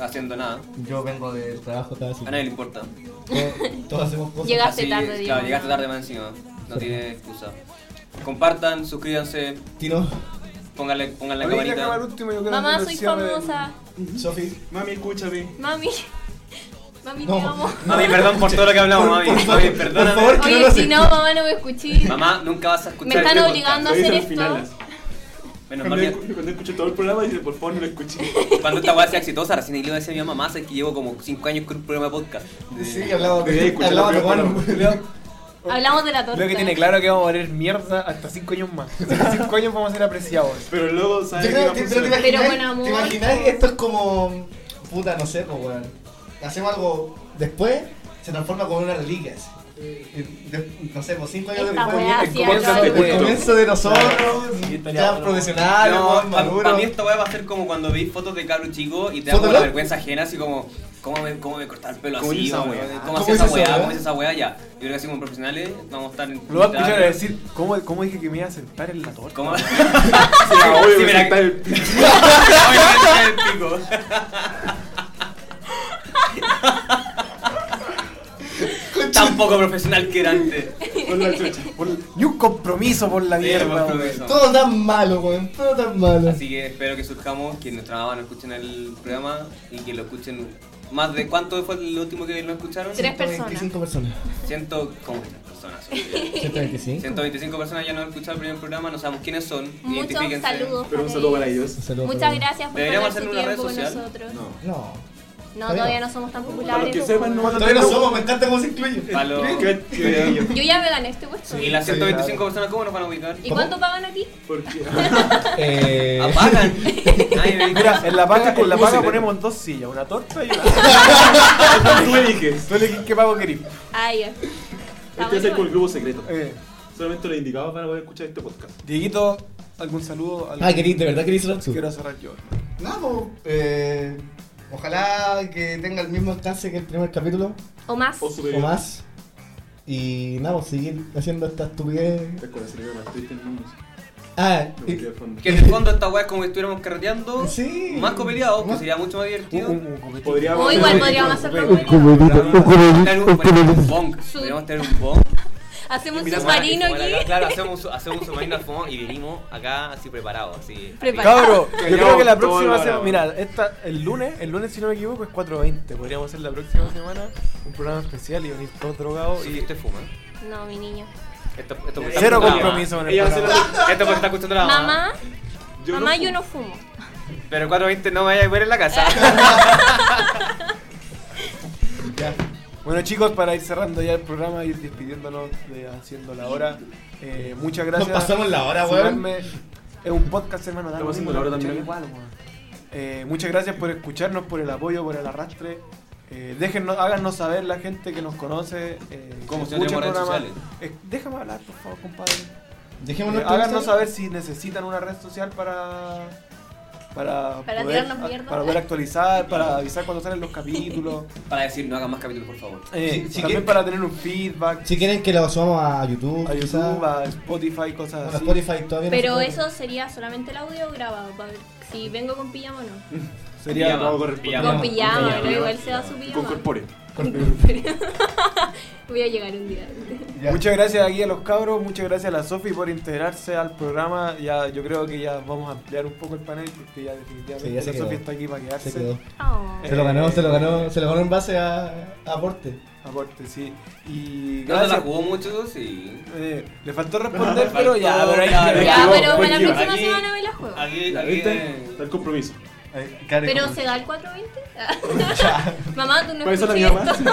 Speaker 1: haciendo nada.
Speaker 10: Yo vengo del trabajo, estaba
Speaker 1: A nadie le importa.
Speaker 10: haciendo. Todos hacemos cosas.
Speaker 8: Llegaste tarde,
Speaker 1: claro,
Speaker 8: Diego.
Speaker 1: llegaste tarde más encima. No tiene excusa. Compartan, suscríbanse,
Speaker 10: Tino,
Speaker 1: pónganle, pónganle la
Speaker 5: Oye, ya acaba el
Speaker 1: campanita.
Speaker 5: último, yo quiero
Speaker 8: Mamá,
Speaker 5: hacer el
Speaker 8: soy
Speaker 5: cierre.
Speaker 8: famosa.
Speaker 10: Sofi.
Speaker 3: Mami, escúchame.
Speaker 8: Mami. Mami, te
Speaker 10: No.
Speaker 8: amo.
Speaker 1: Mami, perdón por todo lo que hablamos, mami. Mami,
Speaker 10: por favor.
Speaker 1: perdóname.
Speaker 10: que no
Speaker 8: Oye,
Speaker 10: lo
Speaker 8: si
Speaker 10: sé.
Speaker 8: no, mamá, no me escuché.
Speaker 1: Mamá, nunca vas a
Speaker 8: Me
Speaker 1: escuchar
Speaker 8: están
Speaker 1: este
Speaker 8: obligando a
Speaker 3: Lo hice al
Speaker 8: hacer esto.
Speaker 3: final.
Speaker 1: podcast. Menos mal
Speaker 3: Cuando
Speaker 1: que-
Speaker 3: escu- cuando escuché todo el programa, dice, por favor, no lo escuché.
Speaker 1: Cuando esta weá sea exitosa, recién le iba a decir a mi mamá, sabes que llevo como 5 años con un programa de podcast.
Speaker 10: Sí, hablaba
Speaker 3: Debería
Speaker 10: de
Speaker 3: escuchar
Speaker 10: hablaba
Speaker 3: la
Speaker 10: de
Speaker 3: primera
Speaker 10: Juan.
Speaker 8: Hablamos de la torta.
Speaker 5: Lo que tiene claro que vamos a valer mierda hasta 5 años más. Hasta 5 años vamos a ser apreciados.
Speaker 3: Pero luego,
Speaker 10: Yo
Speaker 3: ¿sabes qué va
Speaker 10: creo
Speaker 3: a
Speaker 10: que te,
Speaker 3: funcionar?
Speaker 8: Pero con
Speaker 10: imaginas,
Speaker 8: amor.
Speaker 10: te imaginas, esto es como. Puta, no sé, pues, weón. Hacemos algo después, se transforma como una reliquia. así.
Speaker 4: Y de- No
Speaker 10: pues,
Speaker 4: sé, por 5 años
Speaker 8: Esta
Speaker 4: después,
Speaker 8: weá
Speaker 4: el
Speaker 8: sí,
Speaker 4: comienzo-
Speaker 1: acá,
Speaker 4: el
Speaker 1: weón.
Speaker 4: comienzo de nosotros,
Speaker 1: Sí, estaría
Speaker 4: ya
Speaker 1: bueno.
Speaker 4: profesional,
Speaker 1: Ah, No,
Speaker 4: maduro.
Speaker 1: para mí esta weá va a ser como cuando veis fotos de cabros chicos y te da
Speaker 4: ¿Fotolog?
Speaker 1: como la vergüenza ajena, así como, ¿cómo me, cómo me cortaba el pelo
Speaker 3: ¿Cómo
Speaker 1: así?
Speaker 3: hice esa
Speaker 1: ¿Cómo,
Speaker 3: weá?
Speaker 1: cómo
Speaker 4: ¿Cómo
Speaker 1: hacía esa
Speaker 4: hice esa
Speaker 1: weá?
Speaker 4: weá?
Speaker 1: ¿Cómo hacía esa weá? Ya. Yo creo que así como profesionales vamos a estar en.
Speaker 5: Lo va a escuchar y va a decir, ¿cómo, ¿cómo dije que me iba a sentar en la torta?
Speaker 1: ¿Cómo?
Speaker 3: Oye,
Speaker 1: Sí,
Speaker 3: me
Speaker 1: mira,
Speaker 3: está el pico.
Speaker 1: Ay, me va a sacar el pico. Tan poco profesional que era antes.
Speaker 3: Por la chucha. Por la-
Speaker 5: Ni un compromiso por la mierda,
Speaker 1: Mierda,
Speaker 5: weón.
Speaker 1: profesor.
Speaker 10: Todo tan malo, weón. Todo tan malo.
Speaker 1: Así que espero que surjamos, que nuestra mamá no escuchen el programa y que lo escuchen más de cuánto fue el último que lo escucharon.
Speaker 8: Tres personas.
Speaker 10: 25 personas.
Speaker 1: Ciento, ¿cómo tres personas?
Speaker 10: 125.
Speaker 1: 125 personas ya no han escuchado el primer programa, no sabemos quiénes son.
Speaker 8: Muchos
Speaker 1: identifíquense.
Speaker 8: saludos.
Speaker 3: Pero un
Speaker 8: para
Speaker 3: saludo para
Speaker 8: ellos.
Speaker 3: ellos.
Speaker 10: Saludos,
Speaker 8: Muchas
Speaker 10: saludos.
Speaker 8: gracias por
Speaker 1: Deberíamos
Speaker 8: pasar su
Speaker 1: hacer una red
Speaker 8: tiempo con
Speaker 1: social.
Speaker 8: nosotros.
Speaker 3: No.
Speaker 10: No.
Speaker 8: No,
Speaker 10: Todavía
Speaker 8: todavía
Speaker 10: no.
Speaker 8: no somos tan
Speaker 3: Para los
Speaker 8: populares.
Speaker 3: que
Speaker 8: po,
Speaker 3: sepan,
Speaker 8: weón.
Speaker 3: no van a
Speaker 4: Todavía no
Speaker 3: tener-
Speaker 4: somos, me encanta cómo se incluye.
Speaker 1: Pa' los-
Speaker 3: Qué- qué-
Speaker 8: Yo ya me gané este puesto.
Speaker 1: Y las 125 personas, ¿cómo nos van a ubicar?
Speaker 8: ¿Y cuánto pagan aquí?
Speaker 3: ¿Por qué?
Speaker 10: Eh.
Speaker 1: Apagan. Nadie me dijo.
Speaker 5: Mira, en la paga, en la paga
Speaker 3: Música.
Speaker 5: ponemos dos sillas, una torta y una.
Speaker 3: Tú eliges.
Speaker 5: Tú le qué pago querís.
Speaker 8: Ah, ya. Está
Speaker 3: Este es
Speaker 8: Ah, bueno.
Speaker 3: con el grupo secreto.
Speaker 5: Eh,
Speaker 3: Solamente los indicados van a poder escuchar este podcast.
Speaker 5: Dieguito, ¿algún saludo? ¿Algún-
Speaker 10: Ah, querís, de verdad querís ser
Speaker 5: Quiero cerrar yo.
Speaker 4: Nada,
Speaker 10: pues,
Speaker 4: po, eh, ojalá que tenga el mismo alcance que el primer capítulo
Speaker 8: O más.
Speaker 4: Oh,
Speaker 3: O
Speaker 10: o
Speaker 3: superior.
Speaker 10: más. Y nada, pues, seguir haciendo esta estupidez.
Speaker 3: Es con la serie más triste del mundo.
Speaker 10: Ah,
Speaker 3: Lo
Speaker 10: y-
Speaker 3: metí de fondo.
Speaker 1: Que en el fondo esta weá es como si estuviéramos carreteando.
Speaker 10: sí.
Speaker 1: Más copeleados, que
Speaker 10: Más-
Speaker 1: sería mucho más divertido.
Speaker 3: Podríamos
Speaker 8: O igual podríamos hacer
Speaker 1: Podríamos
Speaker 8: un
Speaker 1: tener un- podríamos tener un bong. Podríamos tener un bong.
Speaker 8: Hacemos un
Speaker 1: Invitamos a
Speaker 8: submarino
Speaker 1: alguien que fuera acá.
Speaker 8: aquí.
Speaker 1: Claro, hacemos, un su- hacemos un submarino al fondo y venimos acá así preparados. Así.
Speaker 8: Preparados.
Speaker 5: Cabro, yo creo que la
Speaker 3: Callao, todo lo
Speaker 5: próxima semana.
Speaker 3: grabamos.
Speaker 5: Mira, esta, el lunes, el lunes si no me equivoco es 4.20. Podríamos hacer la próxima semana un programa especial y venir todos drogados
Speaker 1: Y
Speaker 5: y.
Speaker 1: este fuma.
Speaker 8: No, mi niño.
Speaker 1: Esto, esto porque está
Speaker 5: Cero
Speaker 1: escuchando la
Speaker 5: compromiso con el
Speaker 3: Ella va a hacer
Speaker 5: programa.
Speaker 1: mamá. Esto porque está escuchando la mamá.
Speaker 8: Mamá, mamá, yo no fumo.
Speaker 1: Pero 420 no me vaya a ver en la casa.
Speaker 5: Bueno chicos, para ir cerrando ya el programa y ir despidiéndonos de haciendo la hora. eh, muchas
Speaker 4: Nos
Speaker 5: gracias.
Speaker 4: pasamos la hora, weón.
Speaker 5: Sumarme. Es un podcast, hermano. da lo
Speaker 3: Estamos
Speaker 5: mismo,
Speaker 3: haciendo la hora
Speaker 5: lo
Speaker 3: también
Speaker 5: escuchan igual, weón. Eh, muchas gracias por escucharnos, por el apoyo, por el arrastre. Eh, déjennos, háganos saber la gente que nos conoce. Eh,
Speaker 1: ¿Cómo
Speaker 5: que
Speaker 1: se
Speaker 5: escucha
Speaker 1: llama
Speaker 5: el
Speaker 1: redes
Speaker 5: programa.
Speaker 1: sociales?
Speaker 5: Eh, déjame hablar, por favor, compadre.
Speaker 4: Dejemos
Speaker 5: Eh,
Speaker 4: nuestro
Speaker 5: háganos
Speaker 4: Instagram.
Speaker 5: saber si necesitan una red social para. Para,
Speaker 8: Para
Speaker 5: poder,
Speaker 8: tirarnos mierda.
Speaker 5: para poder actualizar, para avisar cuando salen los capítulos.
Speaker 10: Eh,
Speaker 1: Para decir, no hagan más capítulos, por favor.
Speaker 5: Eh,
Speaker 10: Sí,
Speaker 5: también
Speaker 10: que-
Speaker 5: para tener un feedback
Speaker 10: Si quieren que lo subamos a YouTube,
Speaker 5: a
Speaker 10: quizá.
Speaker 5: YouTube, a Spotify, cosas
Speaker 10: Bueno,
Speaker 5: así.
Speaker 10: Spotify todavía no
Speaker 8: Pero
Speaker 10: se puede.
Speaker 8: eso sería solamente el audio grabado, para ver si vengo con pijama o no.
Speaker 5: Sería
Speaker 1: Pijama,
Speaker 3: como corresponde.
Speaker 1: pijama.
Speaker 8: Con pijama,
Speaker 1: pijama.
Speaker 8: pero igual se va a su
Speaker 3: Con
Speaker 8: pijama.
Speaker 3: corpóreo.
Speaker 8: Voy a llegar un día.
Speaker 5: Muchas gracias aquí a los cabros, muchas gracias a la Sofi por integrarse al programa. Ya, yo creo que ya vamos a ampliar un poco el panel porque ya definitivamente
Speaker 10: Sí, ya se
Speaker 5: la Sofi
Speaker 10: quedó.
Speaker 5: está aquí para quedarse.
Speaker 10: Se quedó.
Speaker 8: Oh.
Speaker 5: Eh,
Speaker 10: Se lo ganó, se lo ganó, se lo ganó en base a a aporte.
Speaker 5: Aporte, sí. Y
Speaker 1: No se la
Speaker 5: gracias.
Speaker 1: jugó mucho, sí.
Speaker 5: Eh, le faltó responder, pero ya,
Speaker 1: faltó,
Speaker 5: pero ahí-
Speaker 1: ya,
Speaker 5: pero-
Speaker 8: Ya, pero para la
Speaker 3: Aquí-
Speaker 8: próxima
Speaker 1: aquí-
Speaker 8: semana me la juego.
Speaker 1: Aquí,
Speaker 3: ¿La
Speaker 1: aquí.
Speaker 3: viste? Está
Speaker 1: eh,
Speaker 3: el compromiso.
Speaker 4: Eh, Karen,
Speaker 8: Pero
Speaker 4: ¿cómo?
Speaker 8: se da el 420. Mamá, tú no
Speaker 3: Por eso la
Speaker 8: escuchas
Speaker 3: mía
Speaker 8: esto.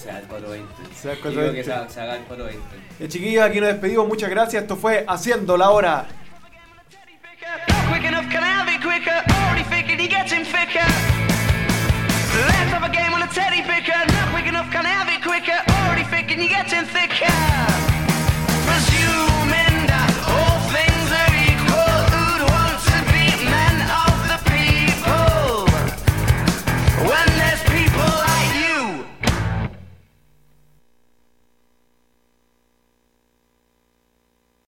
Speaker 1: Se da el 420.
Speaker 5: Se da
Speaker 1: Digo
Speaker 5: el
Speaker 1: que
Speaker 5: 420.
Speaker 1: se haga- se haga el 420.
Speaker 5: Eh, chiquillos, aquí nos despedimos, muchas gracias. Esto fue Haciendo la Hora.
Speaker 12: Quick enough, can I be quicker? Already figured he gets him thicker. Let's have a game on a teddy picker. Not quick enough, can I be quicker? Already figured he gets him thicker.